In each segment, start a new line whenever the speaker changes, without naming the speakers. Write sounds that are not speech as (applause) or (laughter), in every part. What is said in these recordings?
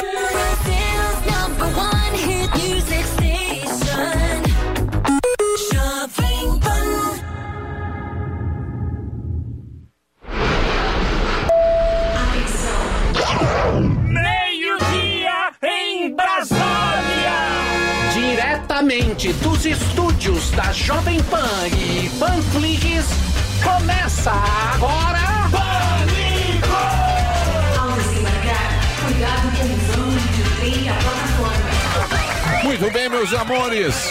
Bill's number one hit music station. Jovem Pan.
Meio-dia em Brasília!
Diretamente dos estúdios da Jovem Pan e Panflix, começa agora.
Muito bem, meus amores.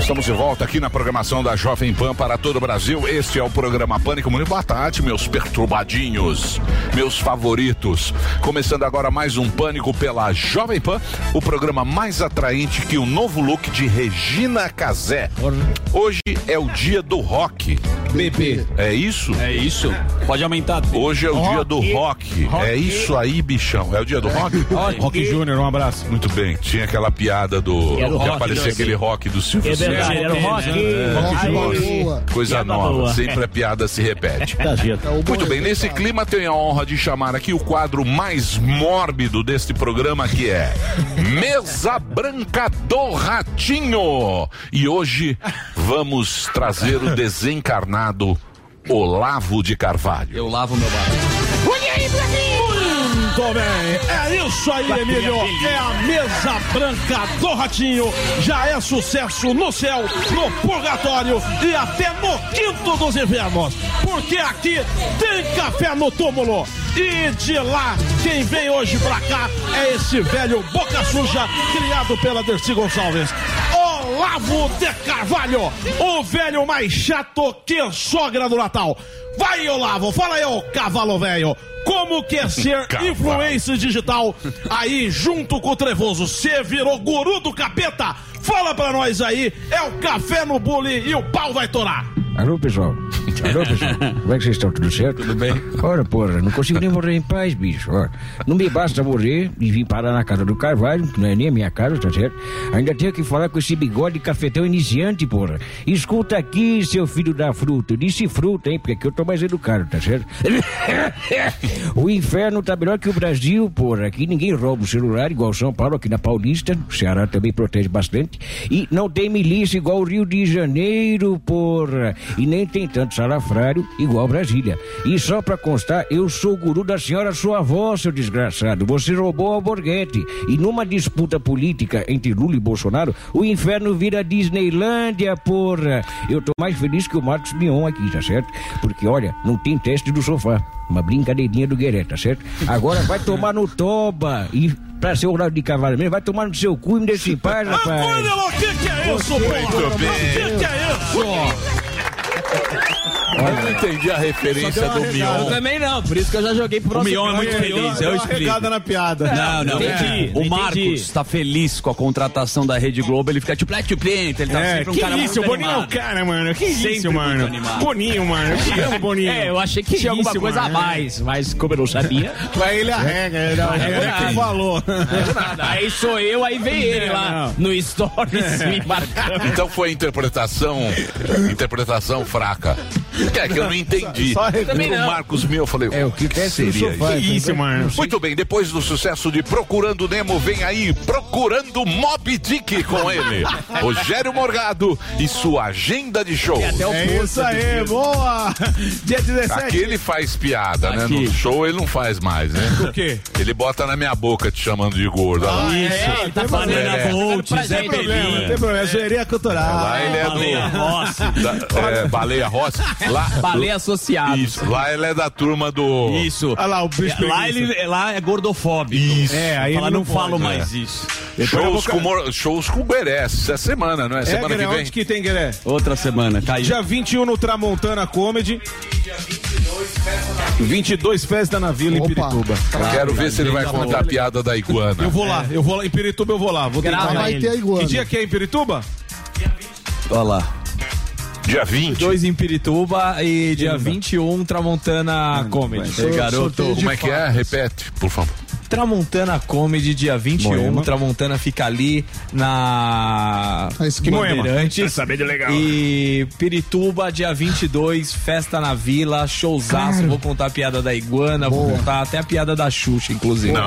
Estamos de volta aqui na programação da Jovem Pan para todo o Brasil. Este é o programa Pânico. Muito boa tarde, meus perturbadinhos, meus favoritos. Começando agora mais um Pânico pela Jovem Pan, o programa mais atraente que o novo look de Regina Casé. Hoje é o dia do rock.
BP.
É isso?
É isso. Pode aumentar.
Hoje é o dia do rock.
Rock.
É isso aí, bichão. É o dia do rock?
Rock, Júnior, um abraço.
Muito bem, tinha aquela piada do.
Era o
que
rock
aparecia
do-
aquele rock do Silvio
É verdade,
Santos. É,
era o rock.
Rock
Aí-
Jones. Coisa
Piada
nova,
boa. Tá
sempre a piada
(laughs)
se repete. Muito bem, nesse clima tenho a honra de chamar aqui o quadro mais mórbido deste programa que é Mesa Branca do Ratinho. E hoje vamos trazer o desencarnado Olavo de Carvalho.
Eu lavo meu bar.
Muito bem, é isso aí, Emílio. É a mesa branca do Ratinho. Já é sucesso no céu, no purgatório e até no quinto dos infernos. Porque aqui tem café no túmulo. E de lá, quem vem hoje pra cá é esse velho boca suja criado pela Dercy Gonçalves. Olavo de Carvalho, o velho mais chato que sogra do Natal. Vai, Olavo, fala aí, ô cavalo velho. Como que
(laughs)
é ser
Cavalo.
influencer digital? Aí, junto com o Trevoso, você virou guru do capeta? Fala pra nós aí, é o café no bullying e o pau vai torar.
Alô, pessoal. Alô, pessoal. Como é que vocês estão? Tudo certo? Tudo bem. Ora, porra, não consigo nem morrer em paz, bicho. Ora, não me basta morrer e vir parar na casa do Carvalho, que não é nem a minha casa, tá certo? Ainda tenho que falar com esse bigode de cafetão iniciante, porra. Escuta aqui, seu filho da fruta. Eu disse fruta, hein? Porque aqui eu tô mais educado, tá certo? o inferno tá melhor que o Brasil, porra. Aqui ninguém rouba o celular, igual São Paulo, aqui na Paulista. O Ceará também protege bastante. E não tem milícia igual o Rio de Janeiro, porra. E nem tem tanto sarafrário igual Brasília. E só pra constar, eu sou o guru da senhora sua avó, seu desgraçado. Você roubou a Borghetti. E numa disputa política entre Lula e Bolsonaro, o inferno vira Disneylândia, porra. Eu tô mais feliz que o Marcos Mion aqui, tá certo? Porque, olha, não tem teste do sofá. Uma brincadeirinha do Gueré, tá certo? Agora vai tomar no toba e pra ser o lado de cavalo mesmo, vai tomar no seu cu e me deixa em paz, rapaz.
Antônio, o que, que é isso, porra? O que, que é isso?
Eu não entendi a referência do
Eu
Mion.
também não, por isso que eu já joguei pro próximo. O Mion é muito feliz, eu explico.
na piada.
Não, não.
é.
Entendi,
o
entendi.
Marcos tá feliz com a contratação da Rede Globo, ele fica tipo, é tipo, ele tá sempre um cara muito animado.
é cara, mano. Que
Sempre muito animado.
Boninho, mano. Eu te amo, Boninho.
É, eu achei que tinha alguma
Isso,
coisa a
mano.
mais, mas como eu não sabia.
Pra ele a regra, ele a regra
verdade.
que falou.
aí sou eu, aí vem ele lá no Stories me marcando.
Então foi interpretação, interpretação fraca. É que eu não entendi.
Só- só-
Também não. O Marcos meu, eu falei,
É o que
que
teste do
seria isso?
sofá.
Que isso, mano.
Muito bem, depois do sucesso de Procurando Nemo, vem aí Procurando Mob Dick com ele, Rogério Morgado e sua agenda de shows.
É isso aí, boa! Dia 17.
Aqui ele faz piada, né?
Aqui.
No show ele não faz mais, né?
O quê?
Ele bota na minha boca te chamando de gordo. olha
Ah,
Ah,
é,
lá.
Isso.
Tá falando
É.
Volt,
Pra
Zé
gente,
Problema,
Belinha.
não tem problema, é zoeirinha cultural.
Lá ele é do.
Nossa,
da- é, baleia Rossi. Lá,
Baleia associado.
Isso, lá ele é da turma do.
Isso.
Olha lá, o bicho
É, Lá,
preguiça.
ele, lá é gordofóbico.
Isso.
É, aí
Fala,
ele
não,
não pode,
falo
é.
mais isso.
Shows, com, mor- shows com Beresse. Essa semana, não é?
É,
Semana
Gueré,
que vem.
onde que tem, Gueré?
Outra semana, tá aí.
Dia 21 no Tramontana Comedy. 22 festa na Vila, em Pirituba.
Eu quero ver se ele vai
tá
contar a piada da iguana.
É.
Eu vou lá, eu vou lá. Em Pirituba eu vou lá. Vou tentar.
Grava
lá.
ele.
Que dia que é em Pirituba?
Olha lá.
Dia 20.
Dois em Pirituba e dia 21, Tramontana Comedy.
um, Ei, garoto,
Como é que é? Repete, por favor.
Tramontana Comedy, dia 21.
Moema.
Tramontana fica ali na
A esquina. Moema.
Bandeirantes.
Saber de legal.
E Pirituba, dia 22, festa na vila, showzaço. Vou contar a piada da iguana, vou contar até a piada da Xuxa, inclusive.
Não,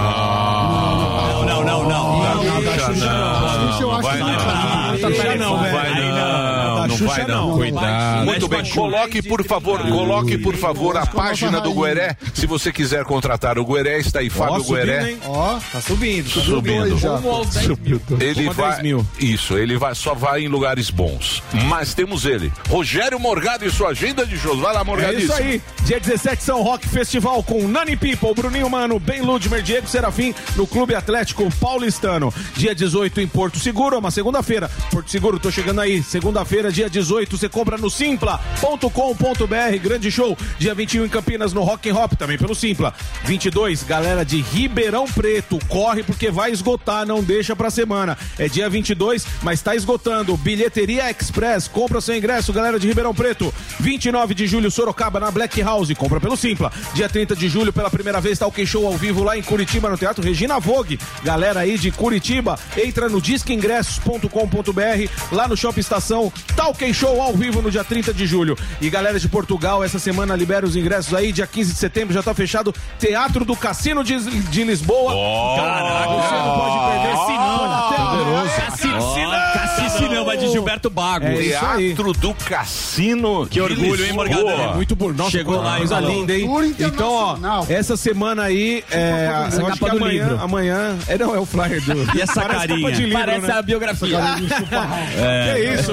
não, não, não. Não, da Xuxa não.
Xuxa eu
Não
acho
vai
que não.
não.
Da Xuxa
Não
não,
vai
velho.
não.
Da
Não
Xuxa
vai
não.
não.
Cuidado.
Muito bem, coloque por favor, coloque por favor a página do Gueré, se você quiser contratar o Gueré, está aí Fábio Gueré
Ó,
Tá subindo, tá
subindo.
já.
Um
Rumo aos 10 mil.
Ele
Rumo a 10
vai,
mil.
isso, ele vai, só vai em lugares bons. Mas temos ele, Rogério Morgado e sua agenda de shows. Vai lá,
É
Morgadinho.
isso aí. Dia 17, São Rock Festival com Nani People, Bruninho Mano, Ben Ludmer, Diego Serafim, no Clube Atlético Paulistano. Dia 18 em Porto Seguro, é uma segunda-feira. Porto Seguro, tô chegando aí. Segunda-feira, dia 18, você compra no simpla.com.br. Grande show. Dia 21 em Campinas, no Rock and Hop, também pelo Simpla. 22, galera de Ribeirão Preto, corre porque vai esgotar, não deixa pra semana. É dia 22, mas tá esgotando. Bilheteria Express, compra seu ingresso, galera de Ribeirão Preto. 29 de julho, Sorocaba, na Black House, compra pelo Simpla. Dia 30 de julho, pela primeira vez, tá o que show ao vivo lá em Curitiba, no Teatro Regina Vogue. Galera aí de Curitiba, entra no disqueingressos.com.br, lá no Shopping Estação, tá o que show ao vivo no dia 30 de julho. E galera de Portugal, essa semana libera os ingressos aí, dia 15 de setembro já tá fechado Teatro do Cassino de, de Lisboa. Você não pode perder esse
Cassicinamba de Gilberto Bago.
É isso aí.
Teatro do Cassino.
Que orgulho, hein, Morgado?
Lisboa.
É
Muito bom. Nossa,
Chegou
coisa
lá, hein,
coisa
Balão?
linda, hein?
Tour
Então, ó,
internacional.
essa semana aí, é, eu acho que
capa do
amanhã,
livro.
amanhã, é, não, é o flyer do...
E essa
Parece capa
carinha?
de livro,
Parece
né?
a biografia. É.
Que isso,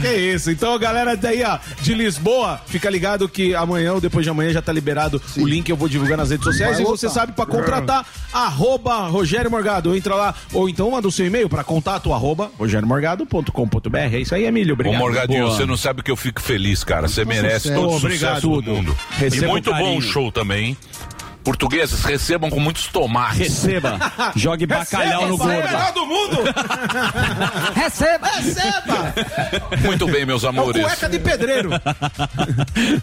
que isso. Então, galera daí, ó, de Lisboa, fica ligado que amanhã ou depois de amanhã já tá liberado o link, eu vou divulgar nas redes sociais.
Vai
e você
lotar.
sabe, pra contratar, arroba Rogério Morgado, entra lá, ou então manda o seu e-mail pra contato, arroba rogeriomorgado.com.br. É isso aí, Emílio,
Ô,
obrigado.
Morgadinho,
Boa.
você não sabe que eu fico feliz, cara. Você merece
sério.
todo o
Obrigado.
sucesso do mundo.
Receba
e muito
o
bom
carinho.
o show também. hein? Portugueses, recebam com muitos tomates. (laughs)
Receba. Jogue bacalhau no
Essa é a
gordo.
melhor do mundo! é
Receba!
Muito
(laughs)
bem, meus amores.
Cueca de pedreiro.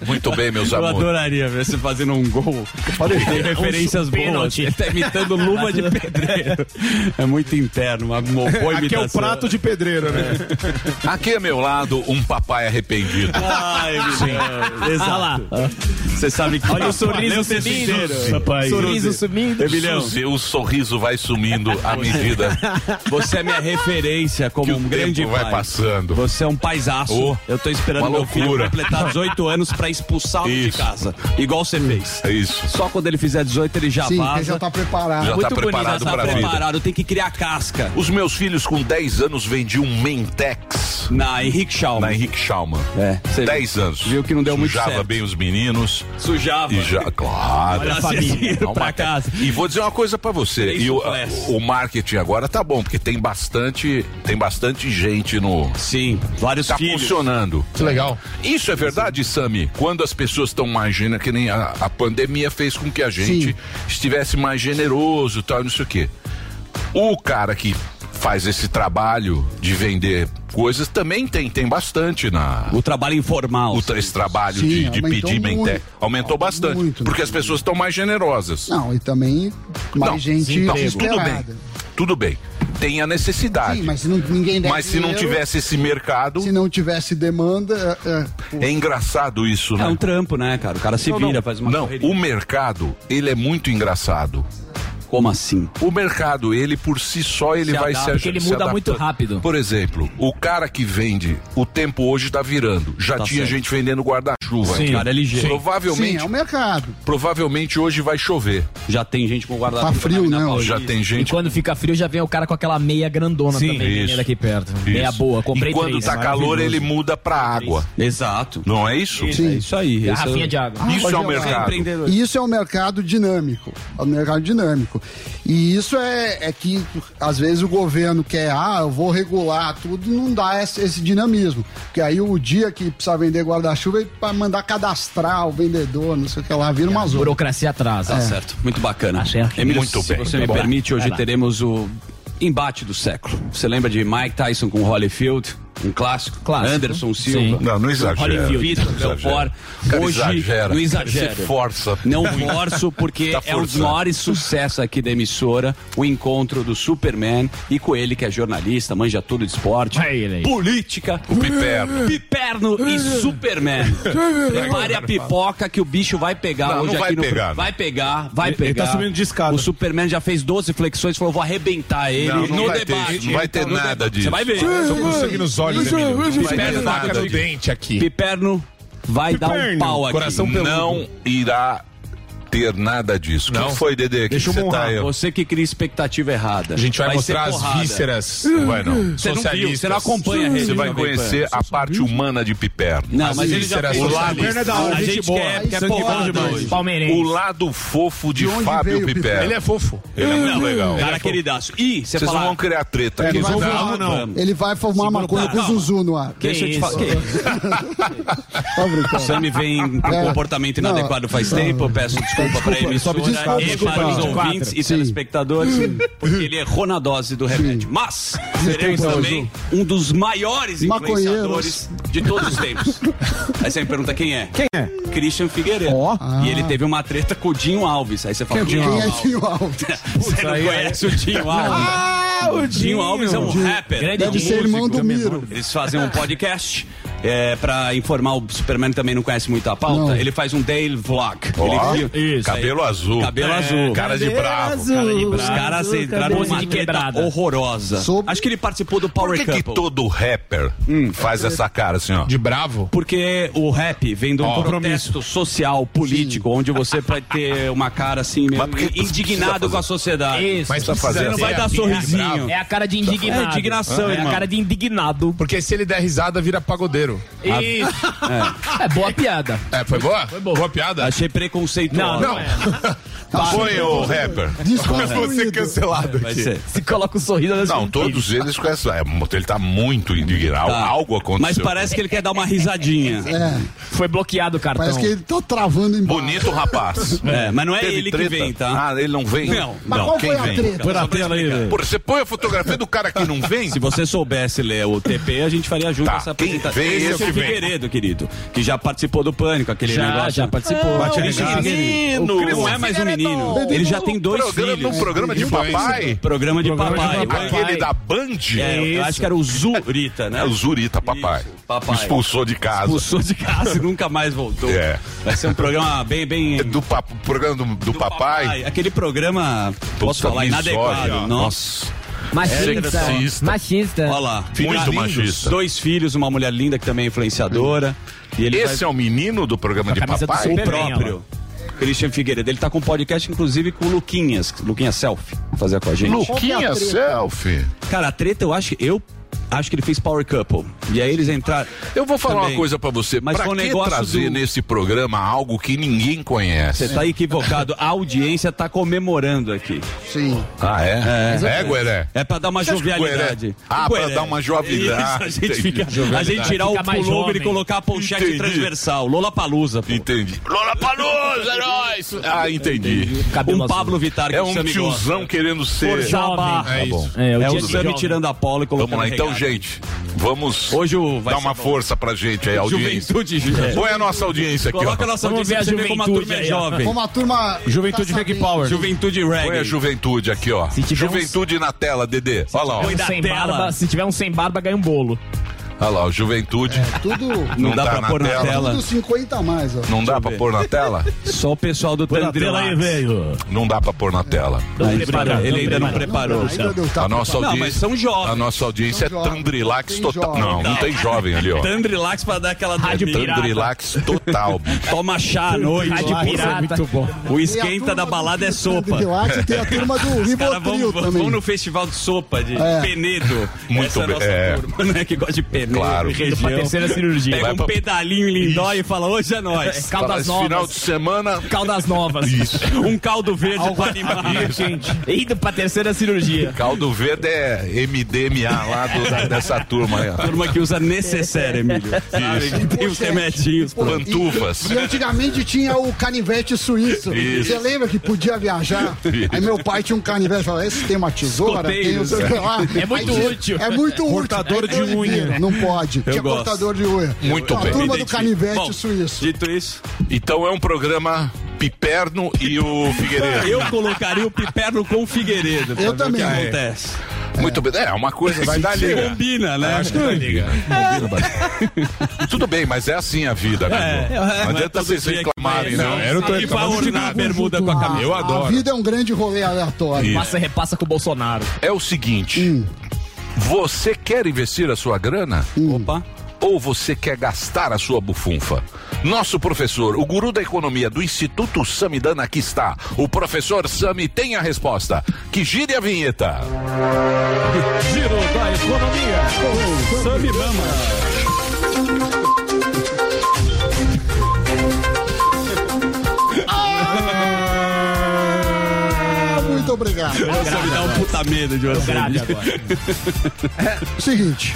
Muito bem,
(laughs)
meus
Eu
amores.
adoraria ver você fazendo um gol. Tem
um
referências boas. Ele tá imitando luva de pedreiro. É muito interno, uma boa imitação.
Aqui é o prato de pedreiro, né?
Aqui a meu lado, um papai arrependido.
Ai, meu Deus. Exato. Você sabe que... Olha o sorriso sumindo. Rapaz. Sorriso sumindo.
O
Emilhão,
seu sorriso vai sumindo à medida
(laughs) você é minha referência como
que
um
o
grande
tempo vai
pai.
passando.
Você é um paisaço.
Oh,
Eu tô esperando
uma
meu filho
loucura.
completar 18 anos pra expulsá-lo de
Isso.
casa. Igual você fez.
É isso.
Só quando ele fizer 18 ele já
Sim,
vaza.
ele já tá preparado.
Já tá
Muito bonito,
preparado
já tá
pra vida.
preparado. Tem que criar casca.
Os meus filhos com 10 anos vendiam um Mentex
Na Henrique Schalman.
na Henrique Schalman.
É, você
10 anos.
Viu que não deu muito
Sujava
certo.
bem os meninos.
Sujava.
E já, claro.
Olha a família
Não,
pra
mas-
casa.
E vou dizer uma coisa pra você.
Três
E o,
suplés.
o marketing agora tá bom, porque tem bastante, tem bastante gente no.
Sim, vários
Tá
filhos.
funcionando.
Que legal.
Isso é verdade, Sami? Quando as pessoas estão mais gêneras, que nem a, a pandemia fez com que a gente
Sim.
estivesse mais generoso e tal, não sei o quê. O cara que faz esse trabalho de vender coisas também tem, tem bastante na.
O trabalho informal.
O, tra- esse trabalho
Sim,
de, de
aumentou
pedir
muito.
menté. Aumentou
Aumentou
bastante.
muito, né?
porque as pessoas estão mais generosas.
Não, e também mais
Não,
gente
então, tudo
desesperada.
bem. Tudo bem. Tem a necessidade.
Sim,
mas
mas se não, ninguém der
se não
dinheiro,
tivesse esse mercado,
Se não tivesse demanda, é, é, pô,
é engraçado isso, né?
É um trampo, né, cara? O cara se vira,
não,
faz uma
não,
correria.
o mercado, ele é muito engraçado.
Como assim?
O mercado, ele por si só, ele
Se
vai
adapta,
se
porque ele
se
muda
adaptando.
muito rápido.
Por exemplo, o cara que vende, o tempo hoje tá virando. Já tinha
certo.
gente vendendo guarda-chuva. aqui.
cara é ligeiro.
sim,
Provavelmente,
é o mercado.
provavelmente hoje vai chover.
Já tem gente com guardado.
Tá frio, né? hoje?
Já tem
E
gente
quando fica frio, já vem o cara com aquela meia grandona
Sim,
também,
isso.
meia daqui perto. Meia
Isso.
boa, comprei
E quando
três. É
tá calor, ele muda pra água.
Exato.
Não é isso?
É isso aí. esse
Garrafinha
é...
de água.
Isso é o
Ah, Pode
mercado.
Empreendedor.
E Isso é um mercado dinâmico, é um mercado dinâmico. E isso é, é que, às vezes, o governo quer, ah, eu vou regular tudo, não dá esse, esse dinamismo. Porque aí o dia que precisa vender guarda-chuva, ele vai mandar cadastrar o vendedor, não sei o que lá, vira uma zona.
Burocracia atrasa.
Tá certo. Muito bacana.
Achei aqui.
Emílio,
É. Muito
se
bem.
você me
Bora.
permite, hoje
Vai lá.
teremos o embate do século. Você lembra de Mike Tyson com Holyfield? Um clássico.
Clássico.
Anderson Silva.
Não, não exagera.
Holyfield,
Não
Vitor
exagera.
Belfort.
Cara,
Hoje,
exagera.
não
Você
exagero.
força.
Não forço, porque
Tá
é um dos
forçando.
maiores sucessos aqui da emissora, o encontro do Superman e com ele, que é jornalista, manja tudo de esporte,
Olha ele aí.
política, É.
O Piperno. É.
Piperno e Superman. Prepare a pipoca que o bicho vai pegar
Não,
hoje
não vai
aqui no.
pegar, né? não.
Vai pegar, vai
Ele-
pegar.
ele tá subindo de escada.
O Superman já fez 12 flexões, falou: vou arrebentar ele
Não, não
no
vai ter
debate. Então,
isso, não vai ter
No
nada
debate.
disso.
Você vai ver.
Tô conseguindo os olhos, Emílio. Espera
nada
faca no
disso.
dente aqui.
Piperno vai dar um
Piperno,
pau aqui.
coração peludo.
Não irá ter nada disso. O que que foi, Dedê? Que
Deixa eu
você tá
honrar.
aí?
Você que cria expectativa errada.
A gente vai,
ser
mostrar as
porrada. Hum.
vísceras
Não vai, não.
Você não viu, você não acompanha a rede.
Você vai
Jovem Pan.
conhecer a parte humana de Piperno.
Não, mas ele já
vísceras
fez.
O lado,
socialistas.
Perna
é
da hora,
A
gente,
gente
boa.
quer, quer
Sangue bom
porrada
demais.
hoje.
o
Palmeirense.
lado fofo de,
De onde
Fábio
veio o
Piperno.
Piperno?
Ele é fofo.
Ele é muito legal.
Cara queridaço. E você
Vocês não
fala...
vão criar
Tá
treta aqui.
Ele vai,
não.
fumar, ele vai fumar maconha com o Zuzu no ar.
Deixa eu te falar. Que-
(laughs)
Tá
O
brincando.
Sammy vem com um
É.
comportamento
Não.
inadequado faz tempo. Eu peço desculpa para a emissora
sobe de escada,
e
desculpa.
para os
Quatro.
ouvintes e
Sim.
telespectadores, porque ele errou na dose do remédio. Mas teremos
Então,
também um dos maiores
Maconheiros.
influenciadores de todos os
(laughs)
tempos. Aí você me pergunta quem é? Quem é? Christian Figueiredo. E ele teve uma treta com o Dinho Alves. Aí você fala,
Quem
Dinho
é
Alves?
Tio Alves?
Você não conhece o Dinho Alves?
Ah, o
Dinho Alves é um rapper.
Deve ser irmão do Miro.
Eles fazem um podcast é, pra informar. O Superman também não conhece muito a pauta.
Não.
Ele faz um daily vlog.
Ó,
Ele viu-
cabelo azul.
Cabelo azul.
Cara de bravo.
Os caras entraram
cabelo
numa
de
treta
quebrada.
horrorosa.
Sou-
Acho que ele participou do
Por
Power
que, que
Couple. Hum.
todo rapper faz essa cara assim, ó?
De bravo.
Ah. Porque o rap vem de um protesto social, político, onde você vai ter uma cara assim, meio
Mas por que-
indignado com a sociedade.
Isso.
Mas tá
Você
fazendo.
não vai dar sorrisinho.
É a cara de indignado.
É indignação,
É
irmão.
a cara de indignado.
Porque se ele der risada, vira pagodeiro.
(laughs)
Ah.
Isso. É boa piada.
É, foi boa? Foi boa. piada?
Achei preconceituoso.
Não, não é.
Tá
Foi o rapper.
Desconstruído.
cancelado
Vai ser. um
Se coloca o sorriso... das
Não, todos eles com essa. é, Ele tá muito indignado.
Tá.
Algo
Mas
aconteceu.
parece que ele quer dar uma risadinha.
É,
Foi bloqueado o cartão.
parece que ele tá travando embaixo.
Bonito rapaz.
É, mas não é
Teve
ele
treta?
que vem, tá?
Ah, ele não vem?
Não.
Mas qual foi a treta?
Põe na tela aí, né? velho.
Pô, você põe a fotografia do cara
(laughs)
que não vem?
Se você soubesse ler o TP, a gente faria junto
Tá,
essa
quem
apresentação.
vem,
Esse
esse
é o
vem.
Figueiredo, querido, que já participou do Pânico, aquele
Já,
negócio.
já participou.
Ah,
Bate
o Christian
ligado.
Figueiredo. Não é mais um menino. Ele já tem dois
programa,
filhos.
no programa de papai?
Programa de papai.
Aquele da Band?
É, eu acho que era o Zurita, né?
É o Zurita, papai.
Isso, papai.
Expulsou de casa.
Expulsou de
(laughs)
casa e nunca mais voltou.
É.
Vai ser um programa bem, bem...
É Do pap- programa do, do papai.
Aquele programa, posso
Puta,
falar, inadequado.
misógino.
Nossa.
Machista.
Sexista.
Machista.
Olha lá.
Muito
Filhos,
machista.
Dois filhos, uma mulher linda que também é influenciadora. E ele
Esse é o menino do programa de
camisa do
papai?
vai... o
Superman,
próprio. Christian Figueiredo. Ele tá com um podcast, inclusive, com o Luquinhas. Luquinhas Selfie. Fazer com é a gente.
Luquinha Selfie.
Cara, a treta, eu acho... Eu acho que ele fez Power Couple. E aí eles entraram...
Eu vou falar
Também.
uma coisa pra você.
Mas
pra
foi um
que
negócio
trazer
do-
nesse programa algo que ninguém conhece?
Você tá equivocado. A audiência tá comemorando aqui.
Sim.
Ah, é? É, Gueré?
É pra dar uma jovialidade.
Gueré. Ah, pra
Gueré.
dar uma jovialidade.
Isso, a gente fica. A
Jovialidade.
gente tirar o
Fica mais
pullover e
jovem.
colocar a ponchete
Entendi.
transversal. Lola Palusa, pô.
Entendi. Lola Palusa, é nóis! Ah, entendi.
Cabelo
Um
azul.
Pablo Vittar que
É
o
um
Sammy gosta.
tiozão querendo ser.
Forjado.
Tá
Jovem.
bom.
É, o
É o
dia de
Sammy
jovem.
tirando a polo e colocando.
Vamos lá, então,
regata.
gente. Vamos
Hoje o- vai
dar
ser
uma
bom.
força pra gente aí, audiência.
Juventude. É.
Põe a nossa audiência aqui,
Coloca a
ó.
nossa
Vamos ver
audiência
a
pra você ver como a
juventude
turma é
aí, ó.
jovem.
Como a turma.
Juventude
tá
Fake
sabendo.
Power.
Juventude
Põe a
reggae.
juventude aqui, ó.
tiver um
Juventude na tela, Dedê. Olha lá, (laughs) ó.
Põe da
sem
tela.
barba, se tiver um sem barba, ganha um bolo.
Olha lá, ó. Juventude.
É,
Tudo.
Não,
Não
dá
tá
pra
na
pôr na
tela.
tela.
Tudo 50 a mais, ó.
Não dá pra pôr na tela?
(laughs) Só o pessoal do Tandrelax.
velho.
Não dá pra pôr na tela.
Ele ainda não preparou.
Ainda deu, tá
A nossa
Não,
audiência.
mas são jovens.
A nossa audiência
São
é
jovens.
Tandrilax
Tem
total.
jovem.
Não, não tem jovem ali, ó.
Tandrilax pra dar aquela
Rádio
dormida.
pirata.
Tandrilax
(laughs)
total. bicho.
Toma chá à noite. é
Rádio pirata.
Muito bom.
O
Tem a
esquenta
turma
da
do
balada é sopa.
Relax, e tem a turma do
Cara,
Ribotril
vamos,
também.
vamos no festival de sopa de
É.
Penedo.
Muito
Essa é a
bem,
nossa
é.
turma, né? Que gosta de Penedo.
Claro.
região.
Pra terceira cirurgia.
Pega
Vai
um
pra-
pedalinho em Lindóia e fala, hoje é
É,
nós.
Fala,
Caldas
Esse final
novas.
de semana.
Caldas novas.
um caldo verde pra animar.
(laughs)
Indo pra terceira cirurgia.
Caldo Verde é MDMA lá do- da- dessa turma aí, ó.
Turma que usa necessaire, Emílio. Sabe? Que Tem os
Pochete.
remedinhos. pô.
Pantufas.
E antigamente tinha o canivete suíço.
Isso.
Você lembra que podia viajar?
Isso.
Aí meu pai tinha um canivete. Falava, esse tem uma tesoura, tem não sei o que lá.
É muito
Aí tinha-
útil.
É muito útil.
Cortador
Aí
de
proibiram,
unha.
Não pode.
Eu
que é
gosto.
cortador de unha.
Muito
a
bem.
turma
Me
do
identifico.
canivete
Bom,
suíço.
Dito isso. Então é um programa Piperno e o Figueiredo.
Eu colocaria o Piperno com o Figueiredo. pra
Eu
ver
também.
O que acontece.
Muito bem. É, uma coisa vai dar
Se
liga.
combina, né?
Acho que dá liga. Combina bastante. Tudo bem, mas é assim a vida,
É,
amigo. Não
mas
adianta
todo
vocês
dia que
reclamarem,
vai,
não.
não.
É, Eu não tô
E pra
reclamando de
ordenar a
nada.
bermuda com a camisa.
Eu
A
adoro.
vida é um grande rolê aleatório.
Isso.
Passa e repassa com o Bolsonaro.
É o seguinte.
Hum.
Você quer investir a sua grana?
Hum.
Opa.
ou você quer gastar a sua bufunfa? Nosso professor, o guru da economia do Instituto Samidana, aqui está. O professor Sami tem a resposta. Que gire a vinheta.
Giro da economia com Sami Bama.
Ah, muito obrigado.
Você me dá um puta medo de você.
Seguinte.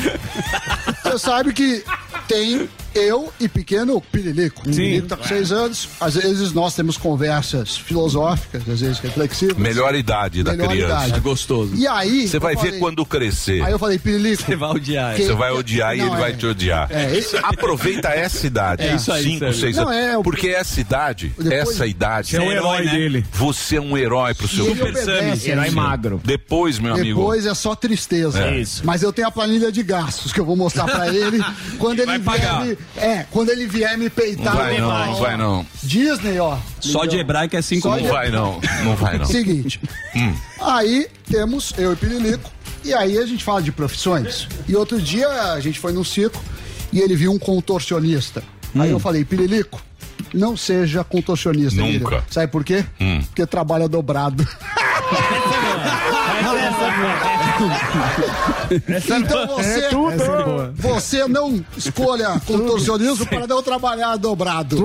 Você sabe que tem eu e pequeno Pirilico. O Pirilico tá com seis anos. Às vezes nós temos conversas filosóficas, às vezes reflexivas.
Melhor idade da
Melhor
criança.
idade.
É gostoso.
E aí.
Você vai
eu
ver
falei-
quando crescer.
Aí eu falei, Pirilico.
Você vai odiar.
que-
Você vai odiar e
Não,
ele
é.
vai te odiar.
É, esse-
Aproveita essa idade.
É
isso aí,
Cinco,
Sami.
seis
Não,
anos.
é, o-
Porque essa idade,
Depois-
essa idade, né?
Você é o herói dele.
você é um herói pro
e
seu
ele
filho.
obedece.
Herói
isso.
magro.
Depois, meu um amigo.
Depois é só tristeza.
É.
Isso.
Mas eu tenho a planilha de gastos que eu vou mostrar pra
(laughs)
ele. quando ele, vier
pagar.
me, é, quando ele vier me
Não
peitar,
vai
eu vou
não,
falar,
não
ó,
vai não.
Disney, ó.
Só de
Entendeu?
hebraico é cinco
Então, Só
Não
de-
mil.
vai não. Não vai não. Hum.
Seguinte. Aí temos eu e Pirilico. E aí a gente fala de profissões. E outro dia a gente foi num circo e ele viu um contorcionista. Aí eu falei, Pirilico, não seja contorcionista.
Hum. Nunca. Hum.
Pirilico. Sabe por quê? Porque trabalha dobrado. então você, você não escolha contorcionismo para não trabalhar dobrado.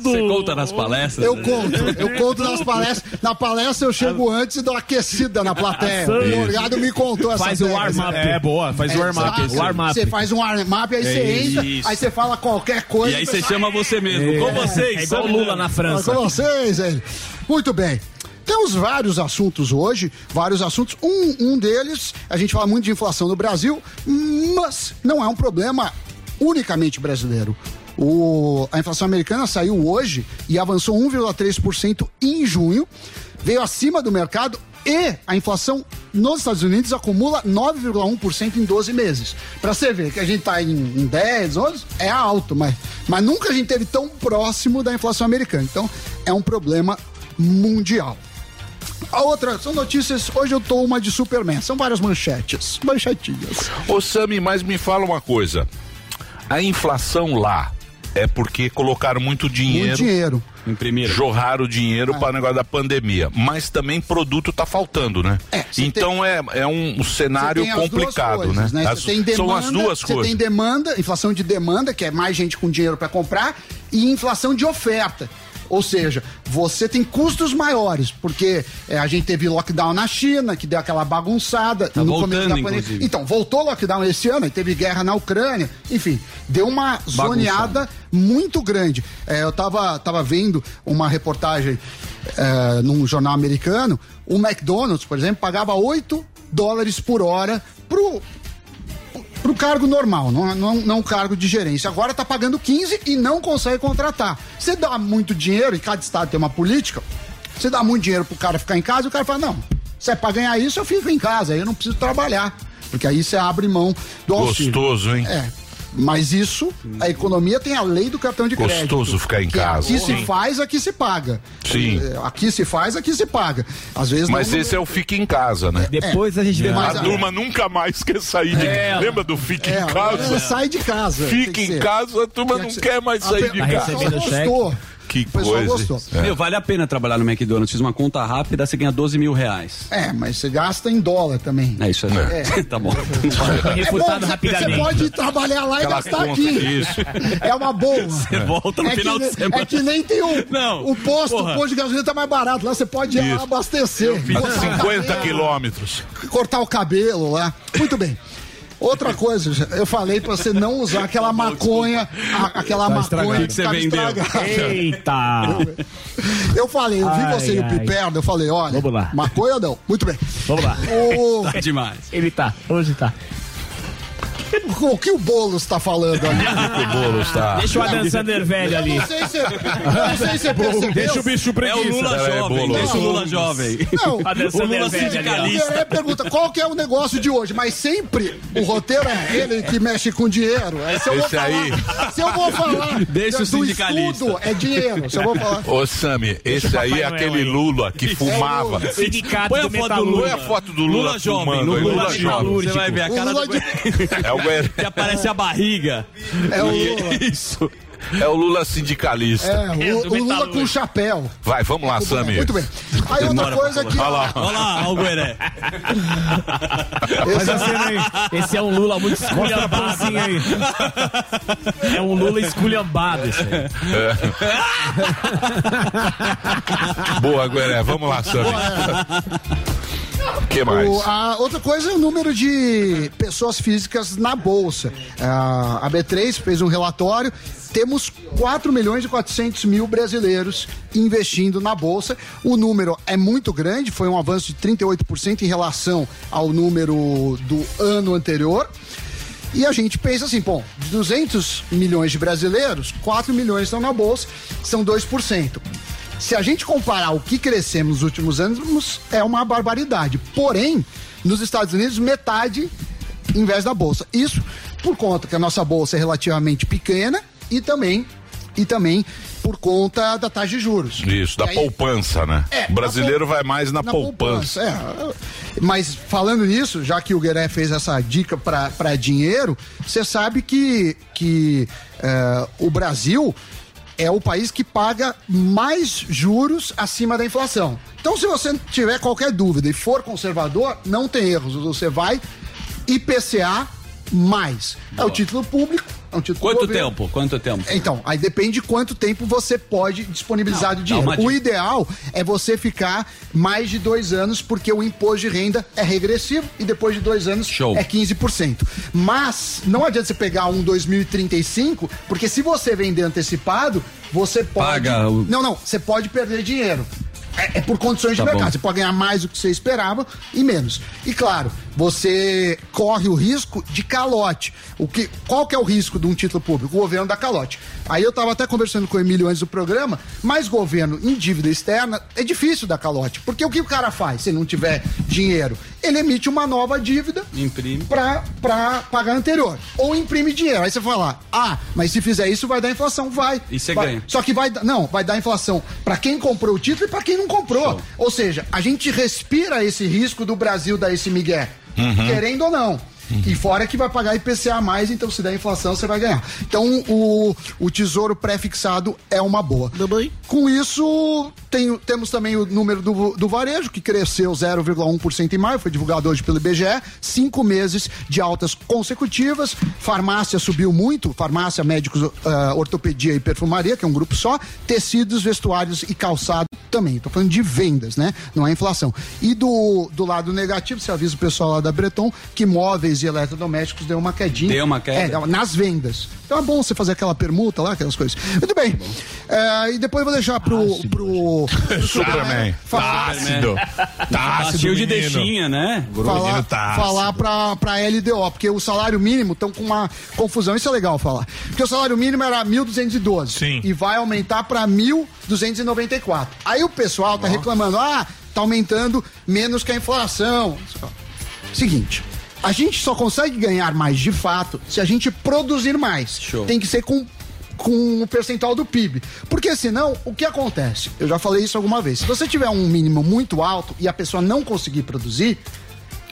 Você conta nas palestras?
Eu conto, eu conto nas palestras. Na palestra eu chego antes e dou uma aquecida na plateia. O Morgado me contou essa
Faz o
técnica.
warm-up.
É boa, faz o armário.
Sabe?
O warm-up.
Você faz um warm-up, aí você entra,
isso.
aí você fala qualquer coisa.
E aí
o
você
pessoal-
chama você mesmo. Com vocês.
É igual
Sami
Lula
Bama.
na
Mas
França.
com vocês, ele. Muito bem. Temos vários assuntos hoje, vários assuntos. Um, um deles, a gente fala muito de inflação no Brasil, mas não é um problema unicamente brasileiro. O, a inflação americana saiu hoje e avançou 1,3% em junho, veio acima do mercado e a inflação nos Estados Unidos acumula 9,1% em 12 meses. Pra você ver que a gente tá em, em 10, 11, é alto, mas, mas nunca a gente teve tão próximo da inflação americana. Então, é um problema mundial. A outra, são notícias, hoje eu tô uma de Superman, são várias manchetes, manchetinhas.
Ô Sami, mas me fala uma coisa. A inflação lá é porque colocaram muito dinheiro,
Muito dinheiro. É.
Imprimiram.
jorraram o dinheiro para o negócio da pandemia. Mas também produto tá faltando, né?
É, você
então é, é um, um cenário
Você tem as duas
complicado,
coisas,
né?
Você
As-
tem
são
demanda,
as duas
você
coisas.
tem demanda, inflação de demanda, que é mais gente com dinheiro para comprar, e inflação de oferta. Ou seja, você tem custos maiores, porque é, a gente teve lockdown na China, que deu aquela bagunçada
Tá
no começo
voltando,
da pandemia.
inclusive.
Então, voltou o lockdown esse ano, e teve guerra na Ucrânia, enfim, deu uma zoneada muito grande. É, eu tava, tava vendo uma reportagem é, num jornal americano, o McDonald's, por exemplo, pagava 8 dólares por hora pro, pro cargo normal, não, não, não um cargo de gerência. Agora tá pagando 15 e não consegue contratar. Você dá muito dinheiro, e cada estado tem uma política, você dá muito dinheiro pro cara ficar em casa e o cara fala, não, se é pra ganhar isso, eu fico em casa, aí eu não preciso trabalhar. Porque aí você abre mão do auxílio.
Gostoso, hein?
É. Mas isso, a economia tem a lei do cartão de
Gostoso
crédito.
ficar em
Que
casa.
Aqui
Sim.
se faz, aqui se paga.
Sim.
Eh, Aqui se faz, aqui se paga. Às vezes
Mas
não-
esse é o fique em casa, né?
Depois a gente vê um.
A
Mas
turma nunca mais quer sair de
É.
Lembra do fique
é,
em casa?
você sai de casa.
Fique
tem que
em
ser.
casa, a turma
Tem
não
que ser.
quer mais sair de
A
casa.
pessoa
recebendo cheque.
gostou.
Que
O pessoal
coisa.
gostou.
É.
Tá Meu, vale a pena trabalhar no McDonald's. Fiz uma conta rápida, você ganha 12 mil reais.
É, mas você gasta em dólar também.
É isso aí.
(laughs)
É.
(laughs) tá bom. (laughs)
Foi
É bom,
refutado
você, você
rapidamente.
pode trabalhar lá e
Aquela
gastar
conta,
aqui.
isso.
É uma boa.
Você volta no
é
final
que,
de
ne-
semana.
É que nem tem o,
Não,
o posto,
porra.
o posto de gasolina tá mais barato. Lá você pode ir lá
Isso.
abastecer.
A
Botar o
assim.
50
cabelo,
quilômetros.
Cortar o cabelo lá. Muito bem. Outra coisa, eu falei pra você não usar aquela maconha, a- aquela maconha
Tá O que você
tava
vendeu?
estragada.
Eita!
Eu falei, eu vi
Ai,
você e o
ai.
Piperno, eu falei, olha,
Vamos lá. Tá
maconha não. Muito bem.
(laughs)
Tá
Vamos lá.
O...
Demais.
Ele tá, hoje tá.
o que o Boulos tá falando ali?
O que o Boulos tá-
Deixa o Adam Sander velho ali.
Eu não sei se, eu não sei se é você percebeu.
Deixa o bicho
É o
preguiça.
Lula
Ela é
jovem,
bolo.
deixa o Lula jovem.
né, Não,
O Adam Sander velho ali.
Eu ia pergunta qual que é o negócio de hoje, mas sempre o roteiro é ele que mexe com dinheiro. É, se eu vou
Esse
falar,
aí.
se eu vou falar
Deixa o
do
sindicalista.
estudo, é dinheiro. Se eu vou falar.
Ô, Sami, esse aí é aquele Lula que fumava.
Sindicato
Põe
do
a foto do
Põe a
Metalúrgico.
foto do Lula,
Lula jovem,
fumando.
no
aí,
Lula,
Lula jovem.
Você vai ver a
O
cara
Lula
do...
de...
É o,
Que aparece a barriga.
É o Lula.
Isso.
é o Lula sindicalista.
É, o,
do
o Lula
metalúrgico.
com chapéu.
Vai, vamos lá, Sami.
Muito bem. Aí outra coisa é que.
Olha lá.
Olha lá, olha o Gueré.
Esse- é
assim, Esse é um Lula muito esculhambado. É um Lula esculhambado. esse aí.
É.
(laughs)
Boa, Gueré. Vamos lá, Sami. O que mais?
é. O- a outra coisa é o número de pessoas físicas na bolsa. Ah, a B3 fez um relatório. Temos 4 milhões e 400 mil brasileiros investindo na bolsa. O número é muito grande, foi um avanço de 38% em relação ao número do ano anterior. E a gente pensa assim, bom, de 200 milhões de brasileiros, 4 milhões estão na bolsa, são 2%. Se a gente comparar o que crescemos nos últimos anos, é uma barbaridade. Porém, nos Estados Unidos, metade investe na bolsa. Isso por conta que a nossa bolsa é relativamente pequena e também e também por conta da taxa de juros.
Isso, da
E aí-
poupança, né?
É,
o brasileiro
na pou-
vai mais na, poupança.
é. Mas falando nisso, já que o Gueré fez essa dica para dinheiro, você sabe que, que eh, o Brasil é o país que paga mais juros acima da inflação. Então, se você tiver qualquer dúvida e for conservador, não tem erros. Você vai IPCA mais. É o título público, é um título do
Quanto
governo.
tempo? Quanto tempo?
Então, aí depende de quanto tempo você pode disponibilizar do dinheiro.
uma dica.
O ideal é você ficar mais de dois anos, porque o imposto de renda é regressivo e depois de dois anos
Show.
é 15%. Mas não adianta você pegar um 2035, porque se você vender antecipado, você pode.
Paga o-
Não, não, você pode perder dinheiro. É, é por condições
Tá
de mercado.
bom.
Você pode ganhar mais do que você esperava e menos. E claro, você corre o risco de calote. O que, qual que é o risco de um título público? O governo dá calote. Aí eu estava até conversando com o Emílio antes do programa, mas governo em dívida externa é difícil dar calote. Porque o que o cara faz se não tiver dinheiro? Ele emite uma nova dívida
Imprime.
pra, pra pagar a anterior. Ou imprime dinheiro. Aí você fala, ah, mas se fizer isso vai dar inflação. Vai.
E você
Vai.
ganha.
Só que vai dar- não, vai dar inflação para quem comprou o título e para quem não comprou. Ou seja, a gente respira esse risco do Brasil dar esse migué, querendo ou não. E fora que vai pagar IPCA a mais, então se der inflação você vai ganhar. Então o, o tesouro pré-fixado é uma boa. Com isso, tem- temos também o número do, do varejo, que cresceu 0,1% em maio, foi divulgado hoje pelo IBGE. Cinco meses de altas consecutivas. Farmácia subiu muito, farmácia, médicos, ah, ortopedia e perfumaria, que é um grupo só. Tecidos, vestuários e calçado também. Estou falando de vendas, né? Não é inflação. E do, do lado negativo, você avisa o pessoal lá da Breton que móveis e eletrodomésticos deu uma quedinha.
Deu uma queda.
É, nas vendas. Então é bom você fazer aquela permuta lá, aquelas coisas. Muito
Tá
bem. É, e depois eu vou deixar pro. pro,
(laughs)
pro
Superman. Tá
falar,
ácido. Tá ácido,
Cheio de
menino.
deixinha, né?
falar,
menino tá
falar pra, pra LDO, porque o salário mínimo estão com uma confusão. Isso é legal falar. Porque o salário mínimo era 1.212.
Sim.
E vai aumentar pra 1.294. Aí o pessoal tá reclamando: ah, tá aumentando menos que a inflação. Seguinte. A gente só consegue ganhar mais de fato se a gente produzir mais.
Show.
Tem que ser com com o percentual do PIB. Porque senão, o que acontece? Eu já falei isso alguma vez. Se você tiver um mínimo muito alto e a pessoa não conseguir produzir,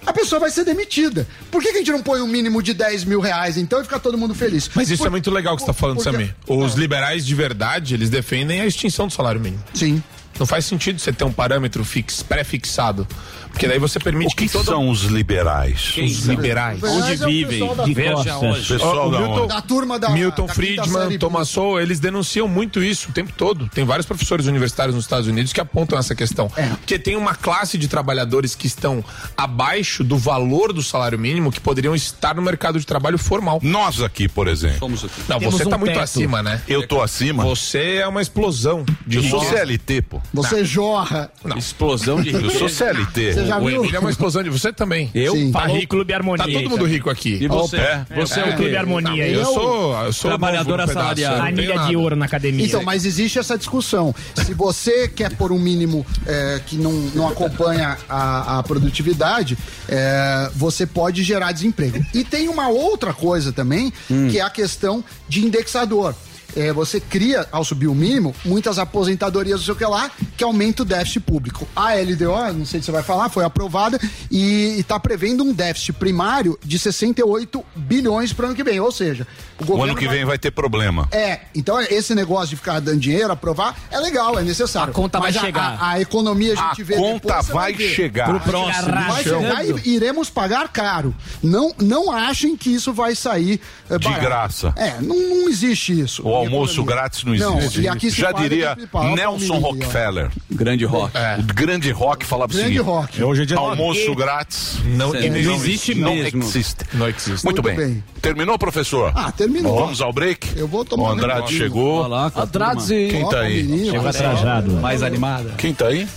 a pessoa vai ser demitida. Por que, que a gente não põe um mínimo de 10 mil reais então e fica todo mundo feliz?
Mas isso
Por-
é muito legal que você tá falando,
porque-
Samir. Os liberais de verdade, eles defendem a extinção do salário mínimo.
Sim.
Não faz sentido você ter um parâmetro fix, pré-fixado. Porque daí você
O
permite
que
que, todo
são os liberais?
os liberais.
Onde vivem?
De
Da,
costas.
Ó,
Pessoal
o
da
Milton-
onde?
da turma da.
Milton
da quinta série
Friedman, Thomas Sowell, eles denunciam muito isso o tempo todo. Tem vários professores universitários nos Estados Unidos que apontam essa questão.
É.
Porque tem uma classe de trabalhadores que estão abaixo do valor do salário mínimo que poderiam estar no mercado de trabalho formal.
Nós aqui, por exemplo.
Vamos aqui.
Não,
Temos
você
um
tá muito
teto.
acima, né?
Eu tô acima.
Você é uma explosão de
Eu sou
riqueza.
CLT, pô.
Você jorra.
Explosão de rico. Eu sou CLT.
Você já
O
viu?
Emílio é uma
explosão de você também.
Eu? Sim.
Tá
Falou
rico.
Clube Harmonia
Tá
aí
todo mundo
também.
rico aqui.
E você?
Você então. é o Clube Harmonia aí.
Eu sou, eu sou
Trabalhador
novo no pedaço,
assalariado.
eu não tenho
Anilha
nada.
de ouro na academia.
Então, mas existe essa discussão. Se você quer pôr um mínimo é, que não, não acompanha a, a produtividade, é, você pode gerar desemprego. E tem uma outra coisa também, que é a questão de indexador. É, você cria, ao subir o mínimo, muitas aposentadorias, não sei o que é lá, que aumenta o déficit público. A LDO, não sei se você vai falar, foi aprovada e está prevendo um déficit primário de 68 bilhões para o ano que vem. Ou seja, o
O
governo
ano que
vai-
vem vai ter problema.
é, então esse negócio de ficar dando dinheiro, aprovar, é legal, é necessário. A conta
vai
chegar. A, a economia a gente
A
vê
conta
depois, você
vai
ver.
chegar. Pro próximo,
Vai
bichão.
chegar e iremos pagar caro. Não, não achem que isso vai sair eh,
De
barato.
graça.
É, não, não existe isso.
O almoço grátis não
Não,
existe.
e aqui se
Já
paga
diria
com pipa, ó,
Nelson
palmeirinha, ó.
Rockefeller.
Grande rock.
O grande rock falava o
Grande
seguinte:
rock.
Hoje é dia
almoço
rock.
grátis
Não existe
não
mesmo.
existe.
Não existe.
Muito,
Muito
bem.
bem.
Terminou, professor?
Ah, terminou.
Vamos ao break?
Eu vou tomar
O
um
Andrade
negocinho.
chegou.
Andrade.
Quem tá aí?
Menino, olha só.
Mais animada.
Quem tá aí?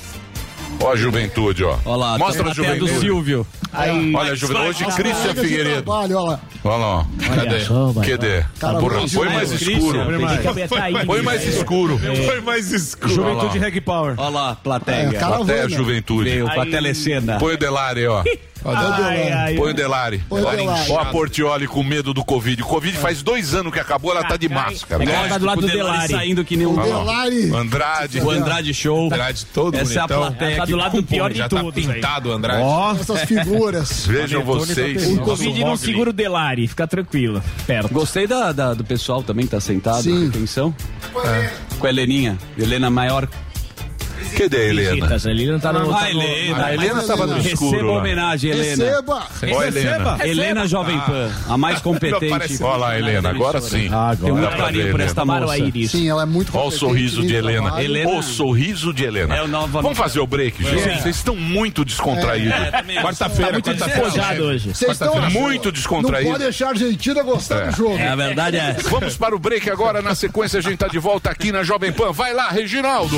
Ó a juventude, ó.
Olha lá,
Mostra
Tá
tem
a
até do
juventude.
Silvio.
Olha a juventude. Hoje, Cristian
Colega de
Figueiredo.
trabalho, olha lá.
Olha lá, ó.
Cadê?
QD.
Cara,
Porra,
vamos
Põe
demais,
mais escuro.
Tá
Põe mais escuro.
É.
Foi mais escuro.
Juventude
Olha
Reg Power. Olha lá,
É,
plateia.
cara
né?
Até a
velha.
juventude.
Veio pra telecena.
Põe o
(laughs)
Delari, ó.
Ai, ai.
Põe o Delari.
Põe o Delari.
Ó a Portioli com medo do Covid. O Covid faz dois anos que acabou, ela tá de máscara.
É igual
Né?
tá do lado do Delari.
saindo que nem um...
O
Olha lá.
Delari.
Andrade.
O Andrade Show.
Andrade todo
Essa é a
bonitão.
plateia
Tá
que
do lado do pior de
Já tá
tudo.
pintado, Andrade.
Ó,
Essas
(laughs)
figuras.
tá
Vejam vocês.
O Covid não
Mogli.
segura o Delari, fica tranquilo. Perto.
gostei da, da- do pessoal também que tá sentado.
Sim.
Atenção. É. Com a Heleninha. Helena Maior.
Cadê a Helena?
Fitas, ele não tá no.
Ah, Helena.
A Helena tava no
Receba a
escuro. lá.
homenagem, Helena. Ah.
Receba.
Ó a Helena.
Helena Jovem Pan, a mais competente. Ah,
Olha lá, Helena, agora
né, Tem
sim. Dá
muito
pra
carinho
ver,
por
né?
esta moça.
Maruaíris.
Sim, ela é muito
Olha o
competente,
sorriso de
lindo
Helena.
trabalho.
Helena.
O sorriso de Helena.
É o novo-
Vamos fazer o break, gente.
É.
Vocês estão muito descontraídos. É.
Quarta-feira, quarta-feira.
Despojado hoje.
Vocês estão achando-
Muito
Não
descontraído.
pode deixar a Argentina gostar do jogo.
É, a verdade é essa.
Vamos para o break agora. Na sequência, a gente tá de volta aqui na Jovem Pan. Vai lá, Reginaldo.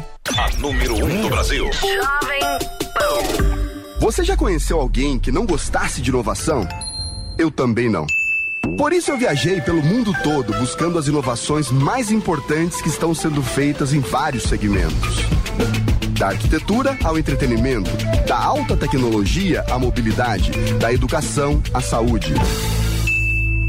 A número 1 um do Brasil.
Você já conheceu alguém que não gostasse de inovação? Eu também não. Por isso eu viajei pelo mundo todo buscando as inovações mais importantes que estão sendo feitas em vários segmentos. Da arquitetura ao entretenimento, da alta tecnologia à mobilidade, da educação à saúde.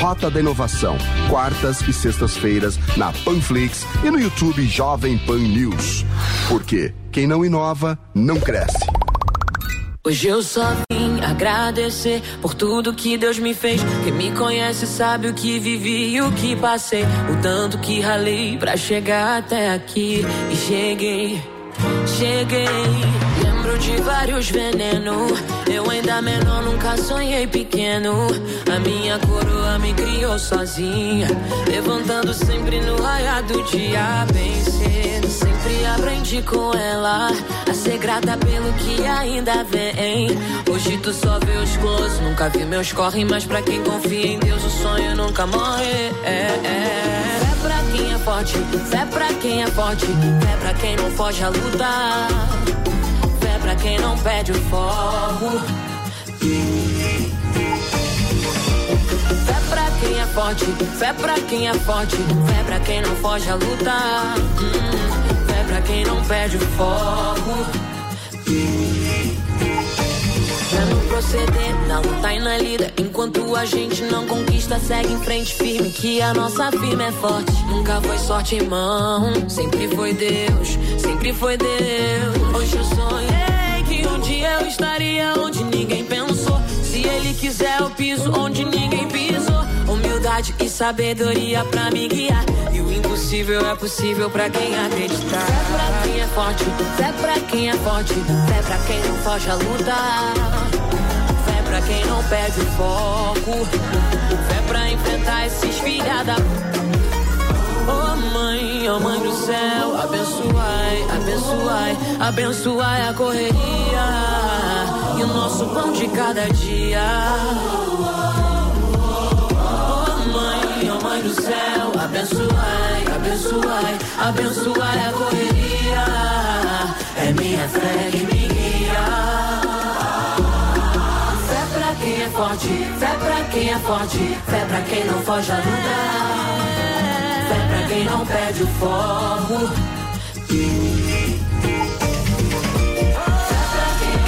Rota da Inovação, quartas e sextas-feiras na Panflix e no YouTube Jovem Pan News. Porque quem não inova não cresce.
Hoje eu só vim agradecer por tudo que Deus me fez. Quem me conhece sabe o que vivi e o que passei. O tanto que ralei pra chegar até aqui. E cheguei, cheguei. Lembro de vários venenos. Eu ainda menor, nunca sonhei pequeno. A minha coroa me criou sozinha. Levantando sempre no raiar do dia. Bem cedo, sempre a aprendi com ela a ser grata pelo que ainda vem. Hoje tu só vê os close, nunca vi meus corre, mas pra quem confia em Deus o sonho nunca morre. É, é. Fé pra quem é forte, fé pra quem é forte, fé pra quem não foge a luta, fé pra quem não perde o foco. Fé pra quem é forte, fé pra quem é forte, fé pra quem não foge a luta. Hum, fé pra quem não perde o foco. Pra não proceder na luta e na lida. Enquanto a gente não conquista, segue em frente firme. Que a nossa firma é forte. Nunca foi sorte, irmão. Sempre foi Deus, sempre foi Deus. Hoje eu sonhei que um dia eu estaria onde ninguém pensou. Se ele quiser, eu piso onde ninguém pisou. Humildade e sabedoria pra me guiar. E o impossível é possível pra quem acreditar. Fé pra quem é forte, fé pra quem é forte, fé pra quem não foge a luta. Fé pra quem não perde o foco. Fé pra enfrentar esses filha da. Oh mãe, oh mãe do céu, abençoai, abençoai, abençoai a correria e o nosso pão de cada dia. Mãe, ó Mãe do céu, abençoai, abençoai, abençoai a correria. É minha fé que me guia. Fé pra quem é forte, fé pra quem é forte, fé pra quem não foge a luta. Fé pra quem não perde o foco. Fé pra quem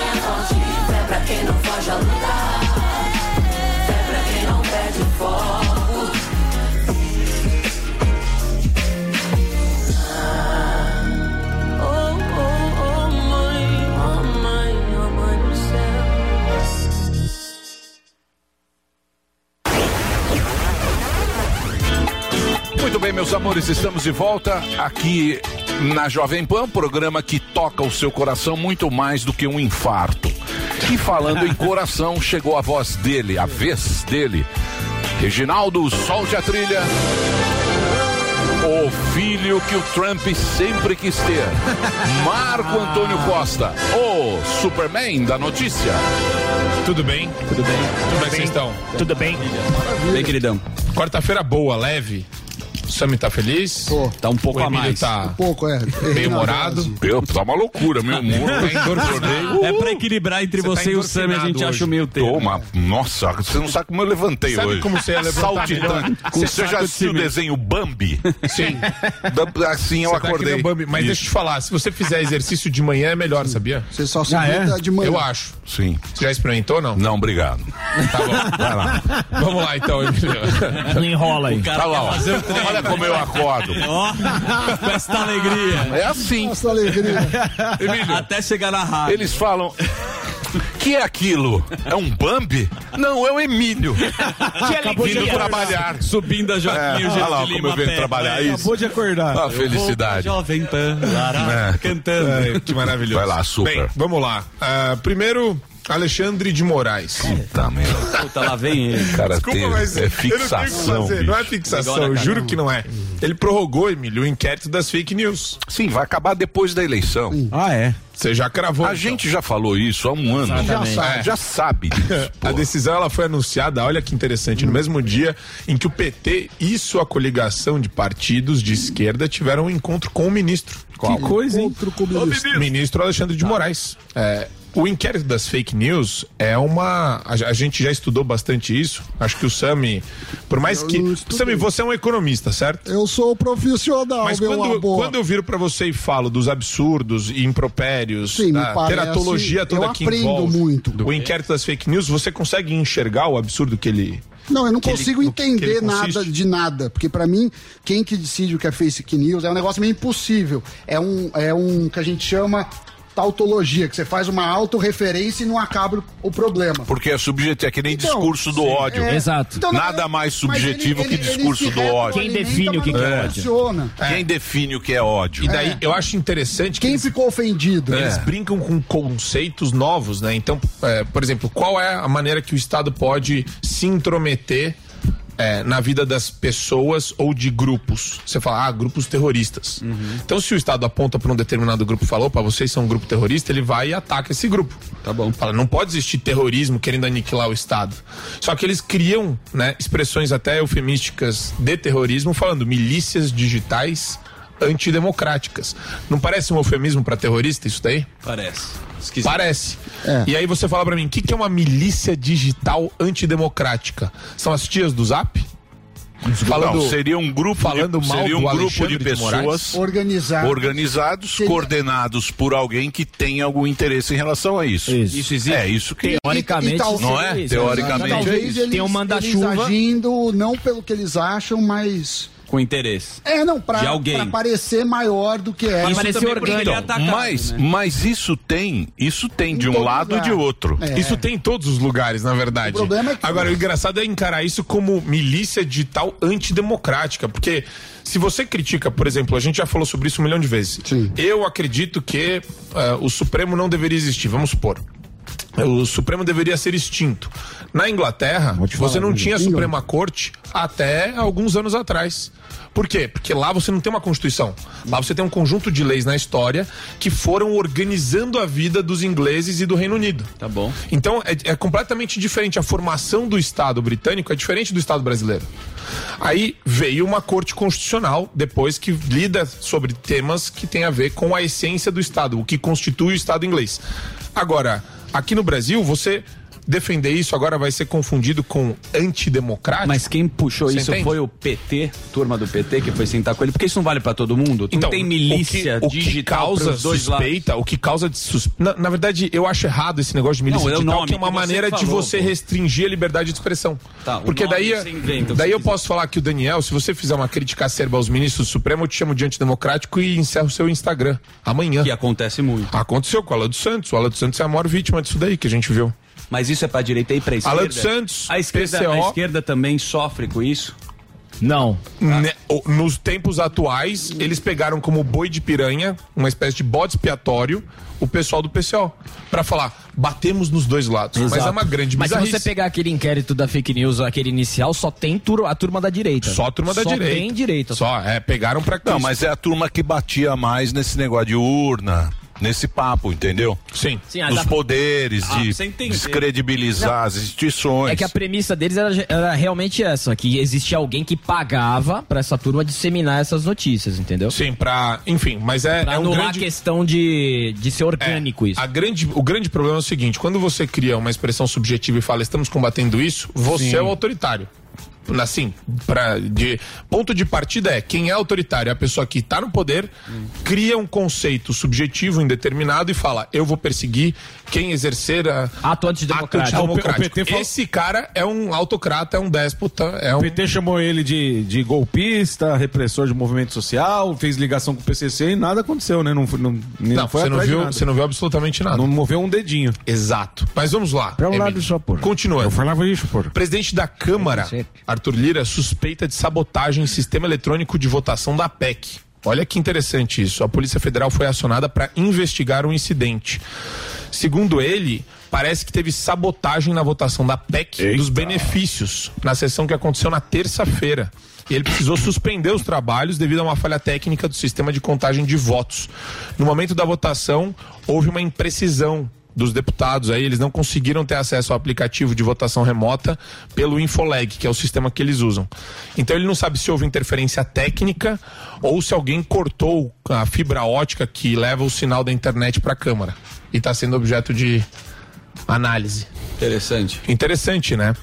é forte, fé pra quem é forte, fé pra quem não foge a luta.
Muito bem, meus amores, estamos de volta aqui na Jovem Pan, programa que toca o seu coração muito mais do que um infarto. E falando em
(laughs)
coração, chegou a voz dele, a vez dele. Reginaldo, solte a trilha. O filho que o Trump sempre quis ter. Marco Antônio Costa, o Superman da notícia.
Tudo bem? Tudo bem. Como é que vocês estão? Tudo bem.
Bem, queridão.
Quarta-feira boa, leve. O Sammy tá feliz?
Tá um pouco
o
a
Emílio
mais.
Tá
Um
pouco, é.
Bem humorado.
Eu, tá uma
(laughs)
loucura, meu humor.
É pra equilibrar entre
tá
você, e o Sam, a gente acha o meio termo. né?
Toma, nossa, você não sabe como eu levantei
Sabe
hoje.
como você ia levantar melhor?
Saltitante.
Com
Você
saco
já
de
assistiu o
cimento.
desenho Bambi?
Sim.
Da- assim eu
Você tá que
acordei.
nem o Bambi, mas deixa eu te falar, se você fizer exercício de manhã é melhor, sabia? Ah, é?
Você
Ah,
só
se
é?
deita tá, de manhã.
Eu acho.
Sim.
Você já experimentou ou não?
Não, obrigado.
Tá bom.
Vai lá.
Vamos lá então,
(laughs)
Emílio.
Não enrola aí.
Tá lá, ó. Olha como eu (laughs) acordo.
Com esta alegria.
É assim.
Essa alegria.
Até chegar na rádio.
Eles falam. Que é aquilo? É um Bambi? Não, é o Emílio.
Ah,
Que
Acabou de
vindo
acordar.
trabalhar. É.
Subindo a Joaquim, o Jeff
olha lá
de
como
Lima
eu venho
Pé,
trabalhar
né?
isso.
Acabou de
Tá.
acordar.
A
Eu
felicidade.
vou pra Jovem Pan, lará,
Ah, (laughs) É.
cantando.
Ai, que maravilhoso.
Vai lá, super.
Bem, vamos lá. Ah, primeiro, Alexandre de Moraes.
Puta merda.
Puta, lá vem ele.
Cara,
Desculpa,
tem-
mas
é
eu não tenho o que
fixação.
fazer. Não é
bicho.
fixação, eu juro que não é. Ele prorrogou, Emílio, o inquérito das fake news.
Sim, vai acabar depois da eleição.
Ah, é?
Você já cravou.
A gente já falou isso há um ano. Já
Exatamente.
sabe,
É.
já sabe disso,
(laughs) A
pô.
decisão ela foi anunciada, olha que interessante, no mesmo dia em que o PT e sua coligação de partidos de esquerda tiveram um encontro com o ministro. Qual?
Que coisa, hein?
O ministro. ministro Alexandre
Tá.
de Moraes. É, o inquérito das fake news é uma. A, a gente já estudou bastante isso. Acho que o Sami. Por mais
Eu
que.
não estudei.
Sami, você é um economista, certo?
Eu sou um profissional,
Mas
meu
quando,
amor.
quando eu viro pra você e falo dos absurdos e impropérios,
Sim, me
da
parece-
teratologia toda
eu
que
aprendo
envolve
muito.
o inquérito das fake news, você consegue enxergar o absurdo que ele...
Não, eu não
que ele-
consigo
no que ele
entender
consiste?
nada de nada, porque pra mim, quem que decide o que é fake news é um negócio meio impossível. É um, é um que a gente chama tautologia, que você faz uma autorreferência e não acaba o- o problema.
Porque é subjetivo, é que nem
Então,
discurso do
sim,
ódio.
é. Exato. Então, na
Nada
verdade,
mais
mas ele-
subjetivo
ele-
que
ele
discurso
se
do ódio.
Quem define o que que é ódio? Funciona.
Quem define o que é ódio?
E daí, eu acho interessante
Quem ficou ofendido?
Eles brincam com conceitos novos, né? Então, é, por exemplo, qual é a maneira que o Estado pode se intrometer é, na vida das pessoas ou de grupos. Você fala, ah, grupos terroristas. Então, se o Estado aponta para um determinado grupo e falou, opa, vocês são um grupo terrorista, ele vai e ataca esse grupo. Tá bom. Fala, não pode existir terrorismo querendo aniquilar o Estado. Só que eles criam né, expressões até eufemísticas de terrorismo, falando milícias digitais antidemocráticas. Não parece um eufemismo para terrorista isso daí?
Parece.
Parece. E aí você fala pra mim, o que, que é uma milícia digital antidemocrática? São as tias do Zap?
Não, seria um grupo
falando
de,
mal
seria um
do
grupo
Alexandre
de pessoas
Moraes?
Organizados.
organizados, coordenados por alguém que tem algum interesse em relação a isso. Isso, existe. É isso que
E tal-
não é?
Isso,
Teoricamente é
Talvez
isso.
eles, eles agindo não pelo que eles acham, mas...
Com interesse.
É, não, pra,
De alguém.
pra parecer maior do que é.
Isso também porque ele é atacado, mas, mas isso tem, isso tem de um
todo
lado e
lugar.
de outro.
É. Isso tem em todos os lugares, na verdade.
O problema é que-
Agora, o engraçado é encarar isso como milícia digital antidemocrática, porque se você critica, por exemplo, a gente já falou sobre isso um milhão de vezes. Eu acredito que eh, o Supremo não deveria existir, vamos supor. O Supremo deveria ser extinto. Na Inglaterra, você não tinha Suprema Corte até alguns anos atrás. Por quê? Porque lá você não tem uma Constituição. Lá você tem um conjunto de leis na história que foram organizando a vida dos ingleses e do Reino Unido. Tá bom. Então é, é completamente diferente. A formação do Estado britânico é diferente do Estado brasileiro. Aí veio uma corte constitucional depois que lida sobre temas que tem a ver com a essência do Estado, o que constitui o Estado inglês. Agora, aqui no Brasil, você defender isso agora vai ser confundido com antidemocrático.
Mas quem puxou
Você
Então, isso
entende?
foi o PT, turma do PT, que foi sentar com ele, porque isso não vale pra todo mundo. Então, não tem milícia
o que,
digital
o que causa
pros dois lados.
suspeita, o que causa de suspeita. Na, na verdade, eu acho errado esse negócio de milícia
Não, é o
digital,
nome
que é uma
que você
maneira de
falou,
você
pô.
restringir a liberdade de expressão.
Tá, o
Porque
nome
daí, é-
você inventa,
daí eu posso falar que o Daniel, se você fizer uma crítica acerba aos ministros do Supremo, eu te chamo de antidemocrático e encerro o seu Instagram amanhã. Que
acontece muito.
Aconteceu com o Alan dos Santos. O Alan dos Santos é a maior vítima disso daí que a gente viu.
Mas isso é pra direita e pra esquerda.
Alan dos Santos,
A esquerda, a
PCO.
esquerda também sofre com isso?
Não. Nos tempos atuais, eles pegaram como boi de piranha, uma espécie de bode expiatório, o pessoal do PCO. Pra falar, batemos nos dois lados. Mas
Exato.
é uma grande
Mas se
bizarrice.
você pegar aquele inquérito da fake news, aquele inicial, só tem tur- a turma da direita.
Só a turma da direita.
Só tem direita.
Só, é, pegaram pra
Não, mas é a turma que batia mais nesse negócio de urna. Nesse papo, entendeu?
Sim.
Sim,
Dos
a da-
poderes,
Ah,
de
você entendeu.
descredibilizar
Não.
as instituições.
É que a premissa deles era, era realmente essa, que existia alguém que pagava pra essa turma disseminar essas notícias, entendeu?
Sim, pra. Enfim, mas é,
pra
é um
anular
grande- É,
a questão de, de ser orgânico isso.
A grande, o grande problema é o seguinte: quando você cria uma expressão subjetiva e fala estamos combatendo isso, você
Sim.
é o autoritário. Assim, pra, de, ponto de partida é quem é autoritário, é a pessoa que está no poder, cria um conceito subjetivo indeterminado e fala: eu vou perseguir quem exercer a,
ato antidemocrático.
antidemocrático.
Ah, O PT falou-
Esse cara é um autocrata, é um déspota, é um.
O PT chamou ele de, de golpista, repressor de movimento social, fez ligação com o PCC e nada aconteceu, né? Não, foi- não, nem
Não,
foi
você não,
atrás de
viu,
nada.
você não viu absolutamente nada.
Não moveu um dedinho.
Exato. Mas vamos lá.
Pra um
Emílio.
lado só, porra.
Continuando.
Eu falava isso, porra.
Presidente da Câmara, Arthur Lira, suspeita de sabotagem em sistema eletrônico de votação da PEC. Olha que interessante isso. A Polícia Federal foi acionada para investigar o incidente. Segundo ele, parece que teve sabotagem na votação da PEC dos benefícios na sessão que aconteceu na terça-feira. E ele precisou suspender os trabalhos devido a uma falha técnica do sistema de contagem de votos. No momento da votação, houve uma imprecisão dos deputados aí, eles não conseguiram ter acesso ao aplicativo de votação remota pelo Infoleg, que é o sistema que eles usam. Então ele não sabe se houve interferência técnica ou se alguém cortou a fibra ótica que leva o sinal da internet para a Câmara e está sendo objeto de análise.
Interessante.
Interessante, né?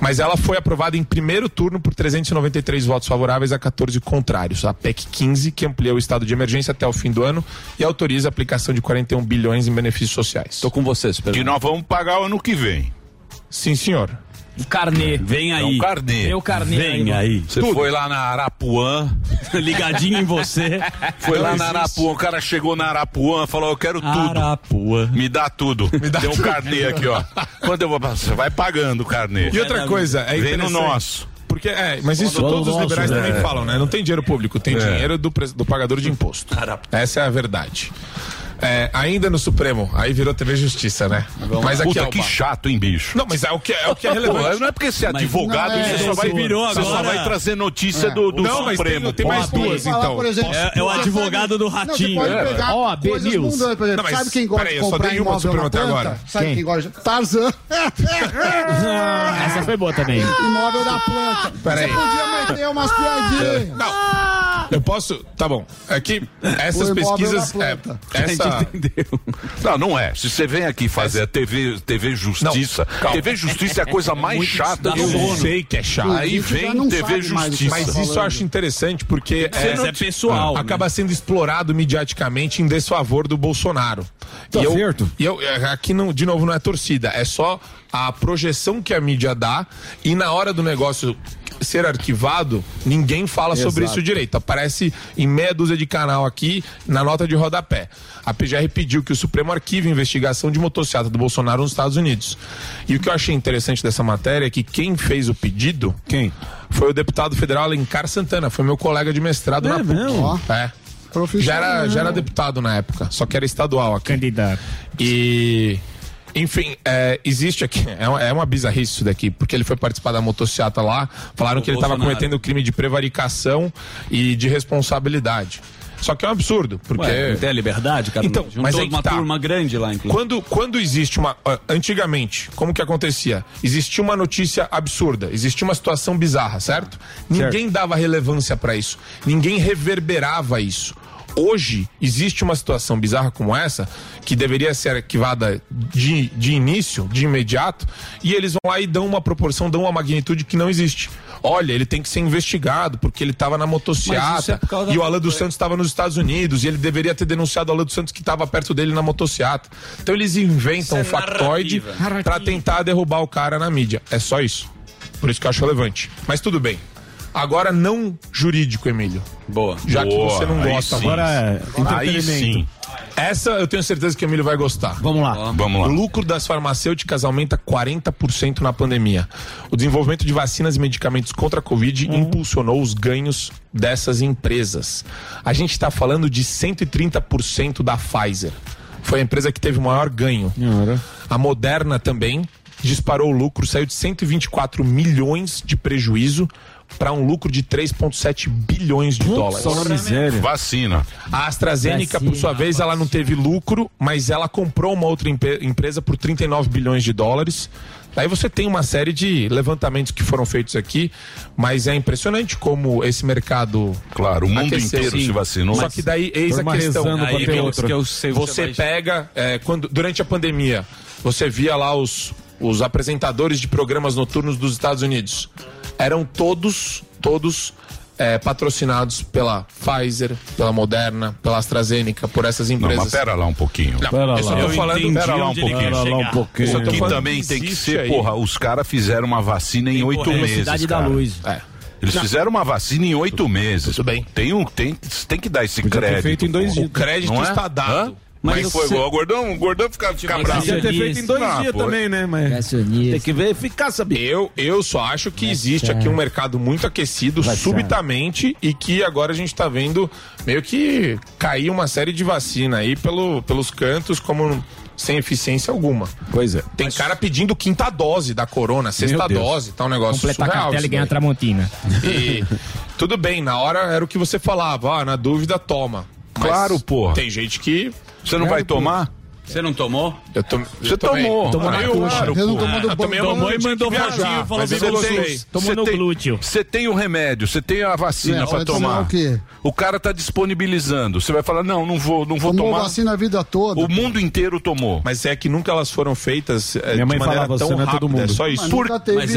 Mas ela foi aprovada em primeiro turno por 393 votos favoráveis a 14 contrários. A PEC 15, que amplia o estado de emergência até o fim do ano e autoriza a aplicação de 41 bilhões em benefícios sociais. Tô
com vocês,
Que nós vamos pagar ano que vem.
Sim, senhor.
O carnê.
Vem aí.
É o carnê.
Meu carnê Vem aí, mano. aí.
Você
Tudo.
foi lá na Arapuã.
Ligadinho em você.
Foi
Não
lá na
existe.
Arapuã. O cara chegou na Arapuã falou: Eu quero tudo.
Arapuã.
Me dá tudo.
Me dá
Tem um
tudo.
carnê aqui, ó. Quando eu vou passar, você vai pagando o carnê.
E outra coisa, é
Vem no
interessante,
nosso.
Porque, é, mas isso
Só no
todos os
nosso,
liberais
né?
também falam, né? Não tem dinheiro público, tem
É.
dinheiro do, pres- do pagador de imposto. Essa é a verdade. É, ainda no Supremo, aí virou TV Justiça, né? Mas aqui,
Puta,
ó,
que
Barra.
chato, hein, bicho?
Não, mas é o que é, o que é
Pô,
relevante.
não é porque você é advogado,
Não,
você,
é,
só vai,
virou
você só
agora.
vai trazer notícia do, do
Não, mas tem-
Supremo.
tem mais
pô.
duas,
Falar,
então.
por exemplo,
é,
você sabe- Não, você pode pegar coisas mundanas, por exemplo, sabe quem gosta de comprar imóvel na planta? Sabe quem? gosta? Tarzan.
Essa foi boa também.
(laughs) imóvel da planta.
Peraí.
Você podia meter umas piadinhas. Ah!
Eu posso. Tá bom. Aqui, essas
O imóvel
pesquisas.
na
É,
planta.
A
essa,
gente Não, não é. Se você vem aqui fazer a TV, TV Justiça,
calma.
TV Justiça é a coisa mais
Muito
chata do
eu
mundo.
sei que é chato.
Aí vem TV Justiça.
tá
Mas isso eu acho interessante porque
Você não- Mas é pessoal, né?
Ah. Acaba sendo explorado midiaticamente em desfavor do Bolsonaro.
Tá
e eu,
certo.
E eu, é, aqui, não, de novo, não é torcida, é só a projeção que a mídia dá e na hora do negócio ser arquivado, ninguém fala sobre
Exato.
isso direito. Aparece em meia dúzia de canal aqui, na nota de rodapé. A PGR pediu que o Supremo arquive a investigação de motocicleta do Bolsonaro nos Estados Unidos. E o que eu achei interessante dessa matéria é que quem fez o pedido... Quem? Foi o deputado federal Alencar Santana, foi meu colega de mestrado na PUC. É. Já era, já era deputado na época, só que era estadual aqui. Candidato. E. Enfim, é, existe aqui. É uma, é uma bizarrice isso daqui, porque ele foi participar da motocicleta lá, falaram
O
que ele estava
Bolsonaro.
cometendo crime de prevaricação e de responsabilidade. Só que é um absurdo, porque.
Ué, não tem a liberdade, cara?
Então,
Juntou
mas aí que
uma
tá.
turma grande lá, inclusive.
Quando, quando existe uma. ah, Antigamente, como que acontecia? Existia uma notícia absurda, existia uma situação bizarra, certo? Ninguém dava relevância pra isso. Ninguém reverberava isso. Hoje, existe uma situação bizarra como essa, que deveria ser arquivada de, de início, de imediato, e eles vão lá e dão uma proporção, dão uma magnitude que não existe. Olha, ele tem que ser investigado porque ele estava na
Mas isso é
motocicleta
por causa
e o
da-
Alan dos Santos estava nos Estados Unidos e ele deveria ter denunciado o Alan dos Santos que estava perto dele na motocicleta. Então eles
é
inventam um factoide para tentar derrubar o cara na mídia. É só isso. Por isso que eu acho relevante. Mas tudo bem. Agora não jurídico, Emílio. Boa. Já
Boa,
que você não
aí
gosta.
sim.
Agora é
Aí
entretenimento.
sim.
Essa eu tenho certeza que o Emílio vai gostar. Vamos lá.
Vamos lá.
O lucro das farmacêuticas aumenta 40% na pandemia. O desenvolvimento de vacinas e medicamentos contra a Covid impulsionou os ganhos dessas empresas. A gente está falando de 130% da Pfizer. Foi a empresa que teve o maior ganho. A Moderna também disparou o lucro, saiu de 124 milhões de prejuízo para um lucro de 3,7 bilhões de dólares.
Vacina.
A AstraZeneca, por sua vez, ela não teve lucro, mas ela comprou uma outra empe- empresa por 39 bilhões de dólares. Aí você tem uma série de levantamentos que foram feitos aqui, mas é impressionante como esse mercado.
Claro, o mundo inteiro se vacinou.
Só
Mas
que daí, eis a
turma
questão.
rezando pra Aí ter que- outro. que eu sei que
você
você vai-
pega, é, quando, durante a pandemia, você via lá os, os apresentadores de programas noturnos dos Estados Unidos. Eram todos, todos é, patrocinados pela Pfizer, pela Moderna, pela AstraZeneca, por essas
Não,
empresas.
mas pera lá um pouquinho.
Não, eu só tô falando-
pera lá um pouquinho. Isso aqui também tem que ser, porra, os caras fizeram uma vacina em oito
porra,
meses.
velocidade da
cara. É.
luz.
Eles
Não.
fizeram uma vacina em oito meses. Tudo bem. Tem, um, tem, tem que dar esse
Podia ter
crédito.
feito em dois
pô.
dias. O crédito
Não é?
está dado.
Hã?
Mas
Mas, foi
você-
igual. O gordão, o gordão fica, fica bravo.
é
Podia ter feito em dois
Ah,
dias
pô.
também, né? Mas tem que ver e ficar sabendo.
Eu, eu só acho que existe
é.
aqui um mercado muito aquecido subitamente e que agora a gente tá vendo meio que cair uma série de vacina aí pelo, pelos cantos como sem eficiência alguma. Pois é. Tem cara pedindo quinta dose da corona, sexta
Deus.
dose, tá um negócio
Completar a
surreal
cartela e
isso
ganhar a
daí.
Tramontina.
E tudo bem, na hora era o que você falava, ó, na dúvida toma. Mas
Claro, porra.
Tem gente que
Você não vai tomar?
Você não tomou?
Eu tom...
Você tomou.
Ah, eu, claro, pô. Ah, tomei uma noite que viajou, falou
Mas
bem
você
gostoso.
tem- você tem- Você tem o remédio, você tem a vacina
É,
pra
vai
tomar.
tomar o quê?
O cara tá disponibilizando. Você vai falar, não, não vou, não vou
Tomou
tomar.
vacina a vida toda.
O mundo inteiro tomou.
Mas é que nunca elas foram feitas é,
Minha mãe
de maneira
falava,
tão
você não é
rápida,
todo mundo.
é só isso.
Mas é nunca
Por-
Teve chance-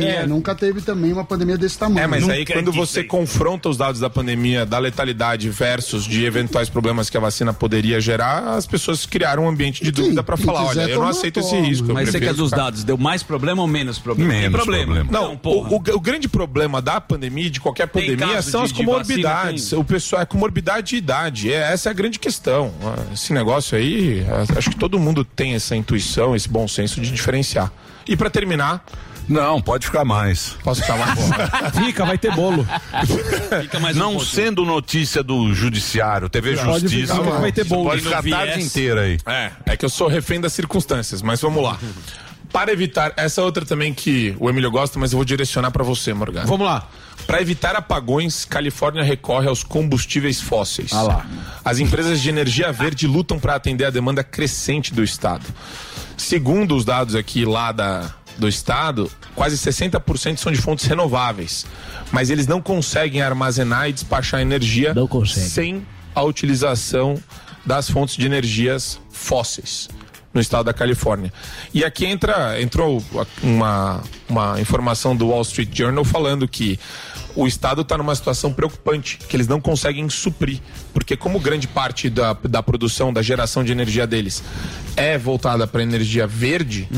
É,
é, nunca teve também uma pandemia desse tamanho.
mas aí quando você confronta os dados da pandemia, da letalidade versus de eventuais problemas que a vacina poderia gerar, as pessoas criaram um ambiente de dúvida para
quem
falar,
quiser
olha, eu não
tomar,
aceito esse
toma.
risco. eu
né, Mas você
prefiro
quer dos
ficar-
dados, deu mais problema ou menos problema? Tem
Não, o, o- o grande problema da (laughs) pandemia, e de qualquer
Tem
pandemia,
caso
são
de-
as
de
comorbidades.
vacina, tem?
o pessoal é comorbidade e idade. É, essa é a grande questão. Esse negócio é, aí, a- acho que todo mundo tem essa intuição, esse bom senso de diferenciar. E para terminar,
Não, pode ficar mais. Posso ficar mais?
(laughs)
Fica, vai ter bolo.
não sendo notícia do judiciário, TV
Pode
Justiça.
ficar, vai ter bolo.
Pode ficar a
No
tarde
viés.
inteira aí.
É, é que eu sou refém das circunstâncias, mas vamos lá. Para evitar essa outra também que o Emílio gosta, mas eu vou direcionar para você, Morgado.
Vamos lá.
Para evitar apagões, Califórnia recorre aos combustíveis fósseis.
Ah lá.
As empresas de energia verde lutam para atender a demanda crescente do estado. Segundo os dados aqui lá da do estado, quase 60% são de fontes renováveis, mas eles não conseguem armazenar e despachar energia sem a utilização das fontes de energias fósseis no estado da Califórnia. E aqui entra entrou uma, uma informação do Wall Street Journal falando que o estado está numa situação preocupante, que eles não conseguem suprir, porque como grande parte da, da produção, da geração de energia deles é voltada para energia verde,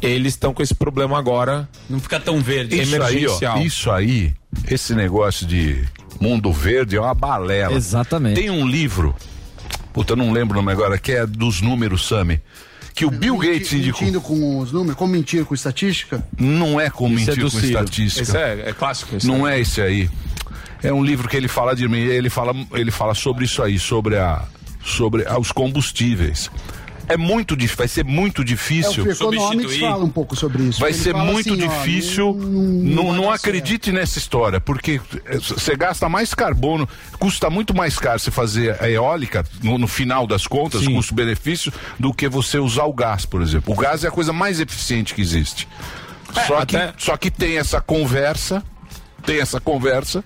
eles estão com esse problema agora.
Uhum. Não fica tão verde.
Isso aí, ó, isso aí, esse negócio de mundo verde é uma balela. Exatamente. Tem um livro, puta, eu não lembro o nome agora, que é dos números, Sami, que o Bill Gates indicou.
Mentindo com os números, como mentira com estatística?
Não é como
Isso é
mentir
do
com
Ciro.
estatística.
Esse
é, clássico.
Não é esse aí. É um livro que ele fala de mim, ele fala, ele fala sobre isso aí, sobre a sobre a- os combustíveis. É muito difícil, vai ser muito
É, o
difícil.
Free Economics fala um pouco sobre isso.
Vai
Ele
ser
fala
muito
assim, ó,
difícil. não não acredite nessa história, porque eh, você gasta mais carbono, custa muito mais caro você fazer a eólica, no, no final das contas, custo-benefício, do que você usar o gás, por exemplo. O gás é a coisa mais eficiente que existe.
É,
só, que, só que tem essa conversa, tem essa conversa.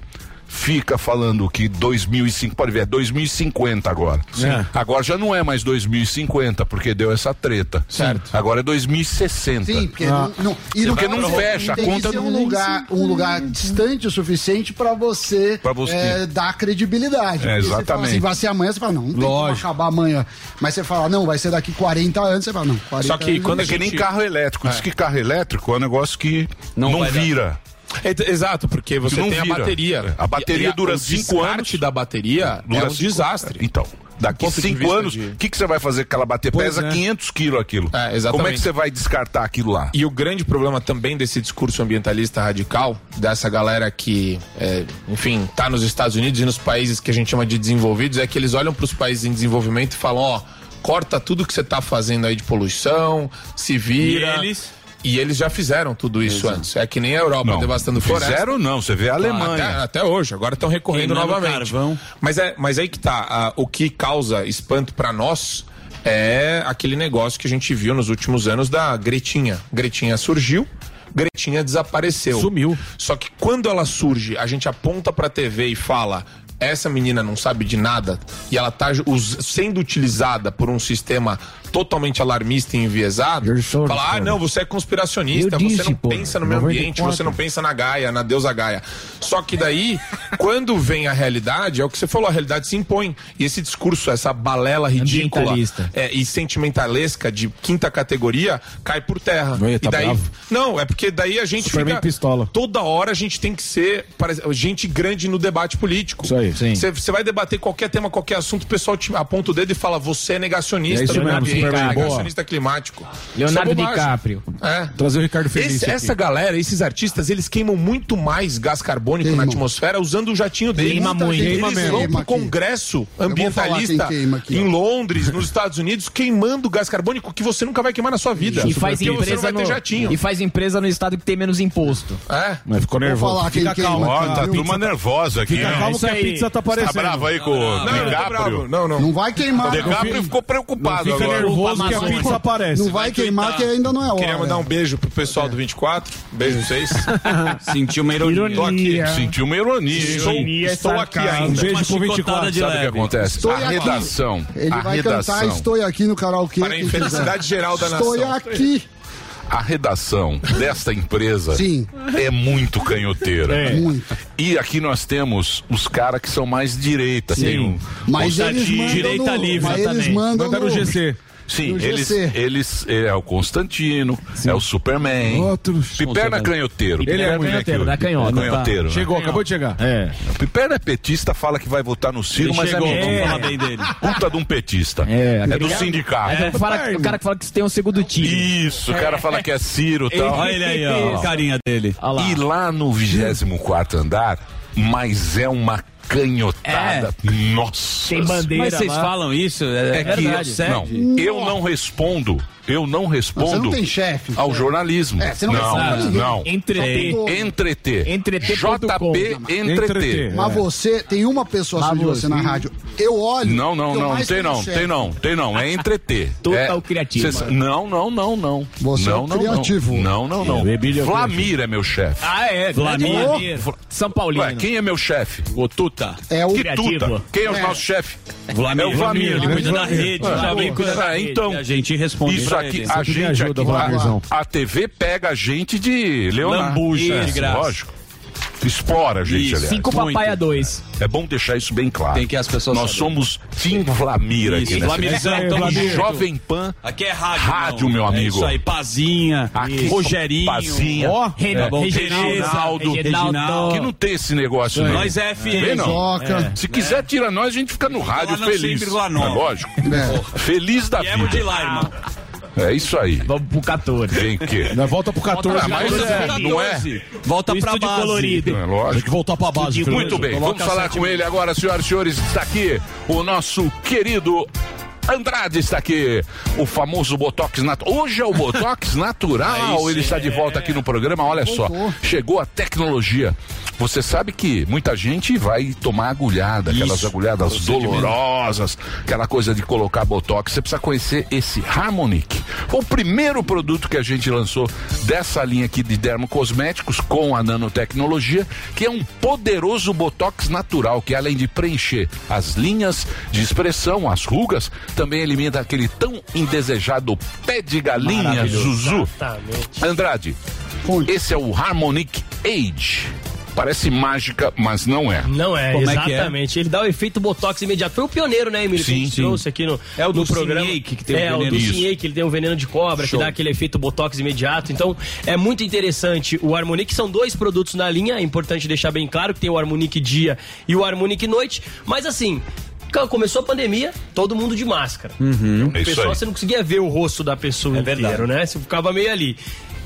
Fica falando que 2005, pode ver, é 2050 agora.
É.
Agora já não é mais 2050, porque deu essa treta. Certo. Agora é 2060.
Sim, porque não, não- e
Tá. porque não fecha, a
tem
conta
que ser
não
um lugar, um lugar distante o suficiente para você,
Pra você.
eh, dar credibilidade.
É,
Porque Você fala
exatamente.
assim, vai ser amanhã, você fala, não, não tem como acabar amanhã. Mas você fala, não, vai ser daqui 40 anos, você fala, não, 40 anos,
é que nem carro elétrico. Diz que carro elétrico é um negócio que não,
vai dar.
vira.
Et- Exato, porque você
Não
tem a
vira. É.
bateria.
A bateria dura
o
cinco
descarte
anos.
da bateria
Dura
é um
cinco-
desastre.
Então, daqui
Ponto de
cinco
vista
anos, o
de-
que, que você vai fazer com aquela bateria?
Pois
Pesa
é.
500 quilos aquilo.
É, exatamente.
Como é que você vai descartar aquilo lá?
E o grande problema também desse discurso ambientalista radical, dessa galera que, é, enfim, tá nos Estados Unidos e nos países que a gente chama de desenvolvidos, é que eles olham para os países em desenvolvimento e falam, ó, corta tudo que você tá fazendo aí de poluição, se vira.
E eles?
E eles já fizeram tudo isso antes. É que nem a Europa,
Não,
devastando floresta.
fizeram não, você vê a Alemanha.
Até, até hoje, agora estão recorrendo
Queimando
novamente. Mas, é, mas aí que tá, ah, o que causa espanto para nós é aquele negócio que a gente viu nos últimos anos da Gretinha. Gretinha surgiu, Gretinha desapareceu. Sumiu. Só que quando ela surge, a gente aponta pra TV e fala. Essa menina não sabe de nada e ela tá us- sendo utilizada por um sistema totalmente alarmista e enviesado. Fala, ah,
um
não, você é conspiracionista,
Eu
você
disse,
não
porra,
pensa no meio ambiente,
94.
você não pensa na Gaia, na deusa Gaia. Só que
(laughs)
daí, quando vem a realidade, é o que você falou, a realidade se impõe. E esse discurso, essa balela ridícula
Ambientalista.
é, e sentimentalesca de quinta categoria, cai por terra.
tá
e daí,
bravo.
Não, é porque daí a gente
Superman
fica...
pistola.
Toda hora a gente tem que ser parece, gente grande no debate político. Isso aí,
sim.
Você vai debater qualquer tema, qualquer assunto, o pessoal te aponta o dedo e fala, você é negacionista
É isso
do meio
mesmo,
ambiente,
Superman, boa.
negacionista climático.
Leonardo
Isso é bobagem.
DiCaprio.
É.
Trazer o Ricardo Feliz
Esse-
aqui.
essa galera, esses artistas, eles queimam muito mais gás carbônico na atmosfera usando o jatinho deles.
Queima muito.
Eles
Queima mesmo.
vão
Queima
pro
aqui.
congresso
Eu vou falar
ambientalista
quem queima aqui,
em
ó.
Londres, nos Estados Unidos, queimando gás carbônico que você nunca vai queimar na sua vida.
E faz,
Porque você não
empresa
vai
no,
ter jatinho.
e faz empresa no estado que tem menos imposto.
É?
Mas ficou nervoso.
Ó, tá turma nervosa aqui.
Fica
hein?
É
calmo que a
Isso aí.
pizza tá
Tá
aparecendo.
bravo aí com
Não,
o
não, não, não tô
DiCaprio?
bravo. Não, não. Não
vai queimar.
O DiCaprio
Não,
ficou preocupado
fica
agora.
nervoso que a
Amazônia.
pizza aparece.
Não vai
tá.
queimar que ainda não é hora.
Queria mandar um beijo pro pessoal do 24. Beijo em vocês.
Sentiu uma ironia.
Tô aqui.
Sentiu uma ironia. hein?
Estou, estou aqui ainda.
Sabe o que acontece?
Estou
a
aqui.
redação.
Ele
a
vai
redação.
cantar Estou aqui no karaokê.
Para a
quem
infelicidade
quiser.
geral da
Estou
nação.
aqui.
A redação desta empresa
Sim.
é muito canhoteira.
É. Muito.
E aqui nós temos os caras que são mais direita.
Sim.
Tem um,
Mas
o
eles
Sadi-
mandam no- mas eles mandam
Mandaram
no-
o GC. Sim,
No
eles,
GC.
eles. É o Constantino, é o Superman.
Outros.
Piperna canhoteiro.
Ele é
ruim, né,
canhoteiro,
que o-
dá canhota, tá.
Canhoteiro. né?
Chegou, acabou de chegar.
É. O Piperna é petista, fala que vai votar no Ciro,
Ele
mas
chegou,
é mentira.
vamos falar bem dele.
Puta de um petista. É, do
Aquele-
sindicato.
Mas o, cara, o cara que fala que tem um segundo time.
Isso, o cara fala que é Ciro e tal.
Olha ele aí, ó, a
carinha dele. E lá no 24 andar, mas é uma canhotada. Nossa.
Mas vocês falam isso?
É, que eu,
verdade.
não, eu não respondo. Eu não respondo.
Você não tem chefe.
Ao jornalismo.
É, você não
não,
responde
não,
ninguém.
não.
Entreter.
Entreter.
Entreter ponto com.
JP Entreter. É.
Mas você, tem uma pessoa só de você na rádio. Eu olho.
Não, não,
que eu
não,
mais
tem
tenho
não,
chefe.
tem não, tem não,
(laughs)
é entreter.
Total
é,
criativo.
cês- não, não, não, não.
Você é
não,
um
não,
criativo.
Não, não, não. não.
É,
um
Emílio é
Flamir é meu chefe.
Ah, é, Flamir. Flamir.
Fla- São Paulino. Ué, quem é meu chefe? O Tuta.
É o
que
criativo.
Tuta? Quem é o
É.
nosso chefe?
Vlamir.
É o Vlamir.
Ele cuida da rede,
Ah,
o
É,
Vlamir cuida da
ah,
rede,
então.
a gente responde
Isso
pra
aqui,
ele.
a
Sempre me
gente
ajuda,
aqui,
Vlamirzão.
a, a TV pega a gente de Leonardo.
Lambuja,
Isso,
de graça.
Lógico. Explora a gente,
Isso,
aliás.
cinco papai
a
dois. É bom deixar isso bem claro.
Tem que as pessoas
Nós
saberem.
somos Tim Vlamir aqui.
Isso,
nessa
Vlamirzão,
É,
mesa.
tamo junto.
Jovem Pan.
Aqui é rádio.
Rádio,
não.
meu
É
amigo.
isso aí, Pazinha,
Aqui,
Rogerinho.
Pazinha,
Ó,
é,
tá bom.
Reginaldo,
Reginaldo.
Que não tem esse negócio, né? não.
Nós é FM.
Vem, não. É.
Joca.
Se quiser, tira nós, a gente fica no rádio
Lá na
feliz.
100,9.
É lógico.
É.
Feliz da vida.
Viemos de lá, irmão.
É isso aí. Vamos pro 14. Vem que.
Não, volta pro 14.
Ah, mas é,
tá
não é?
Volta
pra base. É lógico.
Tá Tem que voltar pra base.
né?
Muito bem, vamos falar com ele agora, senhoras e senhores. Está aqui o nosso querido. Andrade está aqui, o famoso Botox natural. Hoje é
(laughs)
o Botox natural.
É isso,
ele está de volta aqui no programa. Olha só,
Voltou.
chegou a tecnologia. Você sabe que muita gente vai tomar agulhada, aquelas
Isso,
agulhadas
procedimento.
né, dolorosas, aquela coisa de colocar Botox. Você precisa conhecer esse Harmonic. Foi o primeiro produto que a gente lançou dessa linha aqui de dermocosméticos com a nanotecnologia, que é um poderoso Botox natural, que além de preencher as linhas de expressão, as rugas, também elimina aquele tão indesejado pé de galinha,
Maravilhoso.
Zuzu.
Exatamente.
Andrade, esse é o Harmonic Age. Parece mágica, mas não é.
Não é,
Como é que é?
exatamente. Ele dá o efeito botox imediato. Foi o pioneiro, né, Emílio? que a
Sim,
gente
sim.
trouxe aqui no,
É o
no
do
programa.
Sinhake que tem o
é, o
veneno.
do
Isso.
Sinhake, ele tem o veneno de cobra,
Show.
que dá aquele efeito botox imediato. Então, é muito interessante o Harmonic. São dois produtos na linha, é importante deixar bem claro que tem o Harmonic dia e o Harmonic noite. Mas assim. ca- Começou a pandemia, todo mundo de máscara.
É
Uhum.
O pessoal, você não conseguia ver o rosto da pessoa inteiro, né? Você ficava meio ali.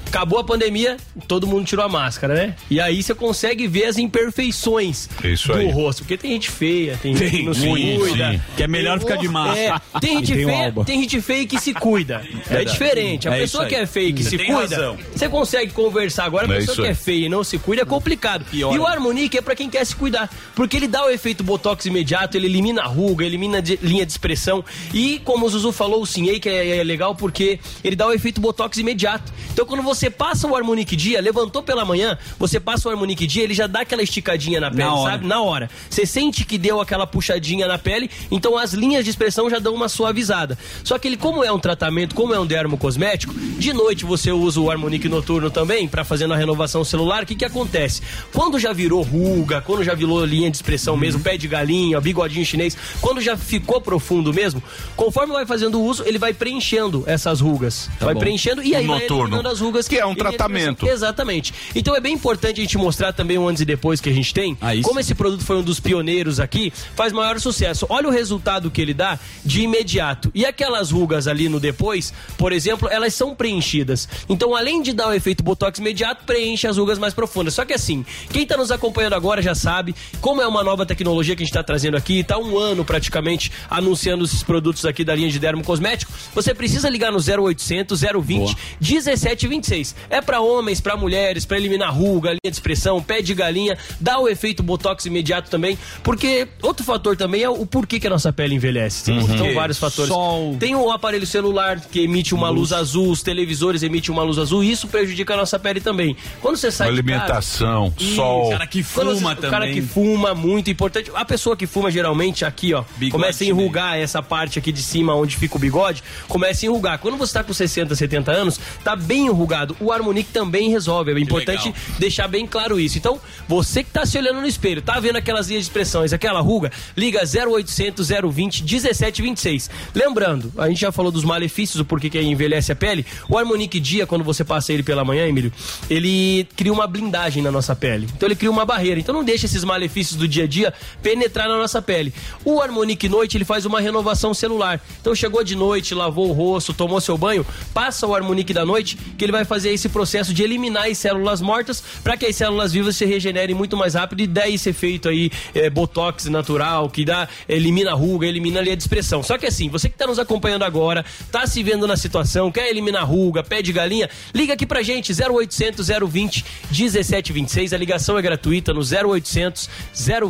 Acabou a pandemia, todo mundo tirou a máscara, né? E aí você consegue ver as imperfeições
Isso
do
aí.
rosto. Porque tem gente feia, tem, gente que
Tem,
não se
sim,
cuida.
sim. Que é melhor
Tem-
ficar de máscara.
É, tem, gente
E tem o
feia,
Alba.
tem gente feia que se cuida. É,
Verdade.
diferente. A
É
pessoa
isso
que
aí.
é feia e que
Você
se
tem
cuida,
razão.
você consegue conversar. Agora, a
É
pessoa
isso
que é
aí.
feia e não se cuida é complicado. E o Harmonique é pra quem quer se cuidar. Porque ele dá o efeito botox imediato, ele elimina a ruga, elimina de- linha de expressão. E, como o Zuzu falou, o Sinhei que é, é legal porque ele dá o efeito botox imediato. Então, quando você passa o Harmonique dia, levantou pela manhã, você passa o Harmonique dia, ele já dá aquela esticadinha na pele,
hora.
sabe? Na hora. Você sente que deu aquela puxadinha na pele, então as linhas de expressão já dão uma suavizada. Só que ele, como é um tratamento, como é um dermo cosmético, de noite você usa o Harmonique noturno também para fazer na renovação celular. O que que acontece? Quando já virou ruga, quando já virou linha de expressão mesmo,
Uhum.
pé de galinha, bigodinho chinês, quando já ficou profundo mesmo, conforme vai fazendo o uso, ele vai preenchendo essas rugas.
Tá
vai
bom.
preenchendo e aí
O
vai
noturno,
eliminando as rugas.
que é um
E linha de
tratamento.
expressão. Exatamente. Então é bem importante a gente mostrar também o antes e depois que a gente tem. Como esse produto foi um dos pioneiros aqui, faz maior sucesso. Olha o resultado que ele dá de imediato. E aquelas rugas ali no depois, por exemplo, elas são preenchidas. Então, além de dar o efeito botox imediato, preenche as rugas mais profundas. Só que assim, quem está nos acompanhando agora já sabe como é uma nova tecnologia que a gente está trazendo aqui, está um ano praticamente anunciando esses produtos aqui da linha de dermo cosmético. Você precisa ligar no 0800 020 1726. É para homens, para mulheres, para eliminar ruga, linha de expressão, pé de galinha, dá o efeito botox imediato também, porque outro fator também é o porquê que a nossa pele envelhece. Tem
Uhum.
são vários fatores.
Sol.
Tem o aparelho celular que emite uma luz. azul, os televisores emitem uma luz azul, e isso prejudica a nossa pele também. Quando você sai de casa-
Alimentação, sol.
O
Cara que
Quando
fuma
O cara
também.
que fuma, muito importante. A pessoa que fuma, geralmente, aqui, ó, começa a enrugar essa parte aqui de cima, onde fica o bigode, começa a enrugar. Quando você tá com 60, 70 anos, tá bem enrugado determinado. O Harmonic também resolve. É importante
legal.
deixar bem claro isso. Então, você que tá se olhando no espelho, tá vendo aquelas linhas de expressões, aquela ruga, liga 0800 020 1726. Lembrando, a gente já falou dos malefícios, o porquê que envelhece a pele. O Harmonic Dia, quando você passa ele pela manhã, Emílio, ele cria uma blindagem na nossa pele. Então, ele cria uma barreira. Então, não deixa esses malefícios do dia a dia penetrar na nossa pele. O Harmonic Noite, ele faz uma renovação celular. Então, chegou de noite, lavou o rosto, tomou seu banho, passa o Harmonic da noite, que ele vai fazer esse processo de eliminar as células mortas para que as células vivas se regenerem muito mais rápido e dá esse efeito aí, é, botox natural, que dá, elimina a ruga, elimina ali a expressão. Só que assim, você que tá nos acompanhando agora, tá se vendo na situação, quer eliminar a ruga, pé de galinha, liga aqui pra gente, 0800 020 1726, a ligação é gratuita no 0800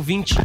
020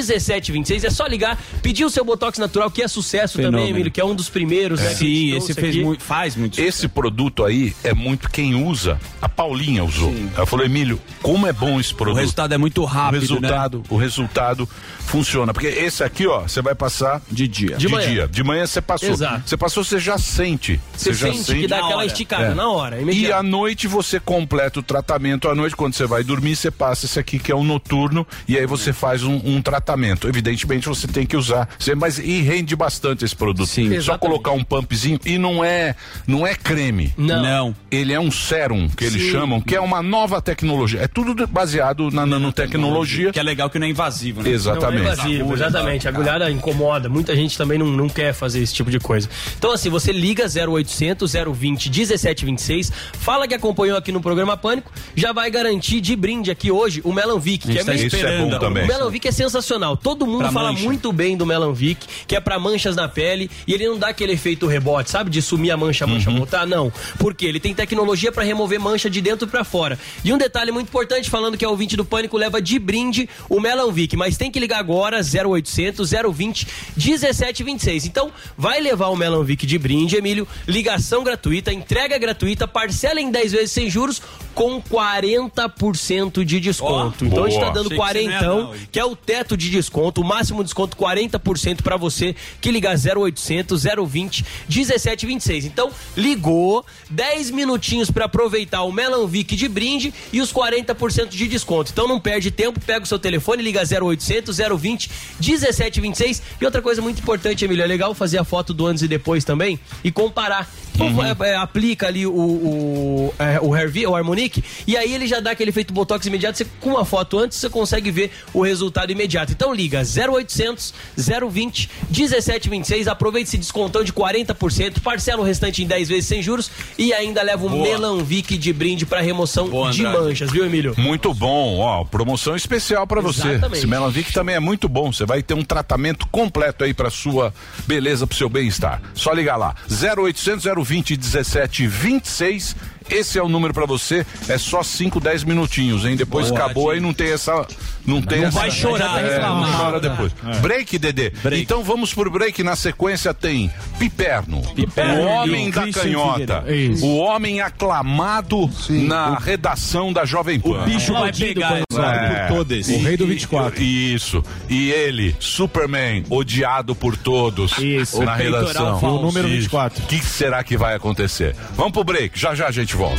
1726, é só ligar, pedir o seu botox natural, que é sucesso também,
Fenômeno.
Emílio, que é um dos primeiros, né? que a gente trouxe aqui.
faz muito Esse produto aí é muito quem usa. A Paulinha usou. Ela falou, Emílio, como é bom esse produto.
resultado é muito
né?
rápido,
O resultado, o resultado funciona. Porque esse aqui, ó, você vai passar de dia.
De
De,
manhã.
dia. De manhã você passou.
Exato.
Você passou, você já sente. É.
Você
já
sente que dá
Na
aquela
hora.
esticada, na hora, é
E
imediato.
à noite você completa o tratamento. À noite, quando você vai dormir, você passa esse aqui que é um noturno e aí você faz um, um tratamento. Evidentemente você tem que usar. Você- Mas e rende bastante esse produto. Sim. Só colocar um pumpzinho e não é não é creme.
Não. Não.
Ele é um sérum que eles
Sim.
chamam, que é uma nova tecnologia. É tudo de- baseado na nanotecnologia.
Que é legal que não é invasivo, né?
Exatamente.
Não é invasivo, exatamente. A agulhada incomoda. Muita gente também não, não quer fazer esse tipo de coisa. Então, assim, você liga 0800 020 1726, fala que acompanhou aqui no programa Pânico, já vai garantir de brinde aqui hoje o Melanvic,
A gente
que é
tá
meio
esperando. Isso é bom também.
O Melanvic é sensacional. Todo mundo
Pra
fala
mancha.
muito bem do Melanvic, que é pra manchas na pele e ele não dá aquele efeito rebote, sabe? De sumir a mancha, a mancha
Uhum.
voltar, não. Porque ele tem tecnologia pra remover mancha de dentro pra fora. E um detalhe muito importante, falando que é ouvinte do Pânico, leva de brinde o Melanvic, mas tem que ligar agora, 0800 020 1726. Então, vai levar o Melanvic de brinde, Emílio, ligação gratuita, entrega gratuita, parcela em 10 vezes sem juros, com 40% de desconto. então, a gente tá
boa.
dando
Achei que você não ia dar,
40, que é o teto de desconto, o máximo desconto 40% para você que ligar 0800 020 1726. Então, ligou, 10 minutinhos para aproveitar o Melanvic de brinde e os 40% de desconto. Então não perde tempo, pega o seu telefone, liga 0800 020 1726. E outra coisa muito importante, Emílio, é legal fazer a foto do antes e depois também e comparar. Então,
Uhum.
é, é, aplica ali o, o, é, o Hervi, o Harmonic, e aí ele já dá aquele efeito Botox imediato. Você, com uma foto antes, você consegue ver o resultado imediato. Então liga 0800 020 1726. Aproveite esse descontão de 40%, parcela o restante em 10 vezes sem juros e ainda leva o
Boa.
Melanvic de brinde para remoção de manchas, viu, Emílio?
Muito bom, ó, promoção especial pra você.
Exatamente.
Esse Melanvic também é muito bom, você vai ter um tratamento completo aí pra sua beleza, pro seu bem-estar. Só ligar lá, 0800 020 1726, esse é o número pra você, é só 5, 10 minutinhos, hein? Depois
Boa,
acabou aí, não tem essa... Não, tem
Não
essa-
vai chorar,
é, não
reclamar.
chora depois.
É.
Break, Dedê. Então vamos pro break, na sequência tem Piperno,
Piperno e
o homem
o
da
Christian
canhota,
Figueiredo. Isso.
o homem aclamado na redação da Jovem Pan. É.
O bicho vai pegar, sabe, por todos.
E-
O rei do
e-
24.
Isso. E ele, Superman, odiado por todos
Isso.
na
O peitoral
redação.
falso. E o número
Isso.
24.
O que será que vai acontecer? Vamos pro break, já já a gente volta.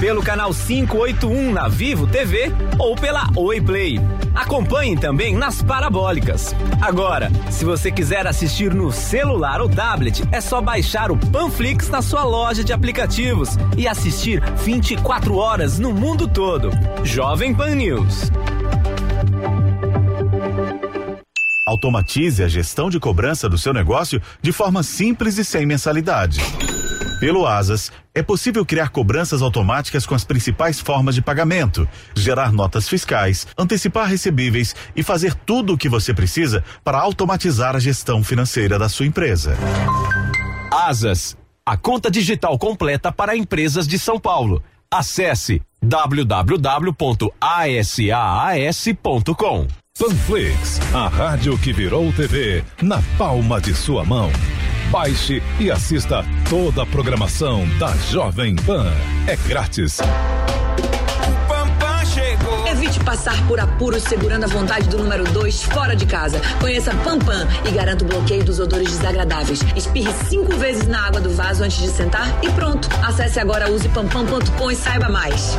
Pelo canal 581 na Vivo TV ou pela Oi Play. Acompanhe também nas parabólicas. Agora, se você quiser assistir no celular ou tablet, é só baixar o Panflix na sua loja de aplicativos e assistir 24 horas no mundo todo. Jovem Pan News.
Automatize a gestão de cobrança do seu negócio de forma simples e sem mensalidade. Pelo Asas, é possível criar cobranças automáticas com as principais formas de pagamento, gerar notas fiscais, antecipar recebíveis e fazer tudo o que você precisa para automatizar a gestão financeira da sua empresa.
Asas, a conta digital completa para empresas de São Paulo. Acesse www.asaas.com.
Panflix, a rádio que virou TV, na palma de sua mão.
Baixe e assista toda a programação da Jovem Pan. É grátis.
Evite passar por apuros segurando a vontade do número 2 fora de casa. Conheça Pampam e garanta o bloqueio dos odores desagradáveis. Espirre cinco vezes na água do vaso antes de sentar e pronto. Acesse agora usepampam.com e saiba mais.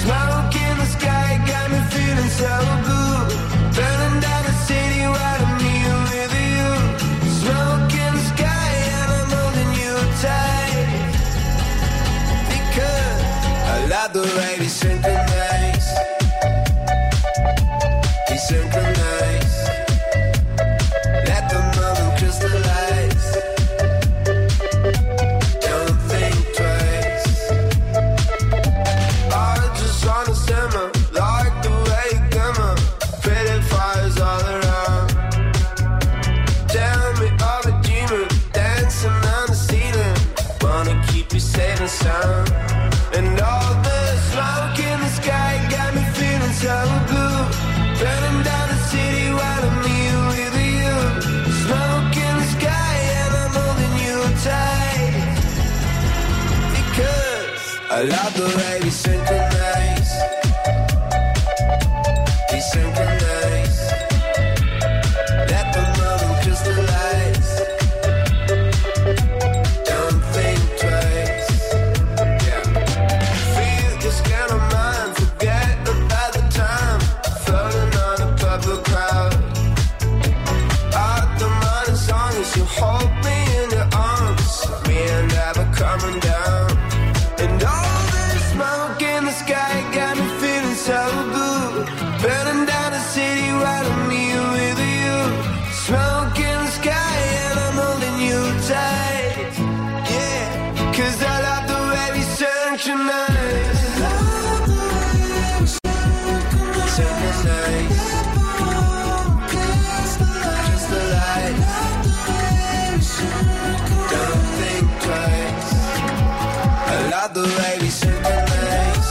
Smoke in the sky got me feeling so blue. Burning down the city right of me and with you. Smoke in the sky and I'm holding you tight. Because I like the way we synchronize. We synchronize. Let the moment crystallize. Don't think twice. I just wanna simmer, like the way you glimmer. Pretty fires all around. Tell me all the dreaming, dancing on the ceiling. Wanna keep you safe and sound. And all the smoke in the sky got me feeling so blue. Burning down the city while I'm here with you. Smoke in the sky and I'm holding you tight. Because I love the way we synchronize. We synchronize. Let the moment crystallize. Don't think twice. Yeah. Feel this kind of mind. Forget about the time. Floating on a purple cloud. Out the mind as long as you hold me in your arms. Me and I were coming down. And all this smoke in the sky got me feeling so blue. Burning down the city right on me with you. Smoke in the sky and I'm holding you tight. Yeah, cause I love the way we synchronize. Synchronize. Just the light. Don't think twice. I love the way we synchronize.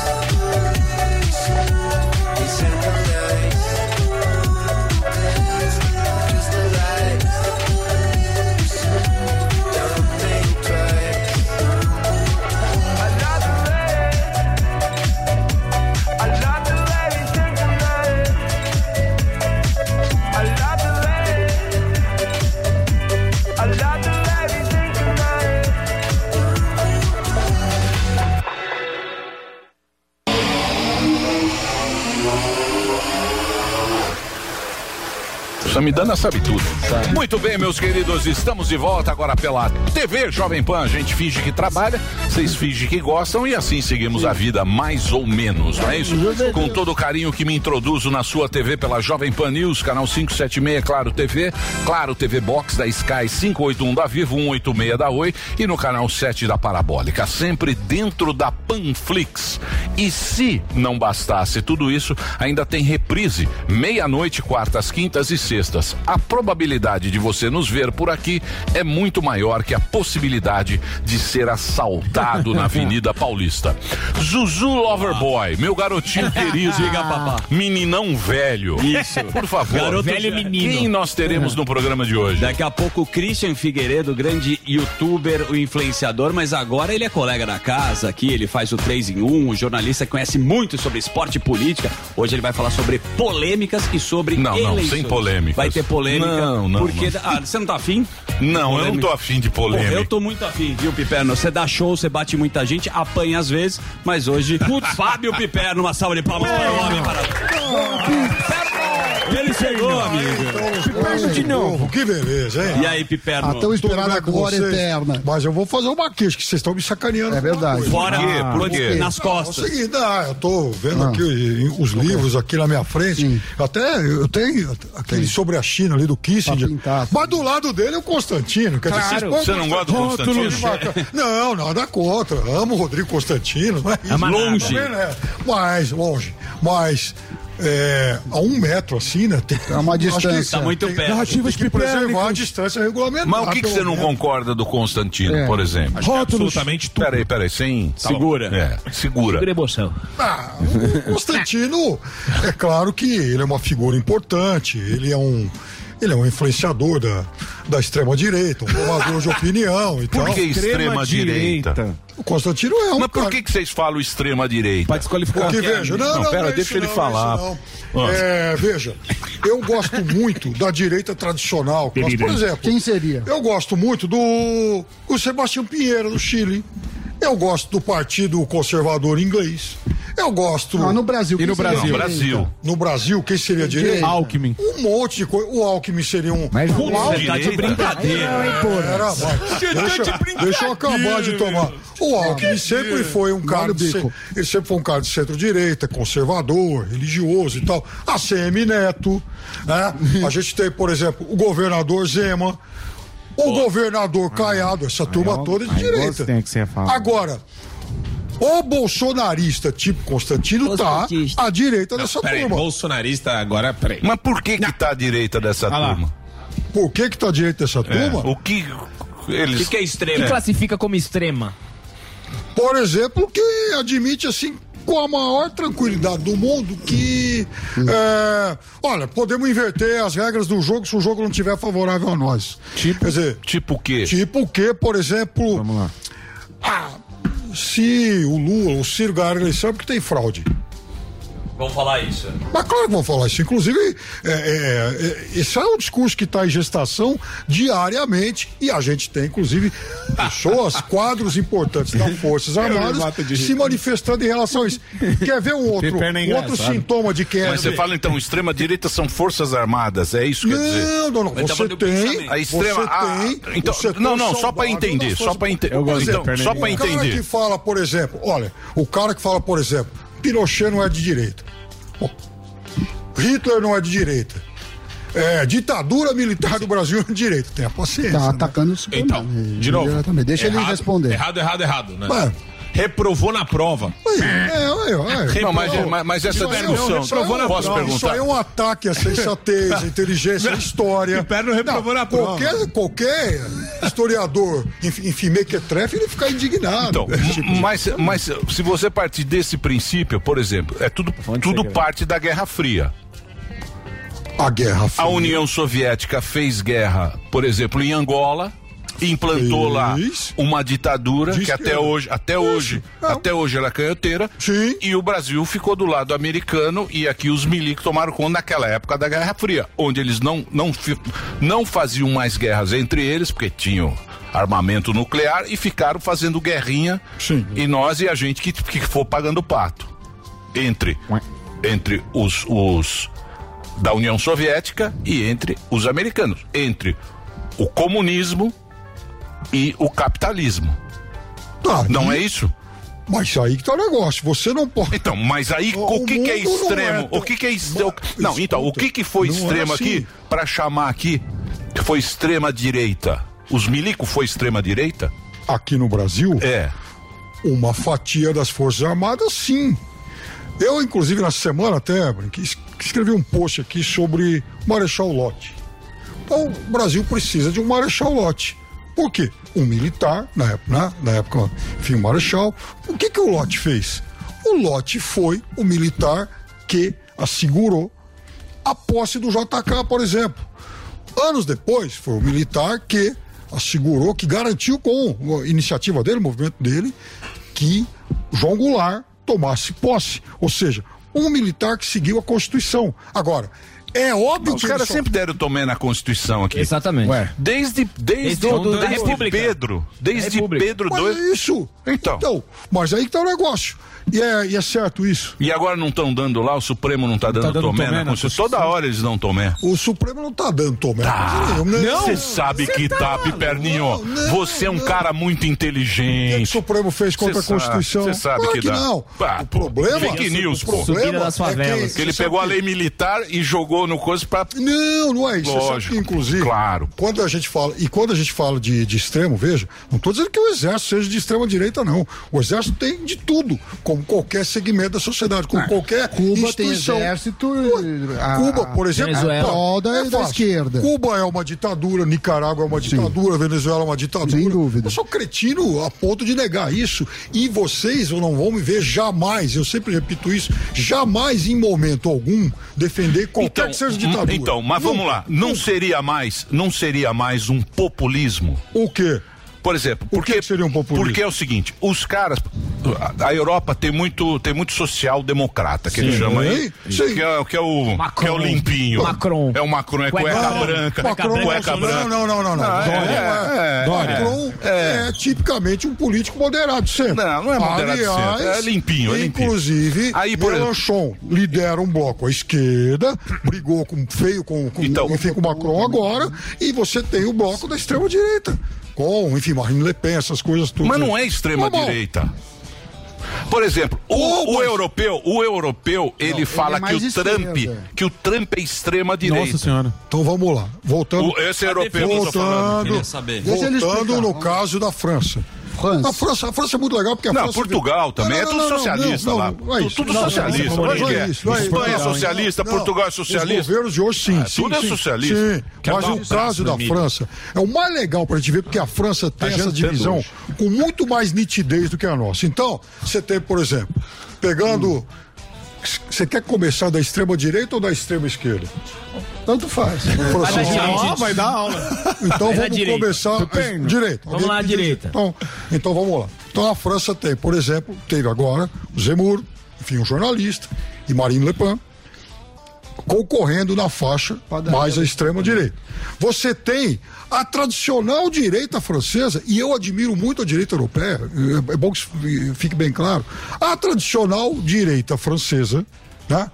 We synchronize. Just the light. Don't think twice. I love the way. I love the way we synchronize. I love the way. I love the way we synchronize.
Samidana sabe tudo. Muito bem, meus queridos, estamos de volta agora pela TV Jovem Pan. A gente finge que trabalha, vocês fingem que gostam e assim seguimos a vida, mais ou menos, não é isso? Com todo o carinho que me introduzo na sua TV pela Jovem Pan News, canal 576, Claro TV, Claro TV Box da Sky 581 da Vivo, 186 da Oi e no canal 7 da Parabólica, sempre dentro da Panflix. E se não bastasse tudo isso, ainda tem reprise, meia-noite, quartas, quintas e sextas. A probabilidade de você nos ver por aqui é muito maior que a possibilidade de ser assaltado na Avenida Paulista. Zuzu Loverboy, meu garotinho querido.
Diga, papá.
Meninão velho.
Isso.
Por favor.
Garoto
Velho menino. Quem nós teremos no programa de hoje?
Daqui a pouco o Christian Figueiredo, grande youtuber, o influenciador, mas agora ele é colega da casa aqui, ele faz o 3 em 1, um jornalista que conhece muito sobre esporte e política. Hoje ele vai falar sobre polêmicas e sobre
Não, não,
eleições.
sem polêmicas.
Vai ter polêmica.
Não, não,
Porque,
não.
Ah, você não tá afim?
Não, eu não tô afim de polêmica.
Pô, eu tô muito afim, viu, Piperno? Você dá show, você bate muita gente, apanha às vezes, mas hoje, putz, (laughs) Fábio Piperno, uma salva de palmas para o homem. Para... Ele chegou, amigo.
Olha de novo, que beleza, hein? Tá
E aí, Piperno?
Até eu esperar a glória eterna. Mas eu vou fazer uma queixa, que vocês estão me sacaneando. É verdade.
Fora, por quê? Nas costas.
É o seguinte, ah, eu tô vendo aqui os livros aqui na minha frente. Até eu tenho aquele sobre a China ali do Kissinger. Mas do lado dele é o Constantino. Quer dizer,
Claro.
vocês
Você não gosta do Constantino?
Rótulos bacanas. Não, nada contra. Amo o Rodrigo Constantino. Mas
É mais longe.
Também, né? Mas, longe. Mas. é, a um metro assim, né? Tem que ter uma
distância. Tá muito perto.
Narrativas que preservar a distância né? regulamentar.
Mas o que, que você não concorda do Constantino,
É.
por exemplo?
Acho que é Rótulos.
Absolutamente tudo. Peraí, peraí, sem.
Segura.
É, segura.
Segura a
emoção.
Ah, o Constantino, é claro que ele é uma figura importante, ele é um. Ele é um influenciador da, da extrema-direita, um formador de opinião e tal.
Por que extrema-direita?
O Constantino é um.
Mas por que, que vocês falam extrema-direita? Para
desqualificar Porque, quem? veja, não, não, não é isso não, é isso não.
Ó.
É, veja, eu gosto muito da direita tradicional. que nós- por exemplo,
Quem seria?
eu gosto muito do, do Sebastião Pinheiro, do Chile. Eu gosto do Partido Conservador Inglês. Eu gosto.
Não, no Brasil, E quem no seria Brasil? direita? Brasil.
No Brasil, quem seria
Direita.
direito?
Alckmin.
Um monte de coisa. O Alckmin seria um. Mas
não,
o
você tá de brincadeira.
Não, hein, porra? Era, vai.
Você tá
deixa,
de
deixa eu acabar de tomar. O Alckmin sempre foi um cara de, ce- ele sempre foi um cara de centro-direita, conservador, religioso e tal. A CM Neto, né? A gente tem, por exemplo, o governador Zema, o governador Caiado, essa turma toda de
aí eu
direita.
gostei que você fala.
Agora, o bolsonarista tipo Constantino tá à
Então
direita dessa
Peraí,
turma.
bolsonarista agora, peraí.
Mas por que que tá à direita dessa turma?
Por que que tá à direita dessa
É,
turma?
O que eles...
O que que é extrema? Que classifica como extrema?
por exemplo, que admite assim com a maior tranquilidade do mundo que
Hum.
é, olha, podemos inverter as regras do jogo se o jogo não tiver favorável a nós. Tipo, Quer dizer,
tipo o quê?
Tipo o quê, por exemplo? Vamos lá. Ah, se o Lula, o Ciro ganhar a eleição é porque tem fraude.
Vamos falar isso.
Mas claro que vão falar isso. Inclusive, é, é, é, esse é um discurso que está em gestação diariamente e a gente tem, inclusive,
(laughs)
pessoas, quadros importantes das Forças
Eu
Armadas
me É um mato de rir.
se manifestando em relação a isso. Quer ver um outro,
Piperno é
um outro
engraçado.
sintoma de que é.
Mas você fala então, extrema-direita são forças armadas, é isso que eu quer dizer?
Não, não, não.
Mas
Você
tá falando do
tem-
pensamento. A extrema.
você
ah,
tem
então,
o setor
não, não, só para
saudável
entender.
das
Só
forças-
para entender. Então,
Por exemplo,
só para
O cara
entender.
que fala, por exemplo, olha, o cara que fala, por exemplo, Pinochet não é de direita. Bom, Hitler não é de direita. É, ditadura militar do Brasil é de direita. Tenha paciência. né?
Tá atacando os.
Então, de novo. É
Exatamente. Deixa ele
Errado,
responder.
Errado, errado, errado, né?
Ué.
Reprovou na prova.
É,
É,
É, Não, mas, mas, mas essa
Isso aí é um-
discussão.
isso aí é um-
posso
não, Isso
perguntar?
aí é um ataque à
(laughs)
sensatez, à inteligência, à história.
Piperno reprovou na prova.
Qualquer, qualquer historiador, enfim, enfim, mequetrefe, é ele fica indignado.
Então,
Esse (laughs) tipo de-
mas, mas se você partir desse princípio, por exemplo, é tudo, tudo parte da Guerra Fria.
A Guerra Fria.
A União Soviética fez guerra, por exemplo, em Angola, implantou lá uma ditadura que até hoje, até hoje, até hoje ela é canhoteira. E o Brasil ficou do lado americano e aqui os milicos tomaram conta naquela época da Guerra Fria, onde eles não não fi- não faziam mais guerras entre eles porque tinham armamento nuclear e ficaram fazendo guerrinha. E nós e a gente que que for pagando pato entre entre os, os da União Soviética e entre os americanos, entre o comunismo e o capitalismo. não é isso?
Mas aí que tá o negócio, você não pode.
Então, mas aí o, que, que é
mundo não é
extremo?
tão-
O que, que é extremo? Não, então, o que, que foi
não é
extremo
assim.
aqui para chamar aqui que foi extrema direita? Os milico foi extrema direita?
Aqui no Brasil?
É.
Uma fatia das Forças Armadas, sim. Eu, inclusive, na semana até brinque- es- escrevi um post aqui sobre Marechal Lott. Então, o Brasil precisa de um Marechal Lott. Por quê? Um militar, na época, né? na época enfim, o Marechal. O que, que o Lott fez? O Lott foi o militar que assegurou a posse do JK, por exemplo. Anos depois, foi o militar que assegurou, que garantiu com a iniciativa dele, o movimento dele, que João Goulart tomasse posse. Ou seja, um militar que seguiu a Constituição. Agora, É óbvio
Os
que
caras
eles são-
sempre deram Tomé na Constituição aqui.
Exatamente.
Desde, desde,
Desde quando- da
desde
República.
Pedro. Desde Pedro
Mas
II.
é isso.
Então.
Mas aí que tá o negócio. E é, e é certo isso.
E agora não estão dando lá, o Supremo não está dando,
dando
Tomé,
Tomé
na
na
Constituição. Toda hora eles dão Tomé.
O Supremo não tá dando Tomé. Tá.
Você sabe que tá, Piperninho. Você é um cara muito inteligente. O
Supremo fez contra a Constituição?
Você sabe
Claro
que,
que
dá.
não.
Pá,
O problema- é
Fake
o
news, pô.
problema Subida das é favelas. que-
ele pegou a lei militar e jogou no coisa pra.
Não, não é isso. Você sabe
Lógico.
que, inclusive,
claro.
quando a gente fala, e quando a gente fala de, de extremo, veja, não estou dizendo que o exército seja de extrema direita, não. O exército tem de tudo, como qualquer segmento da sociedade, como qualquer
Cuba tem
instituição.
exército. a-
Cuba, por exemplo,
Venezuela.
pô,
da- da
fácil.
esquerda.
Cuba é uma ditadura, Nicarágua é uma ditadura, Venezuela é uma ditadura. Sem dúvida. Eu sou cretino a ponto de negar isso. E vocês não vão me ver jamais, eu sempre repito isso, jamais em momento algum defender qualquer
Então,
que seja ditadura.
então, mas vamos
Nunca.
lá. Não seria mais, não seria mais um populismo?
O quê?
Por exemplo, porque seria um populismo? Porque é o seguinte, os caras a Europa tem muito, tem muito social democrata que
Sim.
ele chama aí,
Sim.
que é, que é o que é o limpinho.
Macron.
É o Macron, é cueca, branca,
Macron,
cueca
Bolsonaro,
branca.
Não, não, não, não.
Ah,
Dória.
é, é,
Dória.
é.
Macron é. tipicamente um político moderado sempre.
Não, não é moderado de
Aliás,
centro, é limpinho, é limpinho.
Inclusive,
Aí, por exemplo-
Mélenchon lidera um bloco à esquerda, brigou com feio com, com, enfim, com Macron agora, e você tem o bloco da extrema direita. Com, enfim, Marine Le Pen, essas coisas tudo.
Mas não é extrema
Normal.
direita. Por exemplo, o, o europeu, o europeu, ele
ele
fala
é
que
mais
o Trump,
esquerda.
que o Trump é extrema direita.
Então vamos lá. Voltando.
O- esse é europeu que eu tô falando,
voltando,
queria saber. Deixa ele
Voltando
explicar,
no caso da França. A França, a França é muito legal porque a
Não,
França.
Portugal também, é tudo socialista lá.
é
Tu-
isso.
tudo socialista, olha
não
que
é
é.
isso, não é isso.
Espanha é
Não,
socialista,
não.
Portugal é
Os
socialista.
governos de hoje sim.
Ah,
sim,
tudo é
sim,
socialista.
sim.
Quero
Mas
dar um
o
abraço
caso
no
da
milho.
França é o mais legal pra gente ver porque a França tem essa
jantando
divisão
Tá hoje.
com muito mais nitidez do que a nossa. Então, você tem, por exemplo,
Hum.
pegando. Você quer começar da extrema direita ou da extrema esquerda? Tanto faz.
Vai dar
Professor,
aula,
ó,
vai dar aula.
Então
Vai dar
vamos
direito.
começar
Depende.
direito.
Vamos
Alguém
lá,
pediu
direita.
direito. Então, então vamos lá. Então a França tem, por exemplo, teve agora o Zemmour, enfim, um jornalista, e Marine Le Pen, concorrendo na faixa mais à extrema direita. Você tem a tradicional direita francesa, e eu admiro muito a direita europeia, é- é bom que isso fi- fique bem claro, a tradicional direita francesa, né?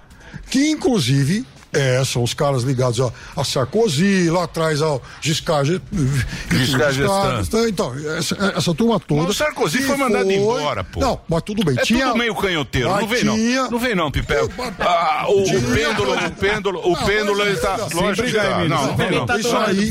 que inclusive é, são os caras ligados a, a Sarkozy, lá atrás ao Giscard, Ge-
Giscard d'Estaing.
d'Estaing, então, essa, essa turma toda.
Mas o Sarkozy
que
foi mandado embora, pô.
Não, mas tudo bem.
É
tinha,
tudo meio canhoteiro, não
mas
vem não.
tinha-
Não vem não, Pipel. Ah, o, o pêndulo, o pêndulo, o pêndulo ele tá.
Sem
Lógico que
brigar,
tá.
Emílio,
Não,
sem
vem
brigar.
não.
Isso aí,
é,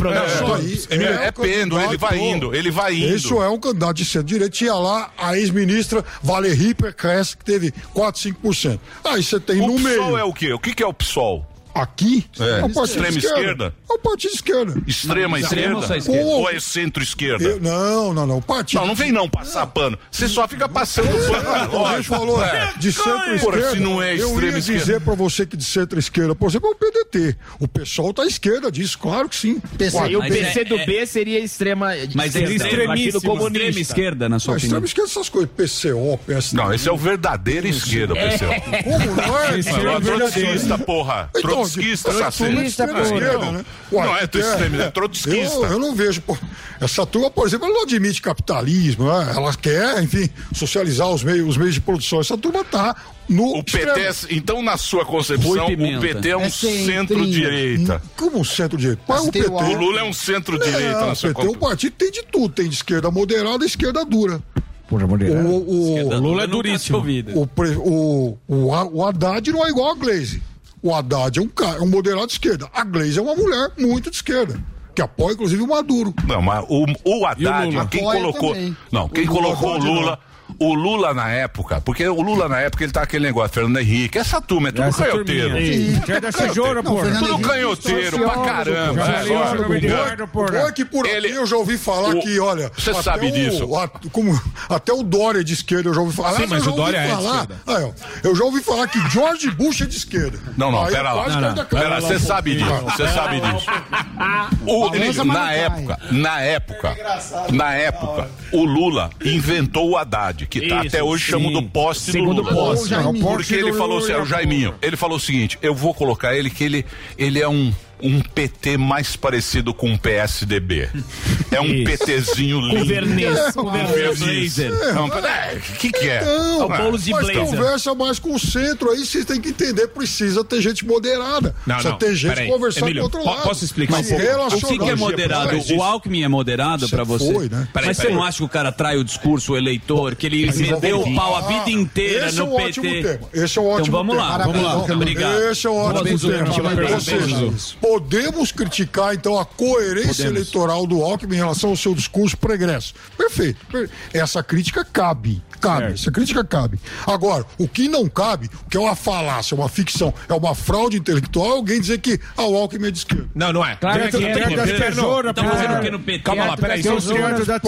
isso
é,
aí
é,
é
pêndulo, ele vai indo, ele vai indo.
Isso é um candidato de centro-direita. Tinha lá a ex-ministra Valérie Pécresse, que teve 4, 5%. Aí você tem no
O PSOL
meio.
é o quê? O que que é o PSOL?
um Aqui?
É.
É o partido
Extrema
de
esquerda?
É o partido de esquerda.
Extrema esquerda? Ou é centro-esquerda?
Eu- não, não, não. O partido.
Não, não vem não passar pano. Você só fica passando pano.
Alguém
Lógico.
falou
É.
de
Porra,
centro-esquerda.
se não é
eu
extrema
ia dizer
esquerda.
pra você que de centro-esquerda, por exemplo, é o PDT. O pessoal tá à esquerda disso, claro que sim.
E o
Mas é-
PC do B seria extrema.
Mas é
esquerda,
extremíssimo,
Partido Comunista.
extrema esquerda, na sua
Não,
opinião.
extrema esquerda, é essas coisas. PCO, PSD.
Não, esse é o verdadeiro esquerda,
É.
pessoal.
Como não é? Então,
Esse é o trotskista, porra. Trotskista, cacete.
trotskista, né?
Ah, então, Não é
tu
trotskista, é trotskista.
Eu, eu não vejo. pô. Essa turma, por exemplo, ela não admite capitalismo, né? ela quer, enfim, socializar os meios, os meios de produção. Essa turma tá no.
O PT, então, na sua concepção,
Rui Pimenta.
o PT é um
É centrinho.
centro-direita.
Como centro-direita? Mas o PT.
O Lula é um centro-direita
É,
na
o
sua
PT, o
concepção.
partido tem de tudo, tem de esquerda moderada e esquerda dura.
moderada.
O, o,
Lula é
duríssimo. O, pre- o, o, A- o Haddad não é igual a Glaze. O Haddad é um, cara, é um moderado de esquerda. A Glaze é uma mulher muito de esquerda, que apoia inclusive o Maduro.
Não, mas o, o
E o
Haddad,
Lula?
quem
Apoia
colocou.
também.
Não, quem
O Lula
colocou o
pode
Lula. O Lula na época, porque o Lula na época ele tá aquele negócio, Fernando Henrique, essa turma é tudo
Essa
canhoteiro.
turminha. Sim.
Tudo
Quer dar
canhoteiro.
cejoura, porra? Não,
Tudo
Fernando Henrique,
canhoteiro pra
sociólogo,
caramba.
porra.
é lógico.
Sociólogo, Eduardo, porra. Pô, que por aqui eu já ouvi falar
O-
que, olha.
Você
até
sabe
o-
disso.
a- como- até o Dória é de esquerda eu já ouvi falar.
Sim,
Aliás,
mas
eu já
o Dória
ouvi
é de
falar,
esquerda.
Ah, eu- eu já ouvi falar que George Bush é de esquerda.
Não, não,
Aí eu
pera lá.
quase
Não,
caí
não,
da
Pera,
cadeira
você
lá um
sabe disso.
pouquinho.
Você sabe disso. O-
Balança,
na
mas não cai.
época, na época, na época, o Lula inventou o Haddad. Andrade, que tá
Isso,
até hoje
sim.
chamando do poste
Segundo
do Lula.
posse. Não, o posse
Porque ele
do
falou
Lula
assim, era o
era
Jaiminho, ele falou o seguinte, eu vou colocar ele que ele, ele é um um PT mais parecido com um PSDB. É um
Isso.
PTzinho
Com
lindo.
verniz, com
Um
verniz.
verniz.
É,
É um- é, O que que é?
Então,
Ah,
mas conversa mais com o centro, aí vocês têm que entender, precisa ter gente moderada.
Não,
precisa
não,
ter gente
peraí.
conversando
Emílio,
com outro
po-
lado.
posso explicar
Mas
um pouco? O
relacionar-
que, que é moderado?
Mas
O
isso-
Alckmin é moderado
Você
pra você?
foi, né? Peraí,
Mas você
peraí.
não acha que o cara trai o discurso, o eleitor, que ele
Mas
meteu
envolve-
o pau a vida inteira
Esse
no
é um
PT?
ótimo tema. Esse é um ótimo
então vamos
tema.
lá, vamos lá.
Parabéns,
Obrigado.
Esse é um ótimo
Parabéns,
tema.
Parabéns,
Ou seja,
Parabéns.
podemos criticar, então, a coerência
Podemos.
eleitoral do Alckmin em relação ao seu discurso pregresso. Perfeito. Per- Essa crítica cabe. Cabe. Essa crítica cabe. Agora, o que não cabe, o que é uma falácia, uma ficção, é uma fraude intelectual, é alguém dizer que ah, o Alckmin é de esquerda.
Não, não é.
Claro que
Não,
é,
não,
das
né?
né?
não, não.
tesouras,
Tá fazendo
pô.
o quê no PT?
Calma lá, peraí. só um segundo.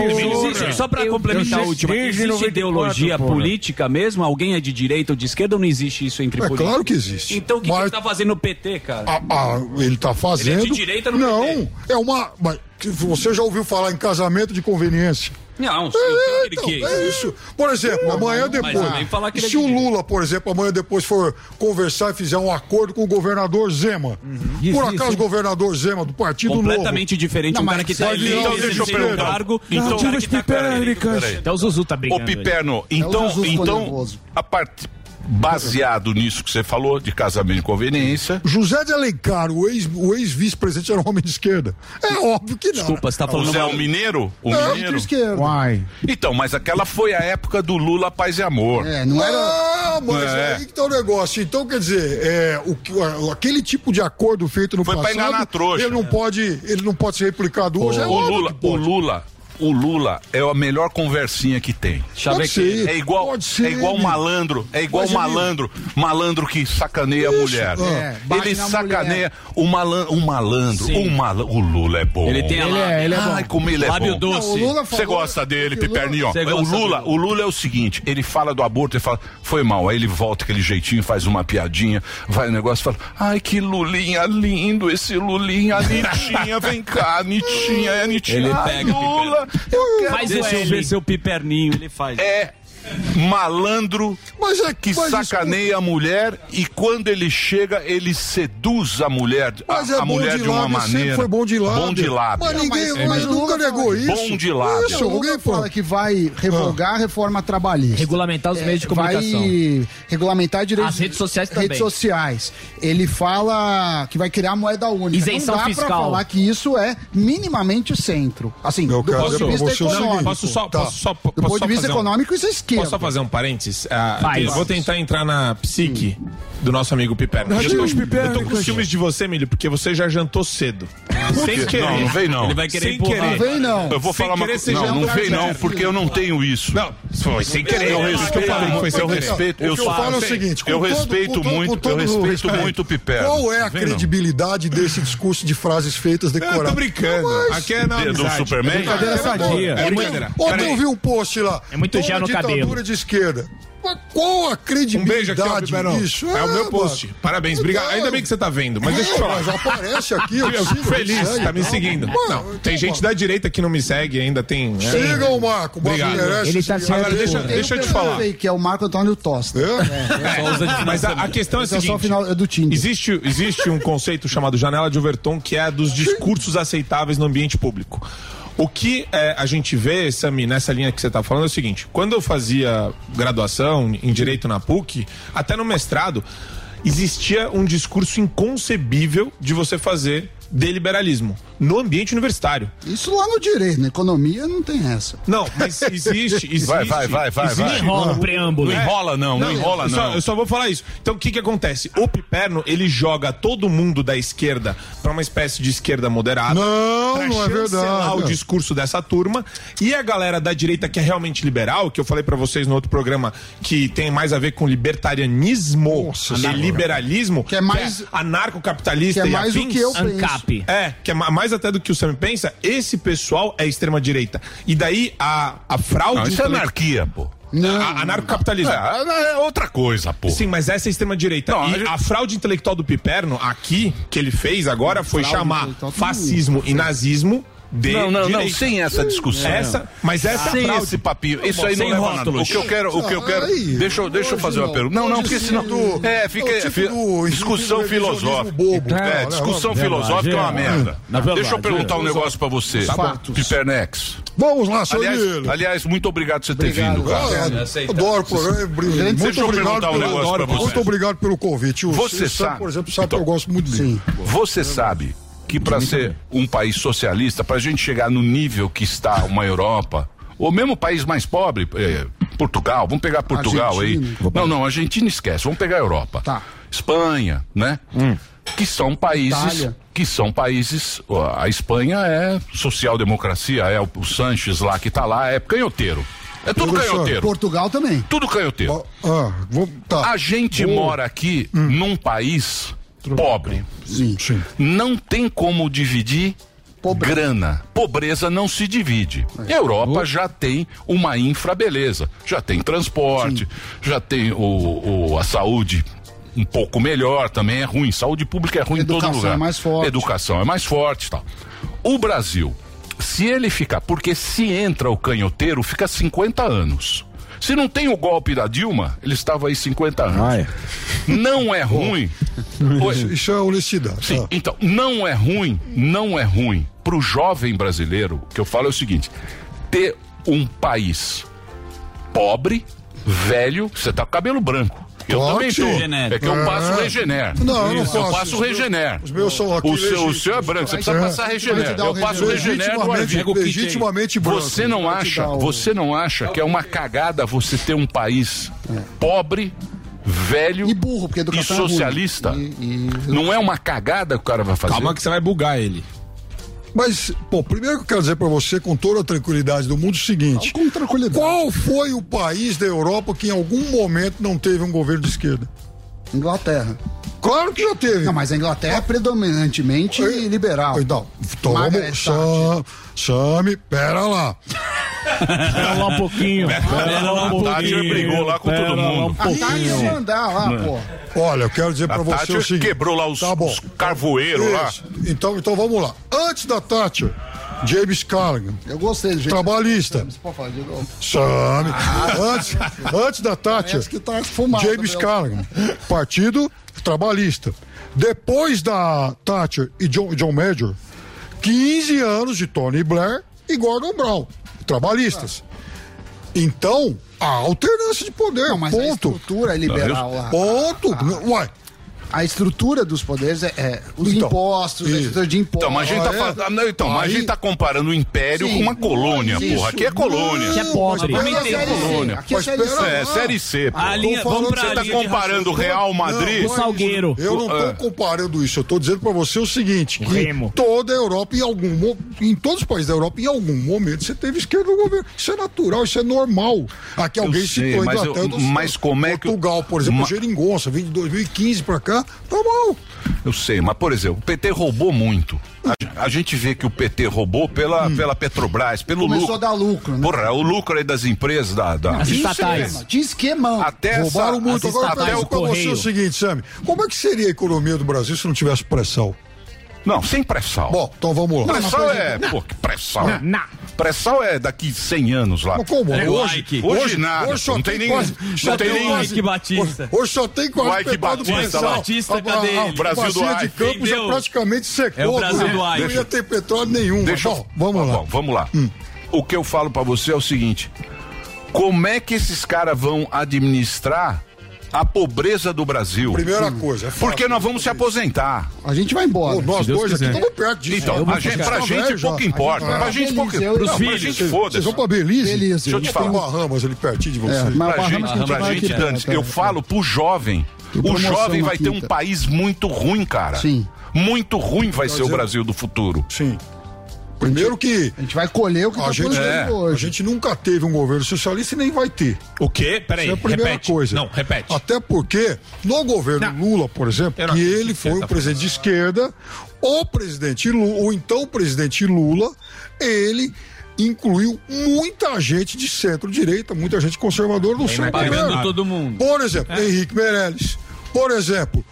Emílio, existe- Só para complementar a última, existe ideologia política mesmo? Alguém é de direita ou de esquerda ou não existe isso entre
É
políticos?
claro que existe.
Então o que, que ele tá fazendo no PT, cara?
Ah, ah, ele tá fazendo.
Ele é de direita no
Não, é uma. mas que Você já ouviu falar em casamento de conveniência?
Não, sim, então,
É, então,
que
é isso. Por exemplo, amanhã
mas
depois.
também falar que ele é
se o
de
Lula, por exemplo, amanhã depois for conversar e fizer um acordo com o governador Zema. Por acaso, o governador Zema do Partido
Uhum. Completamente
Novo.
diferente, um cara que tá
vai
eleito,
virar um
ele
Zema.
tem um cargo,
Não,
então-
tira
cara
esse
que tá-
piperno
peraí,
aí, cara.
Peraí.
Até o Zuzu tá
Ô,
brigando.
Piperno, então, então a parte baseado nisso que você falou de casamento de conveniência,
José de Alencar, o ex- o ex-vice-presidente, era um homem de esquerda. É óbvio que não.
Desculpa, você tá
O
falando
Zé,
mal-
o um mineiro? O
É,
mineiro?
de esquerda.
Então, mas aquela foi a época do Lula Paz e Amor.
É, não era. Ah, mas
É.
aí que tá o negócio. Então, quer dizer, é, o que- a- aquele tipo de acordo feito no
Foi pra
passado.
enganar a trouxa.
Ele não pode, ele não pode ser replicado hoje. é
o,
óbvio
Lula,
que
o
pode.
Lula, o Lula é a melhor conversinha que tem.
Pode ser,
é igual,
pode ser,
é igual
Emílio.
malandro, é igual
Mas, Emílio-
malandro, malandro que sacaneia a
Isso,
mulher.
é, bate
ele
na
sacaneia o malandro, o malandro,
Sim.
o malandro, o Lula é bom.
Ele tem a Ele lábia. é, ele é
Ai,
bom.
como ele é
Lábio
bom.
doce. Não, o Lula
Você
falou-
gosta dele,
o Lula-
Piperninho.
Você
O
gosta
Lula, o Lula é o seguinte, ele fala do aborto, ele fala, foi mal, aí ele volta aquele jeitinho, faz uma piadinha, vai no negócio e fala, ai, que Lulinha lindo, esse Lulinha Anitinha, vem cá, Anitinha, é Anitinha.
Ele
Ai,
pega o
Lula, eu quero-
Faz Deixa eu ver seu piperninho, ele faz.
É malandro
mas é,
que sacaneia a mulher e quando ele chega, ele seduz a mulher, a,
Mas é
a
bom
mulher
de
de, uma
lábia, sempre
maneira.
foi bom de lábia.
Bom de lábia.
Mas ninguém-
É
mas
mesmo.
nunca negou isso.
Bom de lábia.
Isso,
Não,
alguém
fala que vai revogar a reforma trabalhista. Regulamentar
os meios de
Vai
comunicação.
regulamentar direitos.
As redes sociais também.
Redes sociais. Ele fala que vai criar a moeda única.
Isenção
Não dá
fiscal.
pra falar que isso é minimamente centro. Assim, do
Posso-
ponto de vista
posso-
econômico.
é Posso só,
Tá.
posso só,
Do
posso
ponto
só
de vista
fazer um-
econômico, isso é esquerda.
Posso só fazer um parênteses? Ah,
Faz.
eu vou tentar entrar na psique do nosso amigo Piperno. Eu tô,
Adeus, Piperno,
eu tô com
cara.
ciúmes de você, Emílio, porque você já jantou cedo. Sem querer.
Não, não vem não.
Ele vai querer empurrar.
Eu vou
Sem
falar uma
querer,
coisa.
você
Não, não
jantou
vem não,
cedo.
porque eu não tenho isso. Não,
foi sem querer.
Eu
Não,
respeito,
eu falei que foi sem
eu
querer.
respeito,
O
eu
que eu falo é o
faço-
seguinte, com
eu
todo-
respeito
Com todo- com
muito,
todo
eu respeito
respeito.
muito o Piperno.
Qual é a
Vem não.
credibilidade desse discurso de frases feitas decoradas?
Eu tô brincando.
Mas-
Aqui é na
Dedo
amizade.
Superman?
Brincadeira sadia.
É brincadeira.
Ontem
Peraí.
eu vi um post lá.
É muito
Toda
gel no
ditadura
cabelo.
de esquerda. Mas qual a credibilidade
Um aqui, ó, Biberão.
disso?
É o meu
Ah,
post.
mano. Então,
Parabéns, obrigado. Ainda bem que você tá vendo, mas deixa eu te falar.
Mas aparece aqui, eu
Eu fico
sigo, eu
feliz,
sigo.
tá me seguindo.
Mano,
Não, tem gente da direita que não me segue ainda, tem. é.
Siga o Marco, o Marco
Obrigado.
merece Ele tá seguir. certo.
Agora, deixa,
Tem
deixa
um
eu te
pessoal
falar.
aí Que é o Marco Antônio Tosta. É, é.
Mas a, a questão é a
Esse é só o
seguinte:
final- é do Tinder.
Existe, existe um conceito chamado janela de Overton, que é a dos discursos aceitáveis no ambiente público. O que eh, a gente vê, Sami, nessa linha que você está falando é o seguinte: quando eu fazia graduação em direito na PUC, até no mestrado, existia um discurso inconcebível de você fazer de liberalismo no ambiente universitário.
Isso lá no direito, na economia não tem essa.
Não, mas existe,
(laughs)
existe.
Vai, vai, vai, vai,
existe.
vai. Não enrola o preâmbulo. Não
É.
enrola não, não enrola
eu só-
não.
Eu só vou falar isso. Então o que que acontece? O Piperno, ele joga todo mundo da esquerda pra uma espécie de esquerda moderada.
Não,
pra
não é
chancelar
verdade.
o discurso dessa turma. E a galera da direita que é realmente liberal, que eu falei pra vocês no outro programa, que tem mais a ver com libertarianismo e
Senhora.
liberalismo, que
é mais-
anarcocapitalista
que é
e
mais o
afins.
que eu penso. ANCAP.
É, que é ma- mais até do que o Sam pensa, esse pessoal é extrema-direita. E daí a, a fraude.
Não, isso é anarquia, pô.
A- Anarcocapitalismo.
É, é outra coisa, pô.
Sim, mas essa é extrema-direita.
Não,
E
a
a,
gente-
fraude intelectual do Piperno, aqui, que ele fez agora, foi
Fraude
chamar
intelectual, tudo.
fascismo e nazismo
de
Não, não, não,
direito.
sem essa discussão.
Essa, mas essa
Sem
é fraude.
esse papinho. Isso aí
Sem
não leva a nada.
rótulos.
O que eu quero, o que eu quero.
Aí,
deixa eu, deixa eu
hoje
fazer uma
não.
pergunta. Não, não,
Hoje
porque
sim,
senão
do-
é, fica
é o tipo
fi-
do-
discussão
do
filosófica.
bobo. Tá,
É,
né?
discussão
Verdade,
filosófica é uma
é.
merda.
Na verdade,
Deixa eu perguntar
é.
um negócio pra você.
Tá bom. Pipernex.
Vamos lá, seu
aliás,
Nilo.
aliás, muito obrigado por você ter tá vindo, cara.
Adoro o programa. é brilhante.
Deixa
Muito
eu
obrigado,
perguntar um
pelo,
negócio pra você.
muito obrigado pelo convite. O
Você
Cícero,
sabe-
por exemplo, sabe que eu gosto muito dele.
Você sabe que para ser um país socialista, para a gente chegar no nível que está uma Europa, ou mesmo o país mais pobre, eh, Portugal, vamos pegar Portugal
Argentina. Tá.
aí. Não, não, Argentina esquece, vamos pegar a Europa. Espanha, né? Que são países.
Itália.
Que são países. ó, A Espanha é social-democracia, é o, o Sanches lá que tá lá, é canhoteiro. É tudo
Professor,
canhoteiro.
Portugal também.
Tudo canhoteiro. A gente
Boa. Hum.
mora aqui num país pobre. Não tem como dividir grana. Pobreza não se divide.
É.
A Europa já tem uma infra beleza. Já tem transporte, já tem o, o- a saúde um pouco melhor também é ruim. Saúde pública é ruim em todo
Educação
lugar.
é mais forte.
Educação é mais forte e tal. O Brasil, se ele ficar, porque se entra o canhoteiro, fica 50 anos. Se não tem o golpe da Dilma, ele estava aí 50 anos. Não é ruim.
Isso- Isso é honestidade.
Sim, então, não é ruim, não é ruim pro jovem brasileiro, o que eu falo é o seguinte: ter um país pobre, velho, você tá com cabelo branco. Eu
Ótimo.
também tô. É que eu passo
É.
regener.
Não, eu não
Eu
faço.
passo regener.
Os meus são aqui
O seu, o
legítimos.
seu é branco, você precisa
É.
passar regener. Eu passo é regener no
Legitimamente-
arvigo.
legitimamente branco.
Você não
Vou te
acha,
dar o-
você não acha que é uma cagada você ter um país pobre, velho e burro, porque
educação é ruim.
socialista? Não é uma cagada que o cara vai fazer?
Calma
que você vai bugar ele.
Mas, pô, primeiro que eu quero dizer pra você, com toda a tranquilidade do mundo, é o seguinte: qual foi o país da Europa que em algum momento não teve um governo de esquerda?
Inglaterra.
Claro que já teve.
Não, mas a Inglaterra é predominantemente liberal.
Então, Toma, Sam, Sami, pera lá.
(laughs) Pera lá um pouquinho. Pera, lá um pouquinho. Pera lá um pouquinho.
Olha, eu quero dizer
A
É pra você
Thatcher
o seguinte.
quebrou lá os- os carvoeiros lá.
Isso. Então, então vamos lá. Antes da Thatcher, James Callaghan.
Eu gostei do jeito.
Trabalhista.
Você pode falar de novo. Ah.
Sami. Antes, antes da Thatcher,
Parece que tá fumado,
James
meu.
Callaghan, Partido Trabalhista. Depois da Thatcher e John, John Major, 15 anos de Tony Blair e Gordon Brown, trabalhistas. Então, a alternância de poder,
mas
ponto.
a estrutura é liberal lá.
Ponto. Uai.
A estrutura dos poderes é, é os
Então, é?
impostos, a estrutura de impostos.
Então, mas a gente tá, falando- ah, não, então, mas a gente tá comparando o império
Sim.
com uma colônia,
Isso.
porra. Aqui é colônia.
Não, Que é pobre. mas
Aqui
pera
é
lá.
colônia.
Aqui é Série C.
É, série C. pô.
Ah. A linha- vamos pra
Você tá
linha de
comparando o
raciocínio.
Real Madrid
Não, não é isso. Eu não
É.
estou comparando isso. Eu estou dizendo para você o seguinte: que
Remo.
toda a Europa, em algum mo- em todos os países da Europa, em algum momento você teve esquerda no governo. Isso é natural, isso é normal. Aqui
Eu
alguém
sei,
citou a
mas eu-
Inglaterra. eu tô
mas
citando.
como é que o-
Portugal, por exemplo,
Ma-
a geringonça, vem de 2015 para cá, tá mal.
Eu sei, mas por exemplo, o PT roubou muito. A, a gente vê que o PT roubou pela, pela Petrobras, pelo
Hum. Começou
lucro.
a dar lucro, né?
Porra, é o lucro aí das empresas, da. da...
De esquema, de esquema.
é Até essa-
Roubaram muito.
as
Agora, eu
estatais
pergunto
do
pra você
Correio.
o seguinte, Sami: como é que seria a economia do Brasil se não tivesse pré-sal?
Não, sem pré-sal.
Bom, então vamos lá.
Pré-sal é. Pô, que pré-sal. Pré-sal é daqui 100 anos lá.
Mas como?
É, hoje, hoje, nada.
hoje só
não tem nem.
quase-
não
só
tem nem.
quase- Hoje, hoje só tem quase
O Ike
petróleo
Batista
pré-sal.
lá. O Batista, tá cadê ele?
O Brasil do
Bacia de
Ike.
Campos
Campos
Entendeu?
já praticamente secou.
É o Brasil
né?
do
Não
Ike.
ia ter petróleo nenhum.
Deixa eu- Tá
Bom, vamos lá. Hum.
Bom, vamos lá. O que eu falo pra você é o seguinte: como é que esses caras vão administrar a pobreza do Brasil?
Primeira coisa, é fácil.
Porque nós vamos se aposentar.
A gente vai embora.
Pô, nós
Se Deus
dois
quiser.
aqui estamos perto disso.
Então,
Eu vou
a gente-
ficar
pra gente
velho já.
pouco importa.
A gente-
Pra gente pouco-
Eu-
pros
não,
filhos.
pra gente,
Vocês-
foda-se. Vocês vão pra Belize? É,
Belize.
Deixa eu te falar.
Tem
Tem
o
Bahamas ali pertinho de você.
Pra gente, pra gente, Dantes, eu falo pro jovem. O
promoção
jovem
na
vai ter um
quinta.
país muito ruim, cara.
Sim.
Muito ruim vai
Quer
ser o
dizer-
Brasil do futuro.
Sim. Primeiro que.
A gente vai colher o que
a
tá
gente, é,
plantando
a
hoje.
gente nunca teve um governo socialista e nem vai ter. O quê?
Peraí,
Isso é a primeira
repete.
coisa.
Não, repete.
Até porque, no governo Lula, por exemplo, que ele foi um presidente de esquerda, o presidente Lula, o então presidente Lula, ele incluiu muita gente de centro-direita, muita gente conservadora no seu
pagando
governo.
É.
todo mundo.
Por exemplo, Henrique Meirelles. Por exemplo,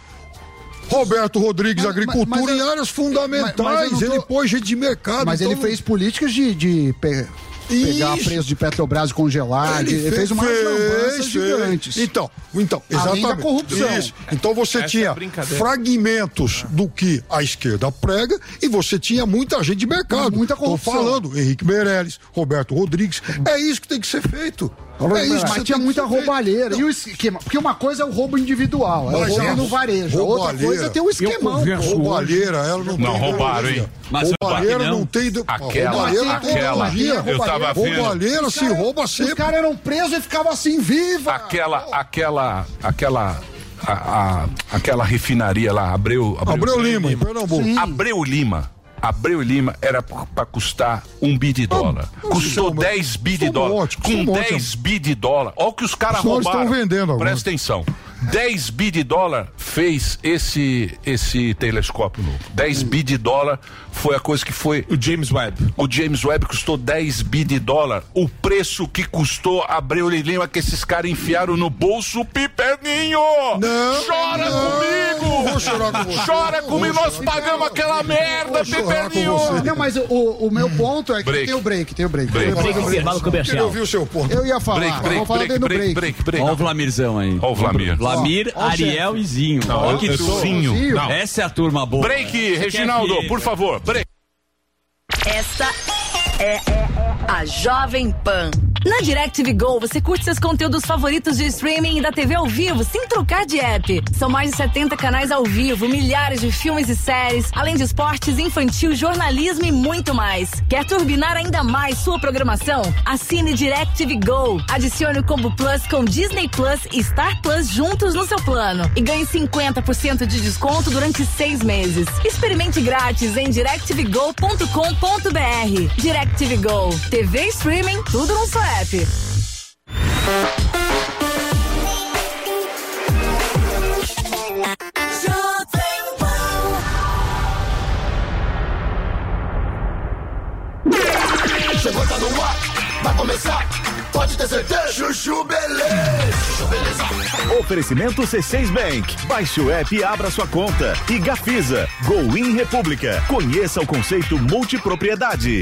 Roberto Rodrigues, agricultura
mas
em
eu-
áreas fundamentais.
mas eu não tô-
Ele pôs gente de mercado.
Mas
então
ele fez políticas de, de pe- pegar
Isso.
preço de Petrobras e congelar. de- Ah, Ele, fez, uma lambança gigante.
Então, então
Além
exatamente.
da corrupção.
Isso. Então você
Essa é
tinha
a brincadeira. É.
fragmentos do que a esquerda prega e você tinha muita gente de mercado. Muita
corrupção. Uhum.
falando, Henrique Meirelles, Roberto Rodrigues. É isso que tem que ser feito. É isso que
Tá mas
você
tinha
tem que
muita roubalheira. E o esquema, porque uma coisa é o roubo individual, é o
Mas
roubo
a
no varejo. A Outra
roubalheira-
coisa é ter um
eu
esquemão.
converso
pô.
Roubalheira, ela
Não,
não tem
roubaram,
ideologia.
hein? Mas eu
roubalheira
aqui não.
não tem. ide-
Aquela,
roubalheira não tem
aquela.
ideologia.
Eu tava vendo.
Roubalheira
Os
se rouba sempre.
Os caras eram presos e ficavam assim, viva!
Aquela, aquela, aquela. a- a- aquela refinaria lá, Abreu.
Abreu Lima, em Pernambuco. Sim.
Abreu Lima. Abreu Lima era para custar um bi de dólar.
Ah,
Custou 10 bi de
um
dólar. Com
somou
10 bi de dólar. Olha o que os caras
Os senhores
roubaram.
estão vendendo agora.
Presta atenção. 10 bi de dólar fez esse, esse telescópio novo. 10 bi de dólar foi a coisa que foi. O James Webb. O James Webb custou 10 bi de dólar. O preço que custou Abreu Lima é que esses caras enfiaram no bolso, Piperninho! Não! Chora comigo!
vou chorar com você.
Chora
Não
comigo,
vou
nós
chorar.
pagamos aquela merda, é Piperninho!
Não, mas o, o meu ponto é que
Break.
tem o break, tem o break.
Break.
Eu ia falar
Break,
do
intervalo comercial.
Eu ouvi o
seu ponto.
Eu ia falar,
Break, break,
eu vou falar
break,
dentro do
break,
break.
break, break.
Olha o Vlamirzão aí.
Olha o Vlamir.
Vlamir,
Ó, ó o
Ariel
chefe.
e Zinho.
Não,
Olha
eu
que
sou
turma.
Zinho.
Não. Essa é a turma boa.
Break,
Você quer né?
Reginaldo,
que-
por favor, break.
Essa é a Jovem Pan.
Na DirecTV Go, você curte seus conteúdos favoritos de streaming e da TV ao vivo, sem trocar de app. São mais de 70 canais ao vivo, milhares de filmes e séries, além de esportes, infantil, jornalismo e muito mais. Quer turbinar ainda mais sua programação? Assine DirecTV Go. Adicione o Combo Plus com Disney Plus e Star Plus juntos no seu plano e ganhe 50% de desconto durante seis meses. Experimente grátis em directvgo.com.br. DirecTV Go. TV e streaming, tudo num só app.
Chegou, tá no ar, vai começar. Pode ter certeza. Chuchu Beleza. Chuchu Beleza.
Oferecimento C6 Bank. Baixe o app e abra sua conta. E Gafisa, Go In República. Conheça o conceito multipropriedade.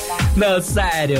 Não, sério.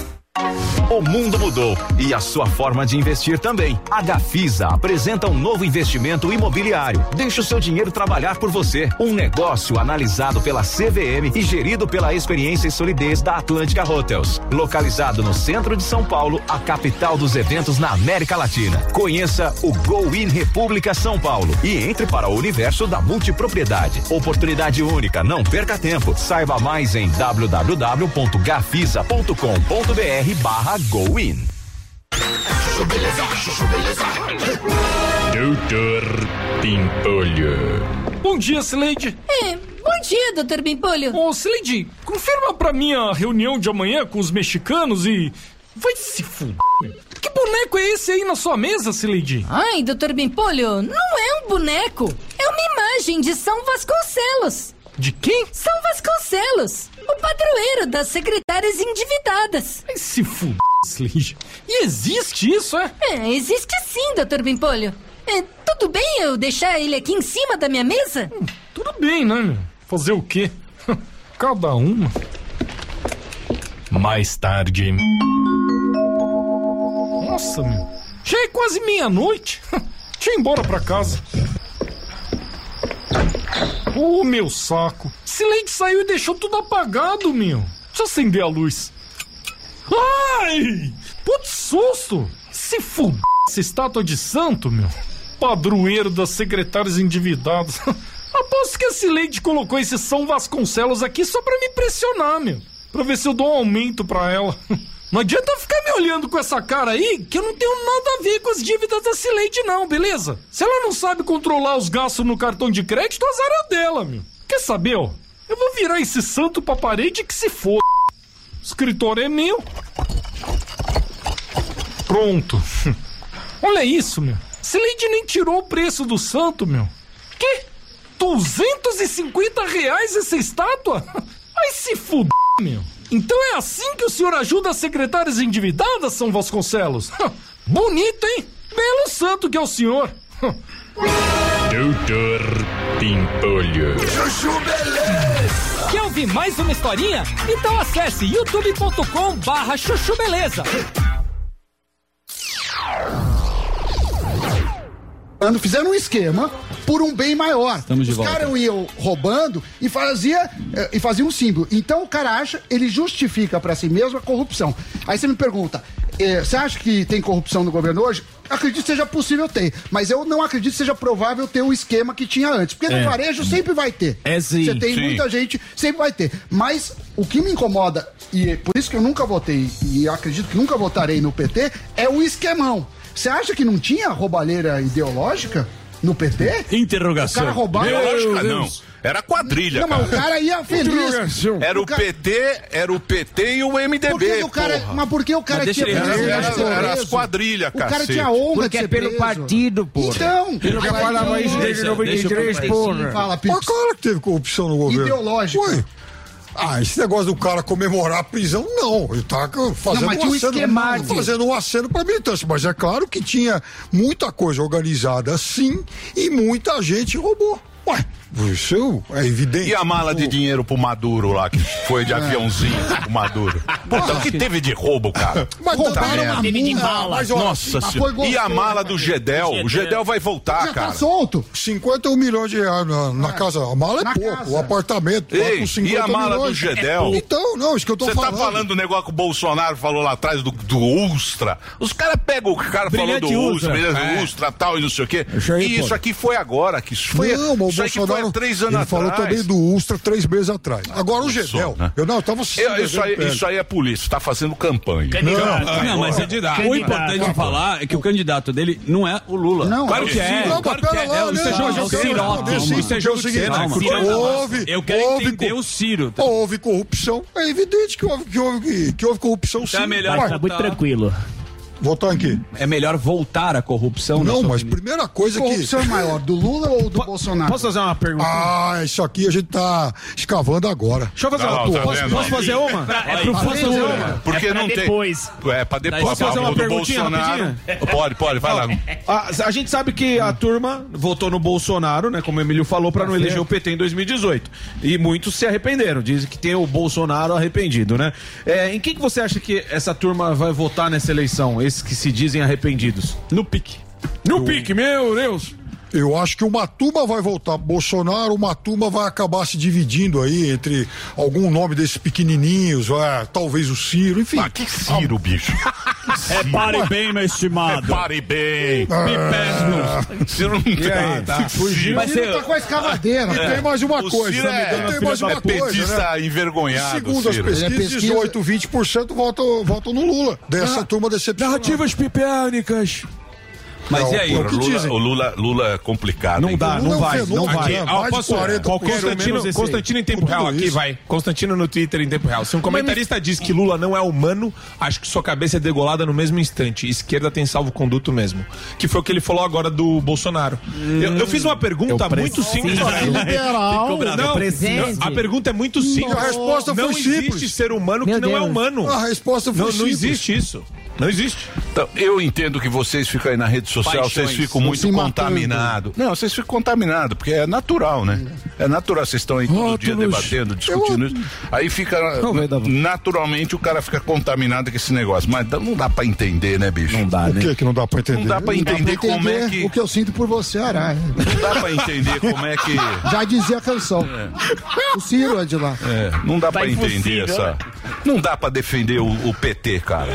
(laughs)
O mundo mudou e a sua forma de investir também. A Gafisa apresenta um novo investimento imobiliário. Deixe o seu dinheiro trabalhar por você. Um negócio analisado pela CVM e gerido pela experiência e solidez da Atlântica Hotels. Localizado no centro de São Paulo, a capital dos eventos na América Latina. Conheça o Go In República São Paulo e entre para o universo da multipropriedade. Oportunidade única, não perca tempo. Saiba mais em www.gafisa.com.br barra Go In.
Chuchu Beleza. Chuchu Beleza.
é
Doutor Pimpolho.
Bom dia, Slade. É, bom dia, Dr. Bimpolho. Ô, Slade, confirma pra mim a reunião de amanhã com os mexicanos e... Vai se fuder. Que boneco é esse aí na sua mesa, Slade?
Ah,
Ai,
Dr.
Bimpolho, não é um boneco. É uma imagem de São Vasconcelos.
De quem?
São Vasconcelos, o padroeiro das secretárias endividadas.
Vai se fuder, Slade. E existe isso, é?
É, existe sim, Dr. Bimpolho. É, tudo bem eu deixar ele aqui em cima da minha mesa?
Tudo bem, né, meu? Fazer o quê? (laughs) Cada uma.
Mais tarde.
Nossa, meu. Já é quase (laughs) meia-noite. Deixa eu ir embora pra casa. Ô, meu saco. Esse leite saiu e deixou tudo apagado, meu. Deixa eu acender a luz. Ai! Putz, susto! Se fuder essa estátua de santo, meu. Padroeiro das secretárias endividadas. (laughs) Aposto que esse leite colocou esse São Vasconcelos aqui só pra me impressionar, meu. Pra ver se eu dou um aumento pra ela. (laughs) Não adianta ficar me olhando com essa cara aí, que eu não tenho nada a ver com as dívidas desse leite, não, beleza? Se ela não sabe controlar os gastos no cartão de crédito, azar é dela, meu. Quer saber, ó? Eu vou virar esse santo pra parede que se foda. O escritório é meu. Pronto. Olha isso, meu. Esse leite nem tirou o preço do santo, meu. Que? 250 reais essa estátua? Vai se fuder, meu. Então é assim que o senhor ajuda as secretárias endividadas, São Vasconcelos? (laughs) Bonito, hein? Belo santo que é o senhor. (laughs)
Doutor
(laughs)
Pimpolho.
Chuchu Beleza!
Quer ouvir mais uma historinha? Então acesse youtube.com barra chuchu beleza.
Ano, Fizeram um esquema por um bem maior.
de
Os
volta.
caras iam roubando e fazia, eh, e fazia um símbolo. Então o cara acha, ele justifica pra si mesmo a corrupção. Aí você me pergunta, eh, você acha que tem corrupção no governo hoje? Acredito que seja possível ter, mas eu não acredito que seja provável ter o esquema que tinha antes. Porque
É.
no varejo sempre vai ter.
É sim.
Você tem
Sim.
muita gente, sempre vai ter. Mas o que me incomoda, e é por isso que eu nunca votei, e acredito que nunca votarei no PT, é o esquemão. Você acha que não tinha roubalheira ideológica no PT?
Interrogação.
O cara roubava.
Não, lógico,
Meu
não.
Deus.
Era quadrilha.
Não, mas o cara ia feliz.
Era o
O cara-
PT, era o PT e o MDB.
Por que que o cara-
porra.
mas por que o cara Mas deixa tinha ele
Era,
preso,
era-
ele foi
era as
preso?
quadrilhas,
O cara
cacete.
tinha honra Porque de ser é pelo preso. partido, porra. Então,
ele já
aí-
falava isso desde
Deixa-
93,
deixa eu
porra.
Fala, Pix.
Mas claro que teve corrupção no governo.
Ideológica.
Ué. Ah, esse negócio do cara comemorar a prisão, não. Ele tá fazendo
Não, mas tinha
um
um
aceno,
esquema,
fazendo um aceno pra militância. Mas é claro que tinha muita coisa organizada sim e muita gente roubou. Ué, isso é evidente.
E a mala de dinheiro pro Maduro lá, que foi de
É.
aviãozinho pro
(laughs)
Maduro. Puta, o que teve de roubo, cara?
Mas
Puta
roubaram
merda.
uma Teve de multa, bala. mas olha,
Nossa
mas
senhora.
foi
E a
gostoso,
mala
né,
do Gedel? O Gedel vai
"Ah,
voltar, cara.
solto.
51 tá milhões de reais na,
Ah,
na casa. A mala é pouco. O apartamento. lá
Ei,
com 50
e a mala
milhões.
do Gedel?
então, não, isso que eu tô
Você
falando.
tá falando o negócio que o Bolsonaro falou lá atrás do, do Ustra. Os caras pegam o que o cara falou
Brilhante
do Ustra,
Ustra.
brilhante
É.
Ustra, tal, e não sei o quê.
Isso aí,
e isso
pô.
aqui foi agora, que isso foi,
não, mas
isso
o
aí que foi
Bolsonaro
há três
ele
anos
falou
atrás.
também do Ustra três meses atrás. Agora o
Olha só,
Gedel.
né?
Eu não, eu tava
Eu- isso, aí, isso aí é polícia, tá fazendo campanha.
Não, mas é O importante de falar é que o candidato dele não é o Lula.
Não,
claro que é.
Não,
claro
mas
que
pera lá,
é. Isso é
não,
jogo
não,
de Ciro.
não, deixa-
Isso é
deixa
jogo
o
de
seguinte,
Ciro.
né?
Calma.
Houve,
Eu quero
houve
entender
co-
o Ciro.
Houve corrupção. É evidente que houve, que houve, que- que houve corrupção sim.
Tá melhor
Ué,
voltar. tranquilo.
Voltar aqui.
É melhor voltar à corrupção?
Não, mas primeira coisa que.
Corrupção é maior, do Lula ou do Bolsonaro?
Posso fazer uma pergunta? Ah, isso aqui a gente tá escavando agora. tá
Deixa eu fazer uma. posso, posso fazer uma?
É
Posso fazer uma?
tá Porque não tem. É, pra É depois.
Posso fazer
pra-
uma
do
perguntinha
Bolsonaro.
rapidinho?
Pode, pode, vai lá.
A, a gente sabe que a turma votou no Bolsonaro, né? Como o Emílio falou, pra não eleger o PT em 2018. E muitos se arrependeram. Dizem que tem o Bolsonaro arrependido, né? É, em quem que você acha que essa turma vai votar nessa eleição? Esses que se dizem arrependidos? No pique. No pique, meu Deus!
Eu acho que uma turma vai voltar pro Bolsonaro, uma turma vai acabar se dividindo aí entre algum nome desses pequenininhos, ah, talvez o Ciro, enfim. Mas
que Ciro,
(laughs)
bicho? É
Ué.
meu estimado.
É
Repare bem. Me Ciro não
Ah. E aí?
tem.
Tá, fugiu.
Mas ele tá com a escavadeira.
E tem mais uma
é, O
coisa,
Ciro
né,
é,
Miguel? Tem mais
filho
uma
da
coisa,
petista
né?
envergonhado,
Segundo as
Ciro. Ele é
pesquisas,
pesquisa- Ah,
18, 20% votam, votam no Lula. Dessa turma decepcionada. Narrativas pipernicas.
Mas
Não,
e aí?
é o que
Lula-
dizem.
o Lula, Lula é complicado.
Não
hein?
dá, não Lula vai, é um não vai.
Aqui,
Não,
ó,
mais de
posso-
40,
ó,
um,
pelo menos
Constantino,
esse
Constantino em tempo
Com
real
tudo
aqui,
isso.
vai. Constantino no Twitter em tempo real. Se um comentarista diz que Lula não é humano, acho que sua cabeça é degolada no mesmo instante. Esquerda tem salvo-conduto mesmo. Que foi o que ele falou agora do Bolsonaro. Eu, eu
Hum,
fiz uma pergunta muito simples. pra ele.
liberal.
Ficou bravo.
Não,
Não,
presente.
não, a pergunta é muito simples.
A resposta
não
foi simples.
existe ser humano que
Meu
não é
Deus.
humano.
Ah, A resposta foi
não, não
simples.
existe isso. Não existe.
Então, eu entendo que vocês ficam aí na rede social,
Paixões.
vocês ficam
Não
muito
se matando.
contaminados. Não, vocês ficam contaminados, porque é natural, né? É natural, vocês estão aí todo dia debatendo, discutindo isso. Aí fica. naturalmente o cara fica contaminado com esse negócio. Mas dá- não dá pra entender, né, bicho? Não dá,
O que que não dá pra entender?
Não dá pra entender como é que.
O que eu sinto por você, Ará.
Não dá pra entender como é
(laughs)
que.
Já dizia a canção. O Ciro é de lá.
É, não dá
Tá
pra entender
impossível,
essa.
né?
Não dá pra defender o, o PT, cara.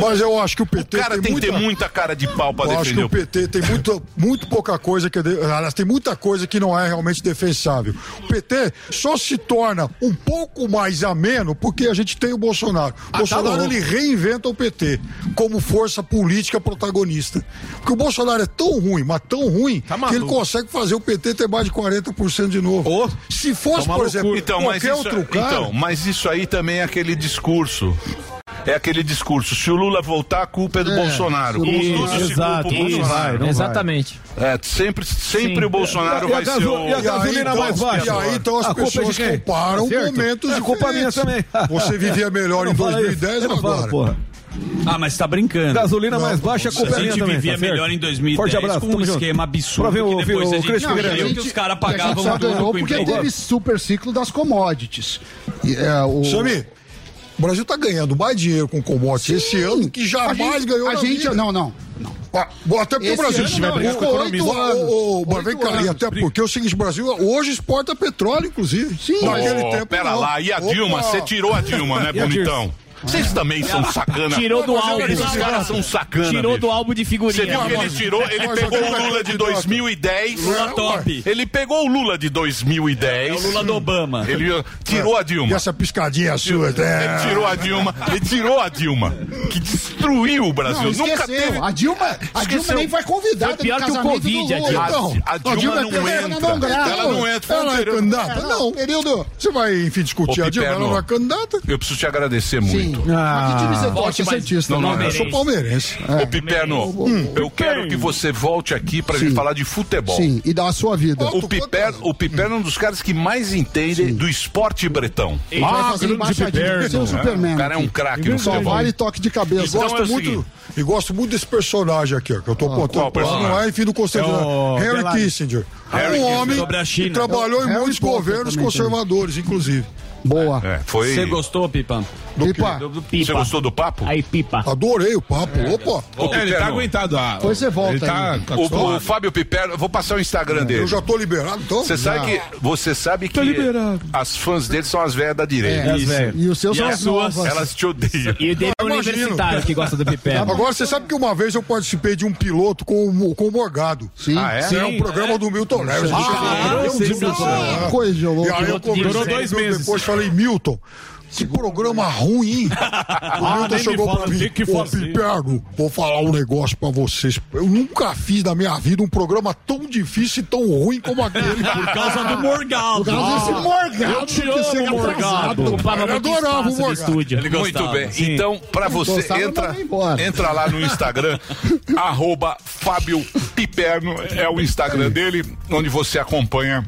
Mas eu acho que o PT.
O cara tem, que ter muita cara de pau pra
Eu acho que
defender
o PT tem muito, muito pouca coisa que. é de- Aliás, tem muita coisa que não é realmente defensável. O PT só se torna um pouco mais ameno porque a gente tem o Bolsonaro. O
Ah,
tá
Bolsonaro
louco.
ele reinventa o PT como força política protagonista. Porque o Bolsonaro é tão ruim, mas tão ruim,
Tá
que ele
maluco.
consegue fazer o PT ter mais de 40% de novo. se fosse,
Tá
por exemplo,
Então, mas,
qualquer
isso,
outro cara.
então, mas isso aí também é aquele discurso. É aquele discurso. Se o Lula voltar, a culpa é do
É,
Bolsonaro.
se o Lula-
Tudo se
Exato,
culpa o
isso,
Bolsonaro.
não vai. Exatamente.
É, sempre sempre
Sim.
o Bolsonaro
E a
vai
gaso-
ser o...
e a gasolina
então,
mais baixa?
e aí, então, as
A culpa é de
pessoas
quem? Tá certo? É, a culpa é minha também.
(laughs)
Você
(laughs)
vivia melhor em 2010 ou agora?
Ah, mas tá brincando.
Gasolina mais baixa,
a
culpa é
A gente
minha também,
vivia
tá certo?
melhor em 2010
Forte abraço,
com um
tamo junto.
esquema absurdo
Pra ver o-
que depois
o
a gente
Crespo
entendeu
Guerreiro.
que os caras
a
pagavam
gente só ganhou
tudo com
porque
imposto.
teve super ciclo das commodities. E, é, o...
Samir, o Brasil está ganhando mais dinheiro com commodities esse ano que jamais
A gente-
ganhou
a
na
gente-
vida.
não, não.
Ah, bom, até porque
Esse
o Brasil
ano não,
Ô,
ficou
ô,
oito
ô,
anos.
ô, ô, mas vem
Oito
cá, e
anos.
até porque é o seguinte, o Brasil hoje exporta petróleo, inclusive. Sim. Naquele
Ô,
tempo
pera
não.
lá, e a Dilma?
Opa.
Você tirou a Dilma, né,
E a Dirce?
bonitão? Vocês também são sacana.
Tirou do álbum.
Esses caras são sacana.
Tirou
bicho.
do álbum de figurinha.
Você viu que ele tirou, ele
Nós
pegou
jogamos
o Lula
aqui
de
de droga.
2010.
Lula top.
Ele pegou o Lula de 2010.
É o Lula do Obama.
Ele tirou a Dilma.
E essa piscadinha sua, né?
Ele tirou a Dilma. Ele tirou a Dilma. Que destruiu o Brasil.
Não,
Nunca
esqueceu.
teve.
A Dilma, a Dilma
Esqueceu.
nem foi convidada
Foi pior
no
que o
casamento
Covid,
do
a
Lula.
Dilma.
Então,
A Dilma não
é persona
entra.
não grata.
Ela não entra, foi um
Ela é
período-
candidata.
É,
Não,
Período, você vai, enfim, discutir
Ô,
a Dilma,
Piperno.
ela não é candidata.
Eu preciso te agradecer muito.
Ah.
Mas que time você torce? Você é santista,
Não, não,
né?
não.
Eu sou palmeirense. É.
Ô, Piperno,
Hum.
eu quero que você volte aqui pra gente falar de futebol.
Sim, e da sua vida.
O Piperno, o Piperno é um dos caras que mais entende do esporte bretão.
Ele vai fazer embaixadinha, vai ser um Superman
O cara é um
aqui.
craque no
Então Só
futebol.
vale toque de cabeça.
Então
Eu gosto
é o seguinte.
muito, e gosto muito desse personagem aqui, ó, que eu tô contando
qual
pra você, não
personagem?
é enfim do Constantino.
É o
Harry
Bellarmine.
Kissinger.
Harry
um
Kissinger.
homem
Sobre a
que
China.
trabalhou em
Harry
muitos
Potter
governos
também,
conservadores, inclusive.
Boa.
É,
é,
foi-
Você gostou, Pipa?
Do
Pipa.
Você gostou do papo?
Aí, Pipa.
Adorei o
É,
papo. Opa.
Ô,
É, ele tá
Piperno.
aguentado. Ah,
Pois você volta
Ele tá
aí. O,
acostumado.
o Fábio Piperno, eu vou passar o Instagram dele.
Eu já tô liberado, então?
Você sabe
Já.
que, você sabe que
Tô liberado.
as fãs dele são as velhas da direita.
É, as velhas. E os seus são
as
as novas.
Elas te odeiam.
Ah, imagino. Tá Agora, você sabe que uma vez eu participei de um piloto com, o- com o Morgado. Sim.
Ah, é?
um
Sim.
programa do Milton Neves.
Ah,
Eu
sim,
disse,
sim, sim.
"Ah,
Coisa de louco.
E aí eu
Durou
conversei
dois
com o Milton
meses.
Depois falei, Milton, que programa ruim. O Milton
nem me
chegou
fala,
pra
eu
mim,
tenho que
ô
fazer."
Piperno, vou falar um negócio pra vocês. Eu nunca fiz na minha vida um programa tão difícil e tão ruim como aquele.
Por causa do Morgado.
Por causa desse Morgado.
Eu te amo,
que chega
Morgado.
atrasado.
Ocupava
Eu
muito
adorava o
espaço do
Morgado.
estúdio. Ele
Muito
gostava,
bem.
sim.
Então, pra
Ele
você,
gostava,
entra,
mandava embora.
entra lá no Instagram, arroba Fábio Piperno, é o Instagram dele, onde você acompanha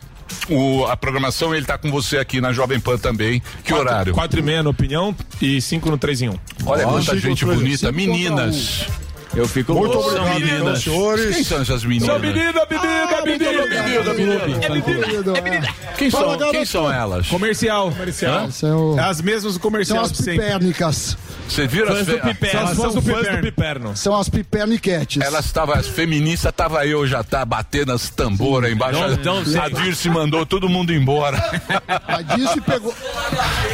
o- a programação. Ele tá com você aqui na Jovem Pan também. Que
Quatro-
horário?
Quatro e meia na opinião e cinco no três em um.
Olha
Ó,
quanta
cinco
gente
no três em um. Cinco contra
bonita. Meninas. Eu fico
Muito
São
obrigado,
meninas.
então, senhores.
Quem são essas meninas?
São menina, menina, menina, menina, É menina.
Quem
Fala,
são, quem
garoto.
são elas?
Comercial.
Comercial.
Hã?
São-
As né? mesmas comerciais
São as
de sempre.
pipérnicas.
Você viram as fe-
São as fãs do Piperno.
São as piperniquetes.
Ela estava as feministas, tava eu já tá batendo as tamboras embaixo.
Não, não sei.
a Dirce mandou todo mundo embora.
A Dirce pegou.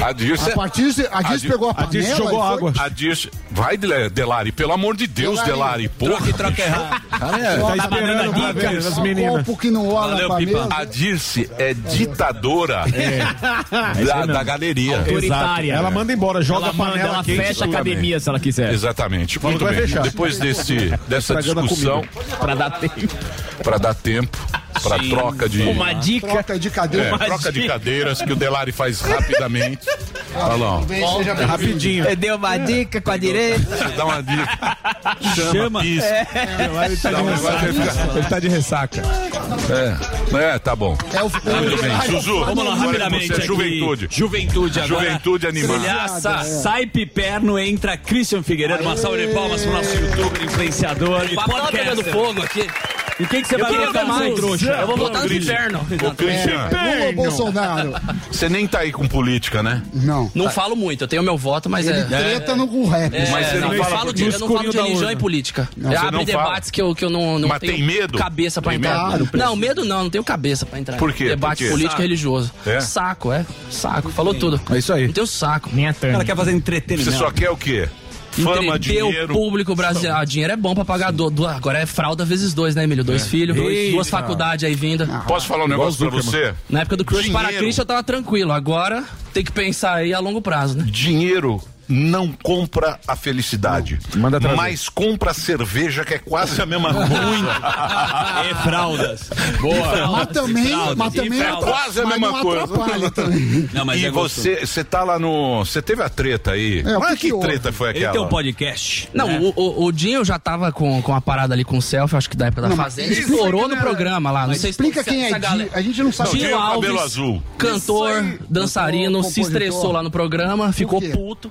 A Dirce, é-
A partir de- a Dirce
Di-
pegou a panela e foi-
A Dirce, vai Dele- Delari, pelo amor de Deus, Delari,
Delari.
porra.
troca errado.
Cara, é-
Tá esperando pra ver as meninas. Copo que não olha pra mesa.
A Dirce é ditadora
É.
Ah,
da, da galeria.
Autoritária. Ela manda embora, joga a panela quente tudo.
se ela quiser. Exatamente.
Falou
Muito
que vai
bem.
fechar.
Depois desse,
(laughs)
dessa
Estragando a
discussão.
comida.
Para dar tempo. Para dar tempo. Para
Sim.
troca de.
Uma dica.
Troca de
É,
cadeira. Uma
troca de
dica.
cadeiras que o Delari faz rapidamente. Olha lá. ó.
Bem, seja bem-vindo.
É.
Eu dei uma dica com a direita.
Você dá uma dica. Chama,
Chama.
pisca.
É.
Ele tá de Não, ressaca. vai ficar-
Ele tá de ressaca.
É, é, tá bom.
É o
Muito bem, Zuzu.
Vamos lá,
agora é
rapidamente.
você,
aqui.
Juventude.
Juventude agora.
Juventude animada.
é.
Filhaça,
é.
sai Piperno, entra Christian Figueiredo. Uma salva de palmas pro nosso youtuber, influenciador e
Papai tá
podcaster.
pegando fogo
aqui.
E quem que você vai votar mais, trouxa? Eu vou votar no Piperno.
Ô, Christian.
Lula, Bolsonaro.
Você nem tá aí com política, né?
Não.
Não falo muito, eu tenho meu voto, mas
Ele
é.
treta no com rap.
É, mas eu, não falo de, eu não falo de religião e política.
Não,
eu
você
abro
não fala.
debates que eu, que eu não, não
Mas
tenho
tem medo?
cabeça pra
Tem
entrar.
medo?
Não, medo não, não tenho cabeça pra entrar.
Por quê?
Debate
Por quê?
político e religioso.
É?
Saco, é. Saco, falou tudo. É isso aí. Não tenho saco. Minha turma.
Ela quer fazer Você só quer o quê? Fama,
Entreter o
dinheiro.
público brasileiro. Ah, dinheiro é bom pra pagar do, do- agora é fralda vezes dois, né, Emílio? Dois
É.
filhos,
Eita.
duas faculdades aí vinda.
Posso falar um negócio pra você?
Na época do Crush
Dinheiro.
para Cristo eu tava tranquilo. Agora tem que pensar aí a longo prazo, né?
Dinheiro não compra a felicidade. Manda
trazer.
mas compra cerveja, que é quase a (laughs) mesma coisa.
E fraldas. Boa.
Mas também-
Fraldas.
mas também
E
é
fraldas.
quase a Mas mesma não coisa. atrapalha (laughs)
Não, mas
e
é gostoso.
você, você tá lá no. Você teve a treta aí.
É, o
Mas
que
que,
que houve?
treta foi
Ele
aquela?
tem um
podcast.
Não,
né?
o, o, o Dinho já tava com, com a parada ali com o selfie, acho que da época da
Não, mas
Fazenda.
isso
Estourou
aí,
no
galera.
programa lá. Não
Mas
sei
explica
se,
quem
se
é
gal-
Dinho, a gente não sabe.
Dinho
Dinho é o
Alves,
cabelo azul.
cantor, dançarino, se
compositor.
estressou lá no programa, ficou puto.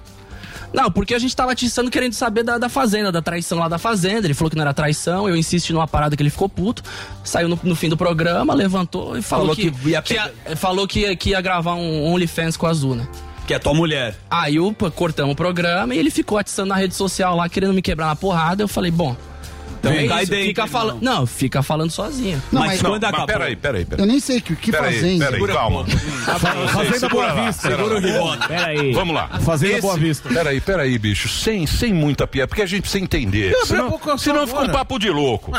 Não, porque a gente tava atiçando querendo saber da, da Fazenda, da traição lá da Fazenda. Ele falou que não era traição, eu insisto numa parada que ele ficou puto. Saiu no, no fim do programa, levantou e falou,
Falou
que,
que ia
que ia- falou que, ia- que ia gravar um OnlyFans com a Azul, né?
Que é tua mulher.
Aí eu pô, cortamos o programa e ele ficou atiçando na rede social lá, querendo me quebrar na porrada. Eu falei, bom.
Então
é
cai
isso,
dentro,
fica fala... Não, fica falando sozinho.
Não, Mas mas- quando não, mas acabou? peraí, peraí, peraí. Eu nem sei que- que fazenda. Segura um pouco. Fazenda Boa Vista, segura o ribota.
Peraí.
Vamos lá.
Fazenda
Esse-
Boa Vista.
Peraí, peraí, bicho. Sem, sem muita piada, porque a gente precisa entender.
Não,
senão
pera-
senão fica um
agora.
papo de louco.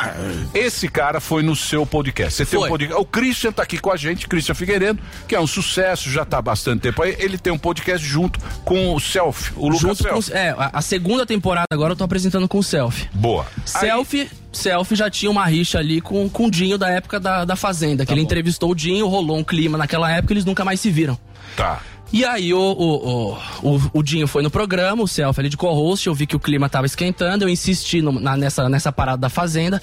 Esse cara foi no seu podcast. Você tem um
Foi.
podcast. O Christian tá aqui com a gente, Christian Figueiredo, que é um sucesso, já tá há bastante tempo aí. Ele tem um podcast junto com o Selfie, o Lucas
Junto com,
Selfie.
é, a a segunda temporada agora eu tô apresentando com o Selfie.
Boa.
Selfie, Selfie já tinha uma rixa ali com, com o Dinho da época da, da Fazenda, que
Tá
ele entrevistou o Dinho, rolou um clima naquela época e eles nunca mais se viram.
Tá.
E aí o, o, o, o- o Dinho foi no programa, o Selfie ali de co-host, eu vi que o clima tava esquentando, eu insisti no- na- nessa, nessa parada da Fazenda.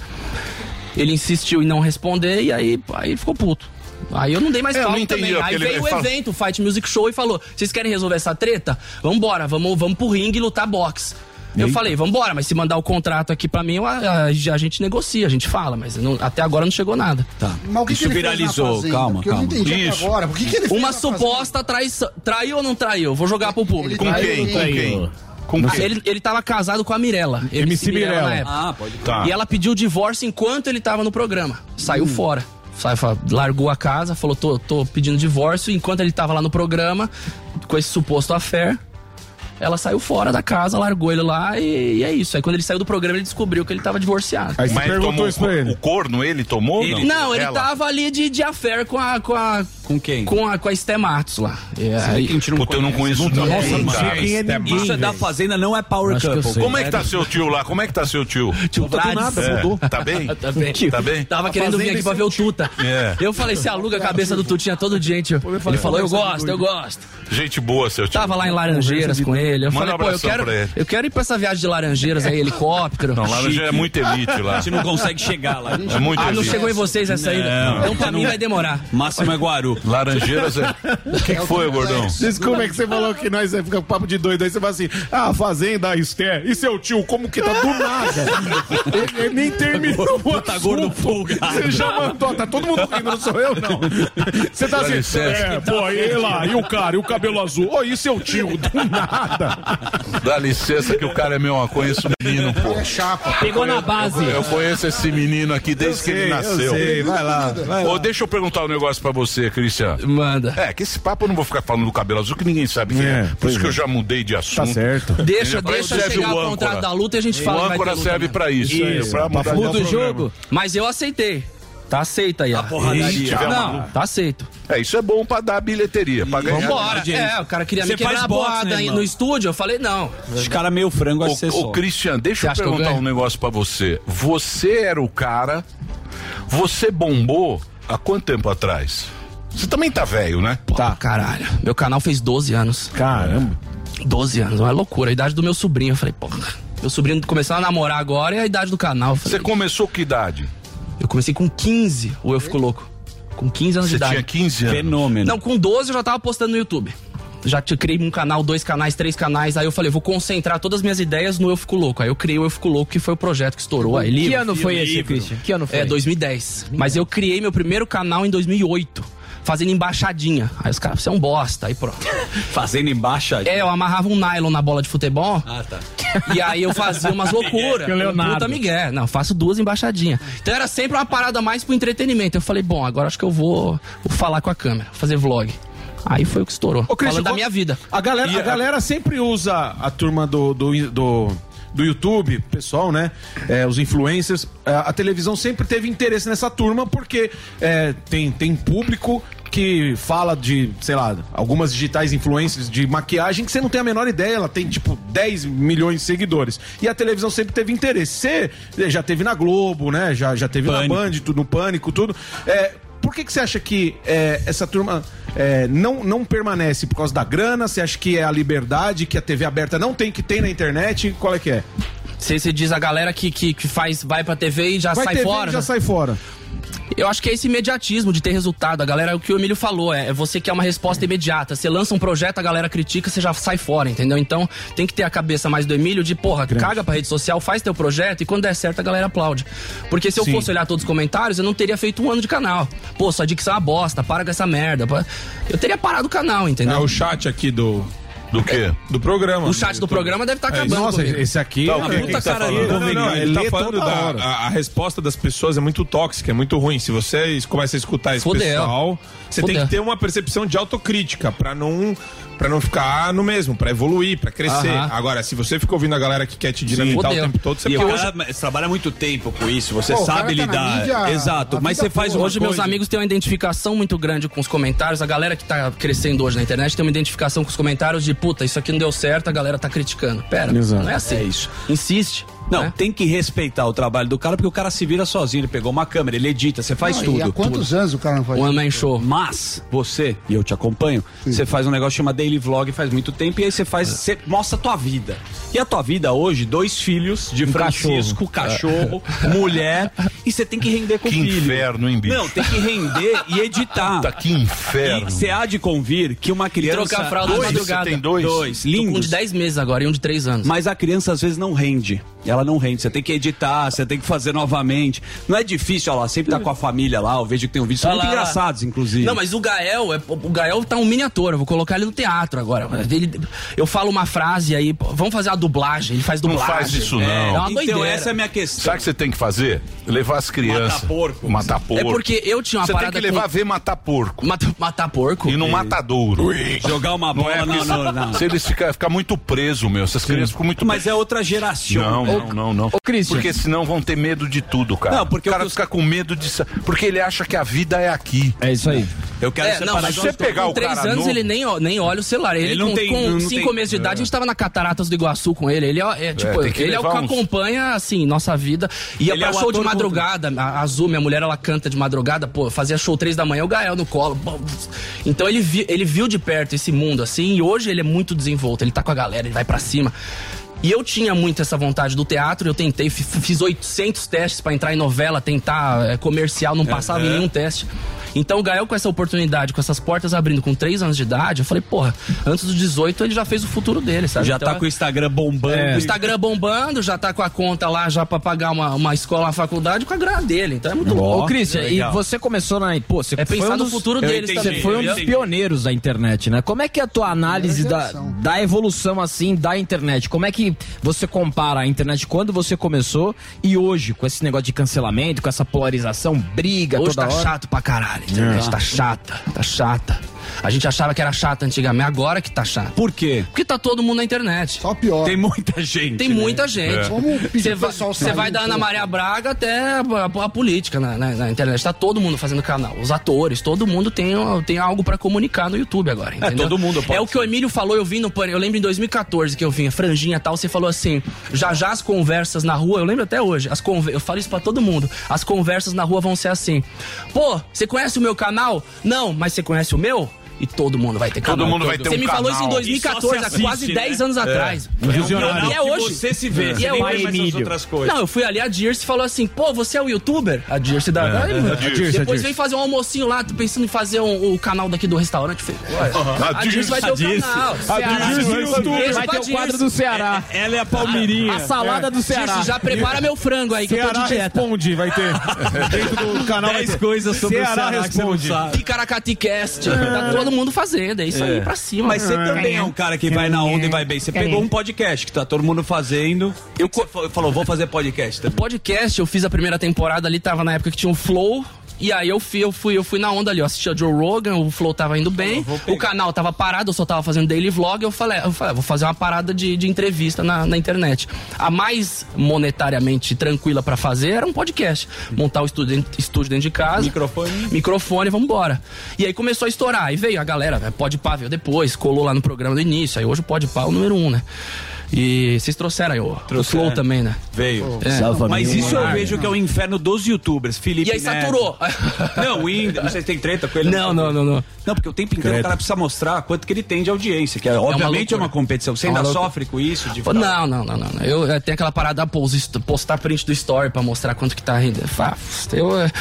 Ele insistiu em não responder e aí, aí ele ficou puto. Aí eu não dei mais
É, eu
palco
não entendi,
também.
ó,
Aí
porque ele-
veio o
ele fala-
evento, o Fight Music Show, e falou: vocês querem resolver essa treta? Vambora, vamos, vamos pro ringue lutar boxe. Eu
Eita.
falei, vambora, mas se mandar o contrato aqui pra mim, eu- a, a- a gente negocia, a gente fala, mas não- até agora não chegou nada. Tá.
Mas o que que ele fez na Fazenda? Porque eu não entendi até agora. O que que ele fez
Uma
na Fazenda?
suposta traição. Traiu ou não traiu? Vou jogar pro público.
Com traiu, quem? não Com traiu. quem? Com
Ah,
quem?
Ele, ele tava casado com a Mirella.
MC Mirella.
na época.
Ah, pode crer.
E ela pediu o divórcio enquanto ele tava no programa. Saiu fora. Sai- fa- largou a casa, falou, tô, tô pedindo divórcio. Enquanto ele tava lá no programa, com esse suposto affair, ela saiu fora da casa, largou ele lá e, e é isso. Aí quando ele saiu do programa, ele descobriu que ele tava divorciado.
Mas tomou o, ele. o corno ele tá- tomou?
Ele- não, ele
Ela?
tava ali de, de affair com a. Com, a, com quem? Com a, com a Esté Matos lá.
Puta, eu não conheço
Não
também,
conheço, não
cara.
sei quem é ninguém,
Isso é da
velho.
Fazenda, não é Power
Acho que eu
Couple.
sei.
Como é que tá seu tio lá? Como é que tá
(laughs)
seu tio? Tio
Tá do nada, mudou.
Tá bem?
(laughs) Tá bem.
Tá bem?
Tava querendo vir aqui pra ver o Tuta.
É.
Eu falei, você aluga a cabeça do Tutinha todo dia, hein, tio. Ele falou, eu gosto, eu gosto.
Gente boa, seu tio.
Tava lá em Laranjeiras com ele. Eu
um Manda
falei, pô,
um
eu
abração
quero, (laughs)
pra ele.
eu quero ir pra essa viagem de Laranjeiras aí, helicóptero.
Não, Laranjeira é muito elite lá.
A gente não consegue chegar lá.
É muito
Ah, não
elite.
chegou em vocês essa ainda? Então pra mim vai demorar.
Máximo é Guaru.
Laranjeiras é- O que, que foi, gordão?
Diz como é que você falou que nós é ficar com papo de doido. Aí você fala assim: ah, fazenda, a Esté. E seu tio, como que tá do
(laughs)
nada? ele, ele nem terminou. o
Tá gordo
assunto.
folgado.
Você já mandou, tá todo mundo rindo, não sou eu, não. Você tá
Dá
assim,
licença.
é, pô, e lá, e o cara, e o cabelo azul. Ô, e seu tio, do nada.
Dá licença que o cara é meu, ó, conheço o menino, pô. É
chapa.
Pegou na base.
Eu conheço esse menino aqui desde
Eu
que ele
sei, eu
nasceu.
sei, vai lá, vai lá.
Ô, deixa eu perguntar um negócio pra você, Cristian.
Manda.
É, que esse papo eu não vou ficar falando do cabelo azul que ninguém sabe quem é. Por isso que eu já mudei de assunto.
certo.
Deixa,
Entendeu? Pra isso
deixa
serve
chegar ao
o âncora.
contrato da luta e a gente fala.
O
que vai
âncora
ter luta
serve
mesmo.
pra isso. Isso, pra mudar
Muda
de
o
programa.
jogo. Mas eu aceitei. Tá aceito aí. A
Ih, tiver
Não,
uma-
tá aceito.
É, isso é bom pra dar bilheteria, pra ganhar.
Vambora.
audiência.
É, o cara queria
Você
me quebrar
faz
a
boxe,
boada
né,
aí
irmão?
no estúdio. Eu falei, não.
Os caras meio frango
Ô, Ô, Christian, deixa eu
acha que eu
perguntar
ganho?
um negócio pra você. Você era o cara, você bombou há quanto tempo atrás? Você também tá velho, né?
Tá. Caralho. Meu canal fez 12 anos. Caramba. 12 anos, uma loucura. A idade do meu sobrinho. Eu falei, porra. Meu sobrinho começou a namorar agora e a idade do canal. Eu falei,
Você começou que idade?
Eu comecei com 15, ou eu fico louco. Com 15 anos
Você
de idade.
tinha 15 anos?
Fenômeno.
Não, com 12 eu já tava postando no YouTube. já te- criei um canal, dois canais, três canais. Aí eu falei, vou concentrar todas as minhas ideias no Eu Fico Louco. Aí eu criei o Eu Fico Louco, que foi o projeto que estourou. Aí,
Que
livro,
ano foi esse,
livro.
Christian? Que ano foi?
É, 2010. Mas eu criei meu primeiro canal em 2008, fazendo embaixadinha. Aí os caras, você é um bosta. Aí pronto.
Fazendo embaixadinha.
É, eu amarrava um nylon na bola de futebol.
Ah, tá.
E aí eu fazia umas loucuras.
Que o Leonardo.
Puta Miguel. Não, eu faço duas embaixadinhas. Então era sempre uma parada mais pro entretenimento. Eu falei, bom, agora acho que eu vou, vou falar com a câmera, fazer vlog. Aí foi o que estourou. Falando da minha vida.
A galera,
E
a galera sempre usa a turma do. do, do do YouTube, pessoal, né? É, os influencers, é, a televisão sempre teve interesse nessa turma porque é, tem, tem público que fala de, sei lá, algumas digitais influencers de maquiagem que você não tem a menor ideia, ela tem tipo 10 milhões de seguidores. E a televisão sempre teve interesse. Você já teve na Globo, né? Já, já teve na Band, tudo, no Pânico, tudo. É, por que, que você acha que é, essa turma é, não, não permanece por causa da grana? Você acha que é a liberdade que a TV aberta não tem, que tem na internet? Qual é que é?
Você, você diz a galera que, que, que faz, vai pra TV e já
Vai
sai
TV e
fora. né?
já sai fora.
Eu acho que é esse imediatismo de ter resultado. A galera, o que o Emílio falou, é é você quer uma resposta imediata. Você lança um projeto, a galera critica, você já sai fora, entendeu? Então tem que ter a cabeça mais do Emílio de, porra, caga pra rede social, faz teu projeto e quando der certo a galera aplaude. Porque se eu
Sim.
fosse olhar todos os comentários, eu não teria feito um ano de canal. Pô, sua dicção é uma bosta, para com essa merda. pá. Eu teria parado o canal, entendeu?
É o chat aqui do.
Do quê?
Do programa. Então, é
O chat do programa deve tá acabando Nossa, comigo. esse aqui-
Tá, o
Ah,
quê?
puta
Quem tá
cara,
falando?
ele-
Não, não, não,
ele
Ele tá
lê
falando
toda
da.
hora.
A, a resposta das pessoas é muito tóxica, é muito ruim. Se você começa a escutar esse
Fudeu.
pessoal, você tem
Fudeu.
que ter uma percepção de autocrítica pra não. Pra não ficar no mesmo, pra evoluir, pra crescer.
Aham.
Agora, se você fica ouvindo a galera que quer te dinamitar o
Fudeu.
tempo todo, você
E o
pode-
cara trabalha muito tempo com isso, você
Pô, o cara tá
sabe
na
lidar.
mídia,
Exato,
a
mas
vida
você faz
hoje
uma
meus
coisa-
amigos têm uma identificação muito grande com os comentários. A galera que tá crescendo hoje na internet tem uma identificação com os comentários de puta, isso aqui não deu certo, a galera tá criticando. Pera,
Exato.
não é assim.
É
isso. Insiste.
Não, tem que respeitar o trabalho do cara, porque o cara se vira sozinho, ele pegou uma câmera, ele edita, você faz
Não,
tudo.
E há quantos anos o cara não faz
Um
One
isso?
man show. Mas você, e eu te acompanho, você faz um negócio chamado Daily Vlog faz muito tempo, e aí você
É.
faz, você mostra a tua vida. E a tua vida hoje, dois filhos
Um
de Francisco,
(laughs)
cachorro, mulher, e você tem que render com o filho.
inferno, hein, bicho?
Não, tem que render e editar. Puta,
que inferno.
Você há de convir que uma
E
criança...
trocar a fralda na madrugada.
Dois,
Tô com
lindos.
Um de 10 meses agora e um de 3 anos.
Mas a criança às vezes não rende. Ela não rende. Você tem que editar, você tem que fazer novamente. Não é difícil, olha lá, sempre tá com a família lá. Eu vejo que tem um vídeo. São
Olha
muito
Tá lá, olha lá.
engraçados, inclusive.
Não, mas o Gael, é, o Gael tá um miniatura, eu vou colocar ele no teatro agora. Ele- eu falo uma frase aí, pô, vamos fazer uma dublagem, ele faz
Não
dublagem.
faz isso, não.
É, é uma
Então,
doideira.
essa é a minha questão.
Sabe o que você tem que fazer? Levar as crianças. Matar porco. Matar porco.
É porque eu tinha uma
Você
parada
tem que levar
com-
ver matar porco.
Mata- matar porco?
E no
É.
matadouro.
Ui. Jogar uma
Não
bola,
é porque
não,
se-
não, não.
Se eles ficarem ficar muito presos, meu. Essas crianças ficam muito
Mas é outra
Não,
geração. né?
não, não, não.
Ô, Christian.
Porque senão vão ter medo de tudo, cara.
Não,
porque o cara fica com medo de. sa- Porque ele acha que a vida é aqui. É
isso aí.
Eu
É, não, mas
se você pegar
com
o
três
cara
anos
novo-
ele nem, ó- nem olha o celular. Ele,
Ele não
com,
tem-
com
não
cinco
tem- É.
meses de idade, a gente tava na Cataratas do Iguaçu com ele. Ele, ó, é, tipo,
tem que
ele é o que
levar uns-
acompanha, assim, nossa vida. Ia
Ele
pra
é o
show de
ator
madrugada. A a Azul, minha mulher, ela canta de madrugada, pô, fazia show três da manhã, o Gael no colo. Bom, Então ele, vi- ele viu de perto esse mundo, assim, e hoje ele é muito desenvolto. Ele tá com a galera, ele vai pra cima. E eu tinha muito essa vontade do teatro, eu tentei, fi- fiz 800 testes pra entrar em novela, tentar é, comercial, não passava em
Aham.
nenhum teste. Então o Gael, com essa oportunidade, com essas portas abrindo com 3 anos de idade, eu falei, porra, antes dos 18 ele já fez o futuro dele, sabe?
Já
Então,
tá com o Instagram bombando.
é, o Instagram bombando, já tá com a conta lá já pra pagar uma, uma escola, uma faculdade com a grana dele. Então é muito
Ô,
louco.
Christian, e você começou na. Pô, você
É
foi
pensar
um
no
dos-
futuro
Eu
deles
entendi,
também,
Você foi um
eu
dos
entendi.
pioneiros da internet, né? Como é que é a tua análise da, da evolução, assim, da internet? Como é que você compara a internet quando você começou e hoje, com esse negócio de cancelamento, com essa polarização, briga
Hoje
toda
tá
hora?
chato pra caralho. A internet
É.
tá chata, tá chata. A gente achava que era chata antigamente, agora que tá chata.
Por quê?
Porque tá todo mundo na internet.
Só pior.
Tem muita gente.
Tem
né?
muita É. gente.
Vamos pedir
Você
pro
vai,
pessoal
você
sair
vai
um
da Ana
pouco.
Maria Braga até a, a- a política na, na- na internet. Tá todo mundo fazendo canal. Os atores, todo mundo tem, tem algo pra comunicar no YouTube agora.
É,
entendeu?
todo mundo pode.
É o que o Emílio falou, eu vim no Pânico. Eu lembro em 2014 que eu vim, franjinha e tal. Você falou assim: já já as conversas na rua, eu lembro até hoje. As conver- eu falo isso pra todo mundo. As conversas na rua vão ser assim: pô, você conhece o meu canal? Não, mas você conhece o meu? e todo mundo vai ter
Todo
canal.
mundo vai ter
Você
um
me falou isso em 2014,
canal. E só se
há quase
assiste,
10
né?
anos
É.
atrás.
Um visionário
E é
que
hoje.
você se vê,
E
você
é
nem
hoje.
vê mais essas outras coisas.
Não, eu fui ali, a Dirce falou assim, pô, você é um youtuber? A Dirce da...
É, é, a Dirce, a
Depois
Dirce.
vem fazer um almocinho lá, tô pensando em fazer um- o canal daqui do restaurante. Eu falei, ué,
Uhum.
A Dirce vai ter o canal. Ceará. Beijo pra Dirce.
É, ela é a Palmeirinha.
A salada do Ceará.
Dirce,
É. já prepara meu frango aí, que eu tô
Ceará
de dieta.
Responde, vai ter. (laughs)
É,
(laughs)
Dentro do canal vai
Dez
ter.
coisas sobre o
Ceará
Ceará que você não
responde.
sabe. Picaracatecast. Tá todo mundo fazendo, é isso aí, pra cima.
Mas você também é um cara que vai na onda e vai bem. Você
Quer
pegou
ver?
um podcast que tá todo mundo fazendo. Eu falou, vou fazer podcast também.
podcast, eu fiz a primeira temporada ali, tava na época que tinha um Flow. E aí eu fui, eu fui, eu fui na onda ali, eu assistia Joe Rogan, o Flow tava indo bem, o canal tava parado, eu só tava fazendo daily vlog, eu falei, eu falei, "Ah, vou fazer uma parada de, de entrevista na, na internet. A mais monetariamente tranquila pra fazer era um podcast. Montar o estúdio, dentro- estúdio dentro de casa. Microfone. Microfone, vambora. E aí começou a estourar. E veio a galera, né? Pode pá, veio depois, colou lá no programa do início. Aí hoje o Pode pá é o número um, né? E vocês trouxeram aí o, o Flow também, né?
Veio.
É. Salva
Mas
meu
isso eu
mar.
vejo que é o inferno dos youtubers. Felipe
E aí
Neto.
saturou.
(laughs) Não, o Inda. Não sei se tem treta com ele.
Não, não, não, não.
Não, porque o tempo inteiro o cara precisa mostrar quanto que ele tem de audiência. Que é, obviamente
loucura.
é uma competição. Você
É uma
ainda
loucura.
sofre com isso? De
Pô, Não, não, não, não. não. Eu, eh, tenho aquela parada, pô, os est- postar print do story pra mostrar quanto que tá rendendo. Fa- Eu, eh,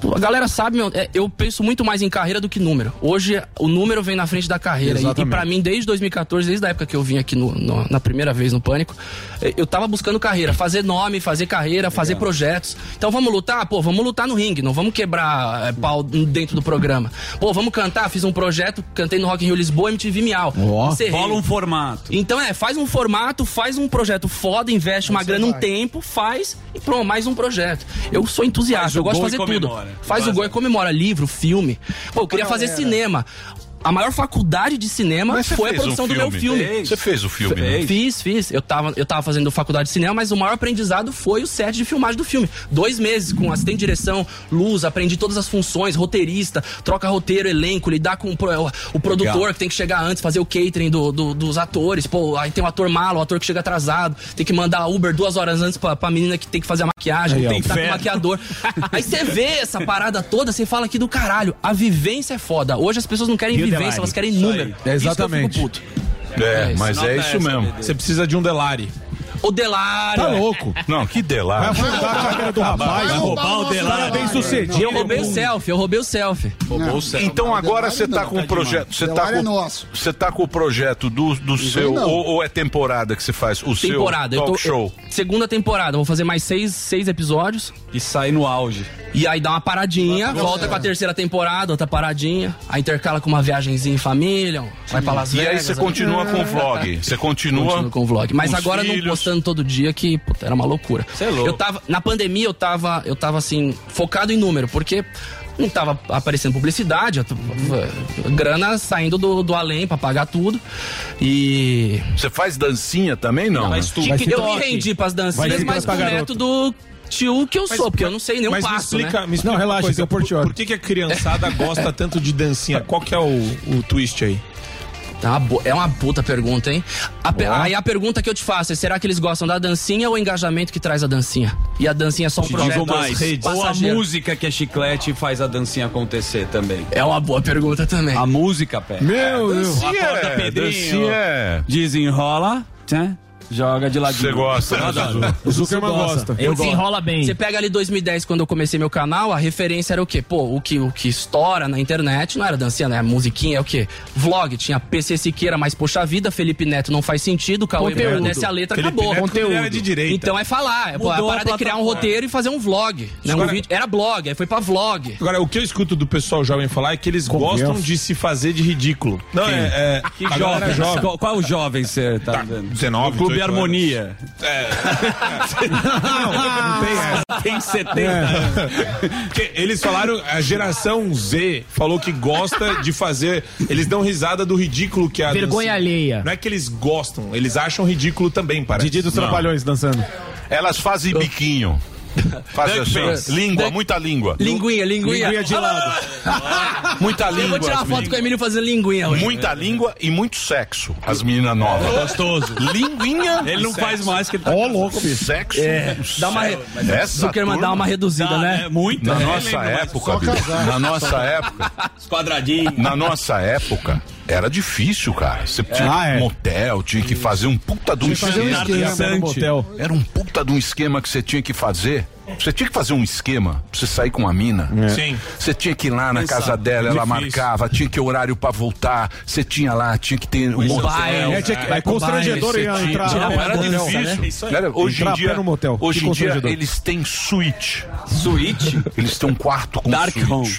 pô, a galera sabe, meu, eh, eu penso muito mais em carreira do que número. Hoje, o número vem na frente da carreira. E, e
Exatamente.
pra mim, desde 2014, desde a época que eu vim aqui no- no- na primeira vez no Pânico, eh, eu tava buscando carreira, fazer nome, fazer carreira, fazer projetos. Então vamos lutar? Pô, vamos lutar no ringue, não vamos quebrar eh, pau dentro do programa. Pô, vamos cantar? Fiz um projeto, cantei no Rock in Rio Lisboa, MTV Miau. Encerrei.
Rola um formato.
Então é, faz um formato, faz um projeto foda, investe uma grana, um tempo, faz e pronto, mais um projeto. Eu sou
Faz
entusiasta,
o
eu gosto de
gol
fazer
e
tudo.
comemora. é.
Faz o gol e comemora. Livro, filme. Pô, eu queria
Não,
fazer
era.
cinema. A maior faculdade de cinema
Mas você
foi a
fez um
produção do meu
filme.
filme.
Você fez o filme, né?
Fiz, Fiz, fiz. Eu tava, eu tava fazendo faculdade de cinema, mas o maior aprendizado foi o set de filmagem do filme. Dois meses com assistente de direção, luz, aprendi todas as funções, roteirista, troca roteiro, elenco, lidar com o, pro- o produtor que tem que chegar antes, fazer o catering do- do- dos atores. Pô, aí tem o ator malo, o ator que chega atrasado, tem que mandar Uber duas horas antes pra, pra menina que tem que fazer a maquiagem,
Aí, ó,
tem que estar com o
inferno.
maquiador. aí você vê essa parada toda, você fala aqui do caralho. A vivência é foda. Hoje as pessoas não querem
Rio
vivência,
Delari.
elas querem
Isso aí.
É,
número. Isso que eu fico
Exatamente.
puto.
É, mas
Nota
é isso
essa,
mesmo.
Você precisa de um Delari.
O Delário.
Tá
é.
louco.
Não, que delar.
Vai afundar a carreira do rapaz.
Vai roubar
Não,
o Delari.
cara bem sucedido.
Eu roubei o selfie, eu roubei o selfie.
Roubou o céu. Então agora você tá com o projeto. Você tá
Delário
com,
é
Você tá com o projeto do, do seu.
não.
Ou, ou é temporada que você faz? O
temporada.
seu
eu
talk
tô,
show.
eu- segunda temporada, vou fazer mais seis, seis episódios.
E sai no auge.
E aí dá uma paradinha, volta com a terceira temporada, outra paradinha. Aí intercala com uma viagenzinha em família, um- vai pra Las
e
Vegas.
aí você
né?
continua com
(laughs)
o vlog. Você continua.
Continuo com o vlog. Mas
com os
agora
filhos.
não postando todo dia, que puta, era uma loucura.
Cê é louco.
Eu tava, na pandemia eu tava, eu tava assim, focado em número, porque não tava aparecendo publicidade, eu t- grana saindo do, do além pra pagar tudo. E.
Você faz dancinha também? Não.
Mas tu- Vai
Eu
TikTok. me rendi pras dancinhas, Vai mas TikTok. com o método tio que eu sou, porque eu não sei nenhum
mas
passo,
Me explica,
né?
me explica
Não,
uma
relaxa,
coisa,
seu
por,
Portiolli.
por que, que
(laughs)
a criançada tá, gosta tanto de dancinha? Qual que é o, o twist aí?
Tá uma bo- é uma puta pergunta, hein? A pe- aí a pergunta que eu te faço é: será que eles gostam da dancinha ou o engajamento que traz a dancinha? E a dancinha é só um
Te digo
projeto
mais. Ou a
passageiro.
música que é chiclete e faz a dancinha acontecer também.
É uma boa pergunta também.
A música, pé.
Meu Deus.
Acorda,
é
Dancinha,
Pedrinho.
É, dancinha. é.
Desenrola. tchã, Joga de ladinho.
Você gosta, né,
Eu adoro.
Zuzu? O Zuckerman gosta. Eu gosto.
bem. Você pega ali 2010, quando eu comecei meu canal, a referência era o quê? Pô, o que, o que estoura na internet não era dancinha, né? Musiquinha é o quê? Vlog, tinha PC Siqueira, mas poxa vida, Felipe Neto não faz sentido, Cauê
Conteúdo.
desce a letra,
Felipe
acabou.
Neto, quando ele Conteúdo. era de direita.
Então é falar, é, pô, a
Mudou a
parada é criar um
plataforma.
roteiro e fazer um vlog. Né? Um
Agora-
vídeo. Era blog, aí foi pra vlog.
Agora, o que eu escuto do pessoal jovem falar é que eles gostam de se fazer de ridículo. Não,
Quem?
é. é
Que
a galera
jovem?
jovem.
Qual, qual o jovem você tá, vendo?
19,
O Clube
18 anos.
Harmonia.
Não, tem, 70.
É.
(laughs) Porque eles falaram, a geração Z falou que gosta de fazer. Eles dão risada do ridículo que é a
Vergonha alheia.
Não é que eles gostam, eles acham ridículo também, parece.
Didi dos
Não.
Trapalhões dançando.
(laughs)
Elas fazem biquinho. Faz assim, ó.
Duckface.
língua,
Duck-
muita língua.
Linguinha, linguinha. Olha lá, olha lá.
(laughs) Muita língua.
Eu vou tirar
as
foto com o Emílio fazendo linguinha hoje. É
Muita língua e muito sexo. As meninas novas.
Gostoso.
Linguinha.
Ele não faz mais que ele tá
Ó, louco, bicho. Sexo.
É, dá uma re- Zuckerman, dá uma reduzida, Dá, né? né? Muito,
Na
né?
nossa
Nem lembro mais.
época,
Só
bicho,
casar.
na
Só-
nossa época. (laughs) Os quadradinhos. Na nossa época. Era difícil, cara. Você tinha
Ah, é.
um motel, tinha que fazer um puta de um
Tinha que fazer um esquema no motel.
Era um puta de um esquema que você tinha que fazer. Você tinha que fazer um esquema pra você sair com a mina.
É. Sim.
Você tinha que ir lá na
Pensado.
casa dela, ela
Difícil.
marcava, tinha que horário pra voltar, você tinha lá, tinha que ter um
hotel, É, tinha que- vai é pro constrangedor baile, você ia entrar tinha- lá
Não,
na
era
dança,
difícil.
né? Isso aí.
Galera, hoje
Entrar
em
a
dia,
pé no motel, que
Hoje em dia
constrangedor.
eles têm suíte. Suíte? Eles têm um quarto com Dark suíte. Home.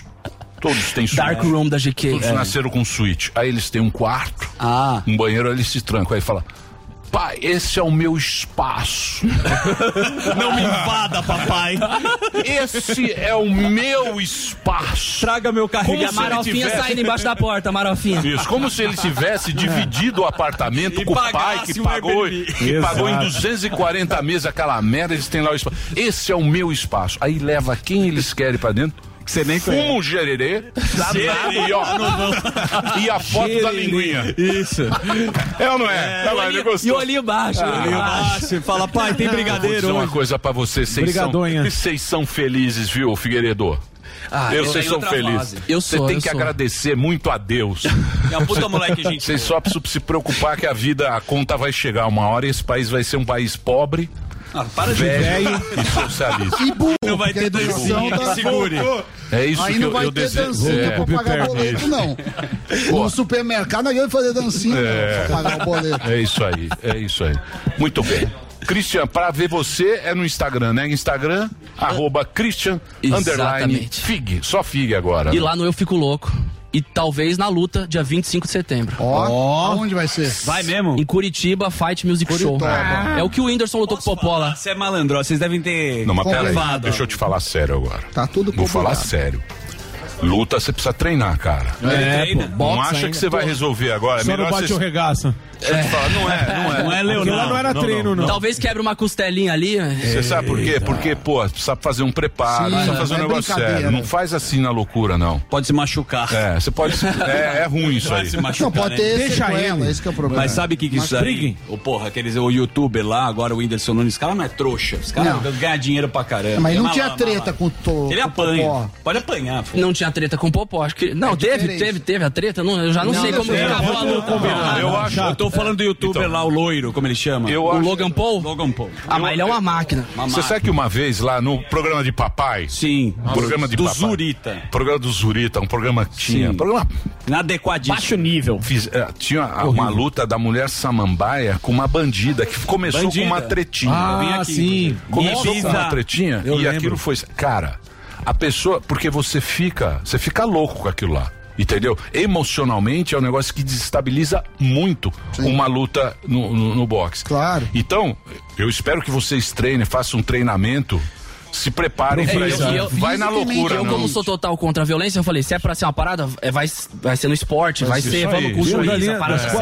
Todos têm suíte.
Dark room da GK.
Todos
É. Ah.
nasceram com suíte. Aí eles têm um quarto, um banheiro, aí eles se trancam. Aí fala. Pai, esse é o
(laughs)
meu espaço.
Não me invada, papai.
Esse
(laughs)
é o meu espaço.
Traga meu
carregador.
E a marofinha saindo embaixo da porta, a marofinha. É.
Isso, como se ele
(laughs)
tivesse dividido o apartamento com o pai
pagasse
que
um
pagou,
Airbnb.
que pagou em
Exato. (laughs)
240 meses aquela merda, eles têm lá o espaço. Esse é o meu espaço. Aí leva quem eles querem pra dentro. Que você nem Fuma um gererê, danado e ó. E a foto da linguinha. Isso. É ou não é? Tá lá, ele gostou.
E olhinho baixo.
Ah,
olhinho baixo.
você fala, pai,
tem brigadeiro
Vou dizer uma
hoje.
coisa pra vocês, vocês são,
Brigadonha.
vocês são felizes, viu, Figueiredo?
Ah,
eu,
eu
vocês
tenho
são
outra
felizes.
fase. Eu sou,
Você tem
eu
que
sou.
agradecer muito a Deus.
É uma puta moleque, gente.
Vocês só precisam se preocupar que a vida, a conta vai chegar uma hora e esse país vai ser um país pobre.
Ah,
para de
velho
velho.
e socialista.
E burro,
Não vai
é
porque
ter
a educação
dancinha
tá-
que segure. É isso
Aí
que
não
eu,
vai
eu
ter
desejo.
dancinha
É.
pra pagar boleto, não. No supermercado não ia fazer dancinha
É.
pra pagar o boleto.
É isso aí, é isso aí. Muito bem. Christian, pra ver você é no Instagram, né? Instagram, arroba Christian,
Exatamente.
underline, Fig. Só Fig agora.
E lá no Eu Fico Louco. E talvez na luta, dia 25 de setembro.
Ó, aonde vai ser?
Vai mesmo? Em Curitiba, Fight Music Show. É o que o Whindersson lutou com o Popola.
Você é malandro, vocês devem ter.
Não, mas peraí,
Comprovado.
deixa eu te falar sério agora.
Tá tudo
Vou falar
comprovado.
sério. Luta, você precisa treinar, cara.
É, pô,
Não
boxe
acha
ainda.
que você vai
Pô,
resolver agora. É
Só não
melhor
bate
você...
o regaço.
Deixa eu te falar, não é, não é.
Não é, Leonardo. Aquilo lá não era treino, não.
Talvez quebre uma costelinha ali. né?
Você sabe por quê? Porque, pô, precisa fazer um preparo,
Sim,
precisa
não
fazer um
é
negócio
brincadeira,
sério.
né?
Não faz assim na loucura, não.
Pode se machucar.
É, você pode.
(laughs)
(laughs) É, é ruim isso
Vai
aí.
se machucar, Não, pode né? ter
Deixa sequela, ele. esse que é o problema.
Mas sabe o que, que
Mas
isso aí?
briguem.
O porra, aqueles, o youtuber lá, agora o Whindersson Nunes, esse cara não é trouxa. Esse cara ganha dinheiro pra caramba.
Mas não
Mala-
tinha treta com o to-
Ele
com o Popó.
apanha. Pode apanhar, pô.
Não tinha treta com o Popó, acho que. Não, teve,
diferente.
teve, teve a treta. Não, eu já não,
Não,
sei
não
como
sei.
ficava
Vamos
a luta.
Ah,
combinar.
Ah,
Eu acho- Eu tô falando do youtuber lá, o loiro, como ele chama.
Eu
o
acho-
Logan Paul? Logan Paul.
Ah, mas ele é uma máquina.
Você sabe que uma vez lá no programa de papai. um
Sim.
Programa de
Do
papai.
Zurita.
Programa do Zurita, um programa que tinha.
Sim.
Programa.
Inadequadíssimo.
Baixo nível. tinha a- uma luta da mulher samambaia com uma bandida que começou
Bandida.
com uma tretinha.
Ah, Vim aqui, sim. inclusive.
Começou
Minha
com uma
pizza.
tretinha
Eu
e
lembro.
aquilo foi. Cara, a pessoa. Porque você fica. Você fica louco com aquilo lá. Entendeu? Emocionalmente é um negócio que desestabiliza muito uma luta no, no, no boxe. Claro. Então, eu espero que vocês treinem, façam um treinamento, se preparem
É,
pra
eu-
isso.
né?
eu-
Vai na loucura. né?
Eu,
não.
como sou total contra a violência, eu falei, se é pra ser uma parada, é, vai, vai ser no esporte, vai,
Isso
ser,
aí.
vamos com o
Isso
juiz,
aí.
a parada
É.
séria.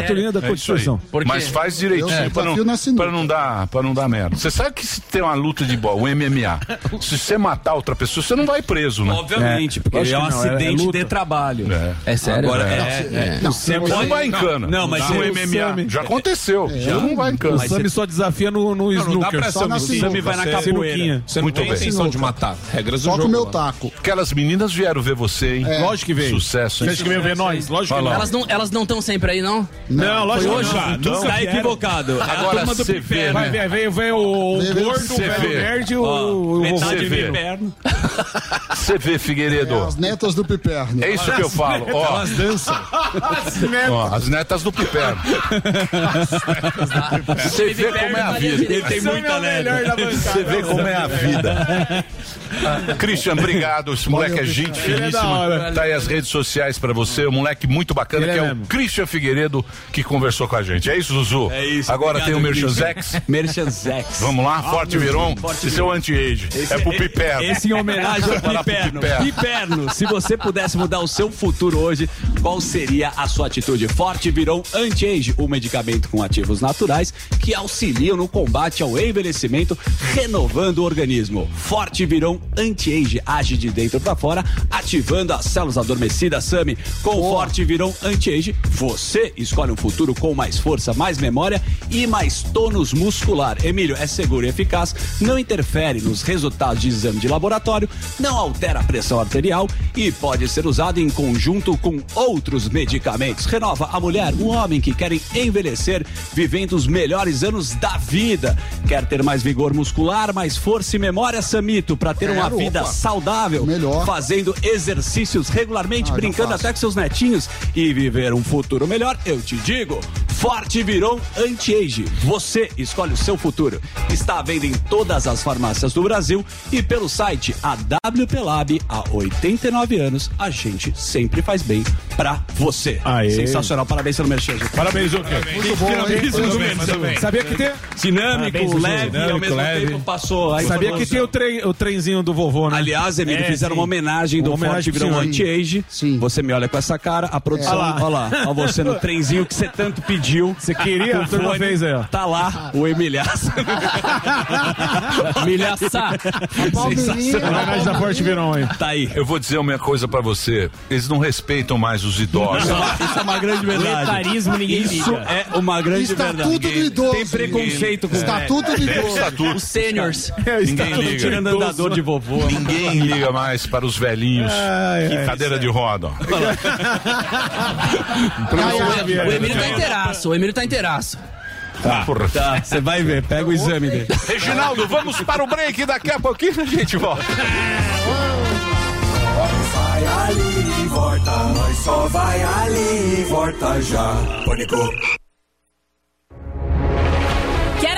É isso aí.
Porque-
Mas faz direitinho
É.
pra, não, pra não dar, pra não dar merda. Você sabe que se tem uma luta de bola, um MMA, se você matar outra pessoa, você não vai preso, né?
Obviamente, porque é um acidente de trabalho.
É,
sério? Agora,
É.
é,
Não,
é.
não, você não vai em cana.
Não, mas
Dá um
você-
MMA.
Sammy-
Já aconteceu. Você não vai em cana.
O
Mas
Sammy
você-
só desafia no, no
Não, não dá
snooker.
pra
só
Sammy.
na
O Sammy vai é na
sinuca,
capoeira.
sinuca.
Você não Muito tem bem. intenção de matar.
Regras
do jogo, mano.
taco.
Aquelas meninas vieram ver você, hein?
É. Lógico que veio.
Sucesso, hein? Olha lá.
Elas não elas não estão sempre aí, não?
Não, lógico
Foi
que não.
hoje?
Nunca
Tá
vieram.
equivocado.
Agora, você vê,
Vai
né?
ver, veio, veio o
Veio o
gordo, o
CV.
velho nerd e o-
Ó,
o
metade
vovô.
vem. Você vê, Figueiredo.
É,
As netas do Piperno.
É isso que eu falo. Ó,
Elas dançam.
As netas. Ó, as netas do Piperno. Você vê como é a vida.
Ele tem muita neta.
Você vê como é a vida. Christian, obrigado. Esse moleque é
Valeu,
gente
Christian. Ele é da
finíssima.
hora.
Tá aí as redes sociais pra você. Um moleque muito bacana,
Ele
que é
é
o Christian Figueiredo, que conversou com a gente. É isso, Zuzu?
É isso.
Agora tem o
obrigado,
Merchanzex.
(laughs) Merchanzex.
Vamos lá,
Ah,
Forte
meu
Viron.
Deus. Forte
Esse é o
Viron.
anti-age.
Esse
É pro
e-
Piperno. (laughs)
Esse em homenagem ao
Vai lá pro
Piperno.
Piperno.
Piperno, se você pudesse mudar o seu futuro hoje, qual seria a sua atitude? Forte virou anti-age, um medicamento com ativos naturais que auxiliam no combate ao envelhecimento, renovando o organismo. Forte virou anti-age, age de dentro para fora, ativando as células adormecidas, Sami. Com Forte virou anti-age, você escolhe um futuro com mais força, mais memória e mais tônus muscular. Emílio, é seguro e eficaz, não interfere nos resultados de exame de laboratório, não altera a pressão arterial e pode ser usado em conjunto com outros medicamentos. Renova a mulher, o homem que querem envelhecer, vivendo os melhores anos da vida. Quer ter mais vigor muscular, mais força e memória, Samito, para ter uma
Quero,
vida
opa.
saudável, fazendo exercícios regularmente,
Ah, já
brincando
faço.
até com seus netinhos e viver um futuro melhor, eu te digo. Forte Viron Anti-Age. Você escolhe o seu futuro. Está à venda em todas as farmácias do Brasil e pelo site AWP Lab. Há 89 anos, a gente sempre faz bem pra você. Sensacional. Parabéns pelo merchan. gente.
Parabéns, Zucker. Muito bom, hein?
Parabéns,
Muito
Zucker.
bem, muito bem.
Sabia que tem.
Dinâmico,
Parabéns, Zuzu.
leve, e ao
Dinâmico,
mesmo
leve.
tempo passou. a
Sabia que
informação.
tem o, trem, o trenzinho do vovô, né?
Aliás, Emílio,
É,
fizeram
sim.
uma homenagem do
Uma homenagem
Forte Virão
pro senhor.
Anti-Age. Você me olha com essa cara, a produção.
É.
Olha lá, olha lá, olha você
(laughs)
no trenzinho que você tanto pediu. Você
queria? A turma fez aí, ó.
Tá lá, o Emilhaça.
Milhaça.
(laughs)
Homenagem da Forte Virão aí.
Tá aí.
Eu vou dizer uma coisa pra você. Eles não respeitam mais os idosos.
Isso é uma grande verdade.
Etarismo, ninguém
Isso
liga.
é uma grande
Estatuto
verdade.
do idoso.
Tem preconceito com
Estatuto do
É,
idoso.
Estatuto.
Os seniors.
Ninguém liga.
tirando andador de vovô.
Ninguém liga mais para os velhinhos.
Ai,
Que
ai,
cadeira
(laughs)
de roda.
O Emílio tá inteiraço, o Emílio tá inteiraço.
Tá, tá, você vai ver, pega o exame dele.
Reginaldo, vamos para (laughs) o break. Daqui a pouquinho a gente volta.
Vai ali e volta, nós só vai ali e volta já. Pânico.
Quer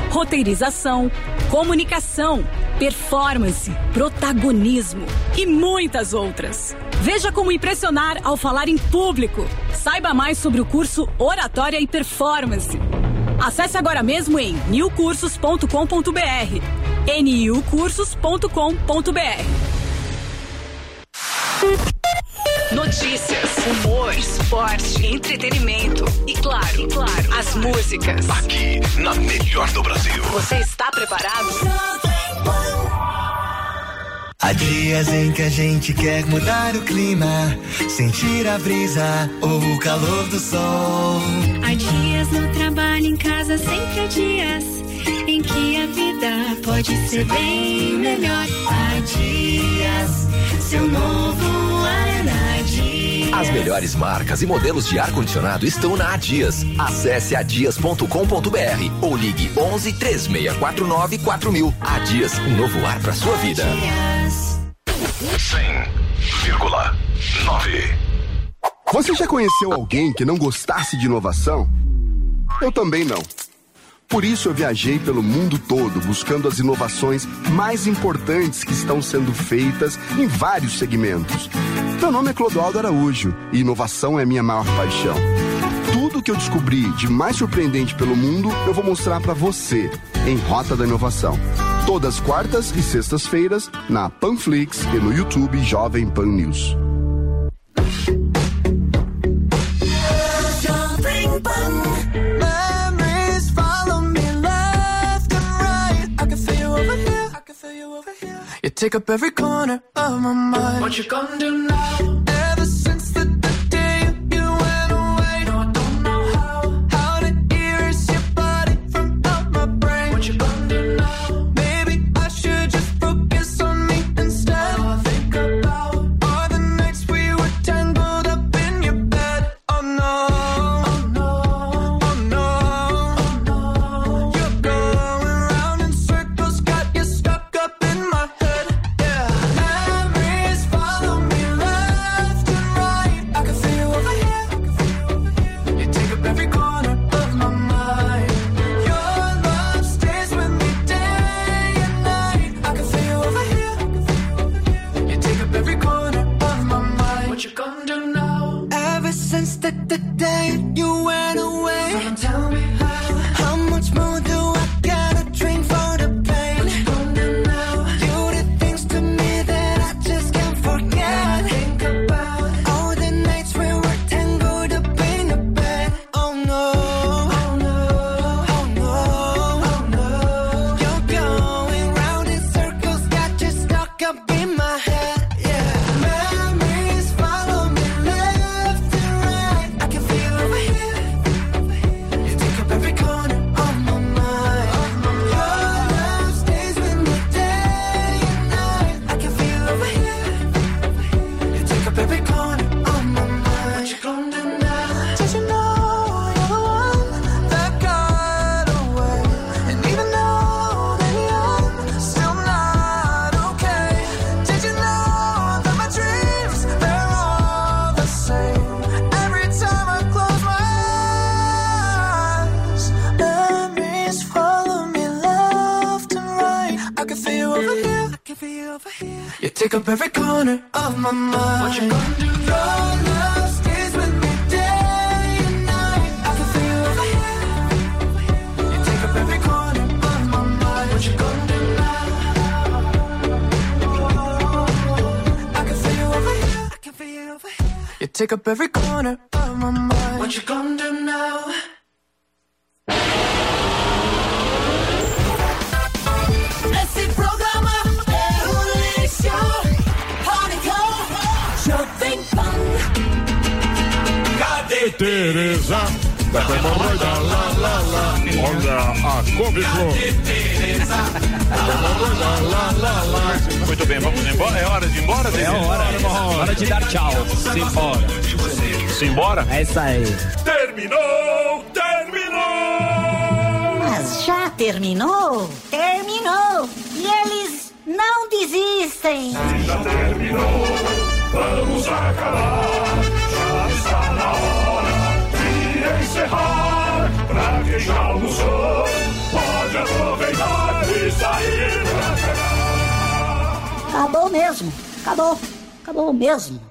roteirização, comunicação, performance, protagonismo e muitas outras. Veja como impressionar ao falar em público. Saiba mais sobre o curso Oratória e Performance. Acesse agora mesmo em newcursos.com.br. niucursos.com.br
Notícias, humor, esporte, entretenimento e claro, claro, as músicas.
Aqui, na melhor do Brasil.
Você está preparado?
Há dias em que a gente quer mudar o clima, sentir a brisa ou o calor do sol.
Há dias no trabalho, em casa, sempre há dias em que a vida pode ser bem melhor. Há dias, seu novo Anadias.
As melhores marcas e modelos de ar-condicionado estão na Adias. Acesse adias.com.br ou ligue 11 3649 4000. Adias, um novo ar para sua vida.
100,9. Você já conheceu alguém que não gostasse de inovação? Eu também não. Por isso eu viajei pelo mundo todo buscando as inovações mais importantes que estão sendo feitas em vários segmentos. Meu nome é Clodoaldo Araújo e inovação é minha maior paixão. Tudo que eu descobri de mais surpreendente pelo mundo eu vou mostrar para você em Rota da Inovação. Todas quartas e sextas-feiras na Panflix e no YouTube Jovem Pan News.
Memories follow me left and right. I can feel you over here. I can feel you over here. You take up every corner of my mind. What you gonna do now? Ever since the, the day you went away, no, I don't know how. How to erase your body from out my brain. What you gonna do now? Maybe I should just focus on me instead. All I think about are the nights we were tangled up in your bed. Oh no, oh no, oh no, oh no. You're going round in circles, got you stuck up in my head. Yeah, memories follow me left. day you went away. Someone tell me how. How much more do I gotta drink for the pain? You did things to me that I just can't forget. Think about all the nights we were tangled up in the bed. Oh no. Oh no. Oh no. Oh no. You're going round in circles, got you stuck up in my head. Yeah. Memories follow me left and right. I can feel over here. You take up every corner of my mind. Your love stays with me day and night. I can feel over here. You take up every corner of my mind. What you gonna do now? Did you know you're the one that got away? And even though maybe I'm still not okay, did you know that my dreams they're all the same? Every time I close my eyes, memories follow me left and right. I can feel you over here. I can feel you over here. You take up every corner of my mind. What you gonna do? Your love stays with me day and night. I can feel you over here. You take up every corner of my mind. What you gonna do now? I can feel you over here. I can feel you over here. You take up every corner of my mind. What you gonna do now? Esse programa é um lixo. Pânico, Jovem Pan.
Cadê Tereza? Olha a cômico. Muito bem, vamos embora. É hora de ir embora, Tá
É hora, é hora de dar tchau. Simbora.
Simbora?
É isso aí.
Terminou! Terminou!
Mas já terminou? Terminou! E eles não desistem!
Terminou, vamos acabar. Já está na hora de encerrar. Pra quem já almoçou, pode aproveitar e sair pra cá.
Acabou mesmo! Acabou! Acabou mesmo!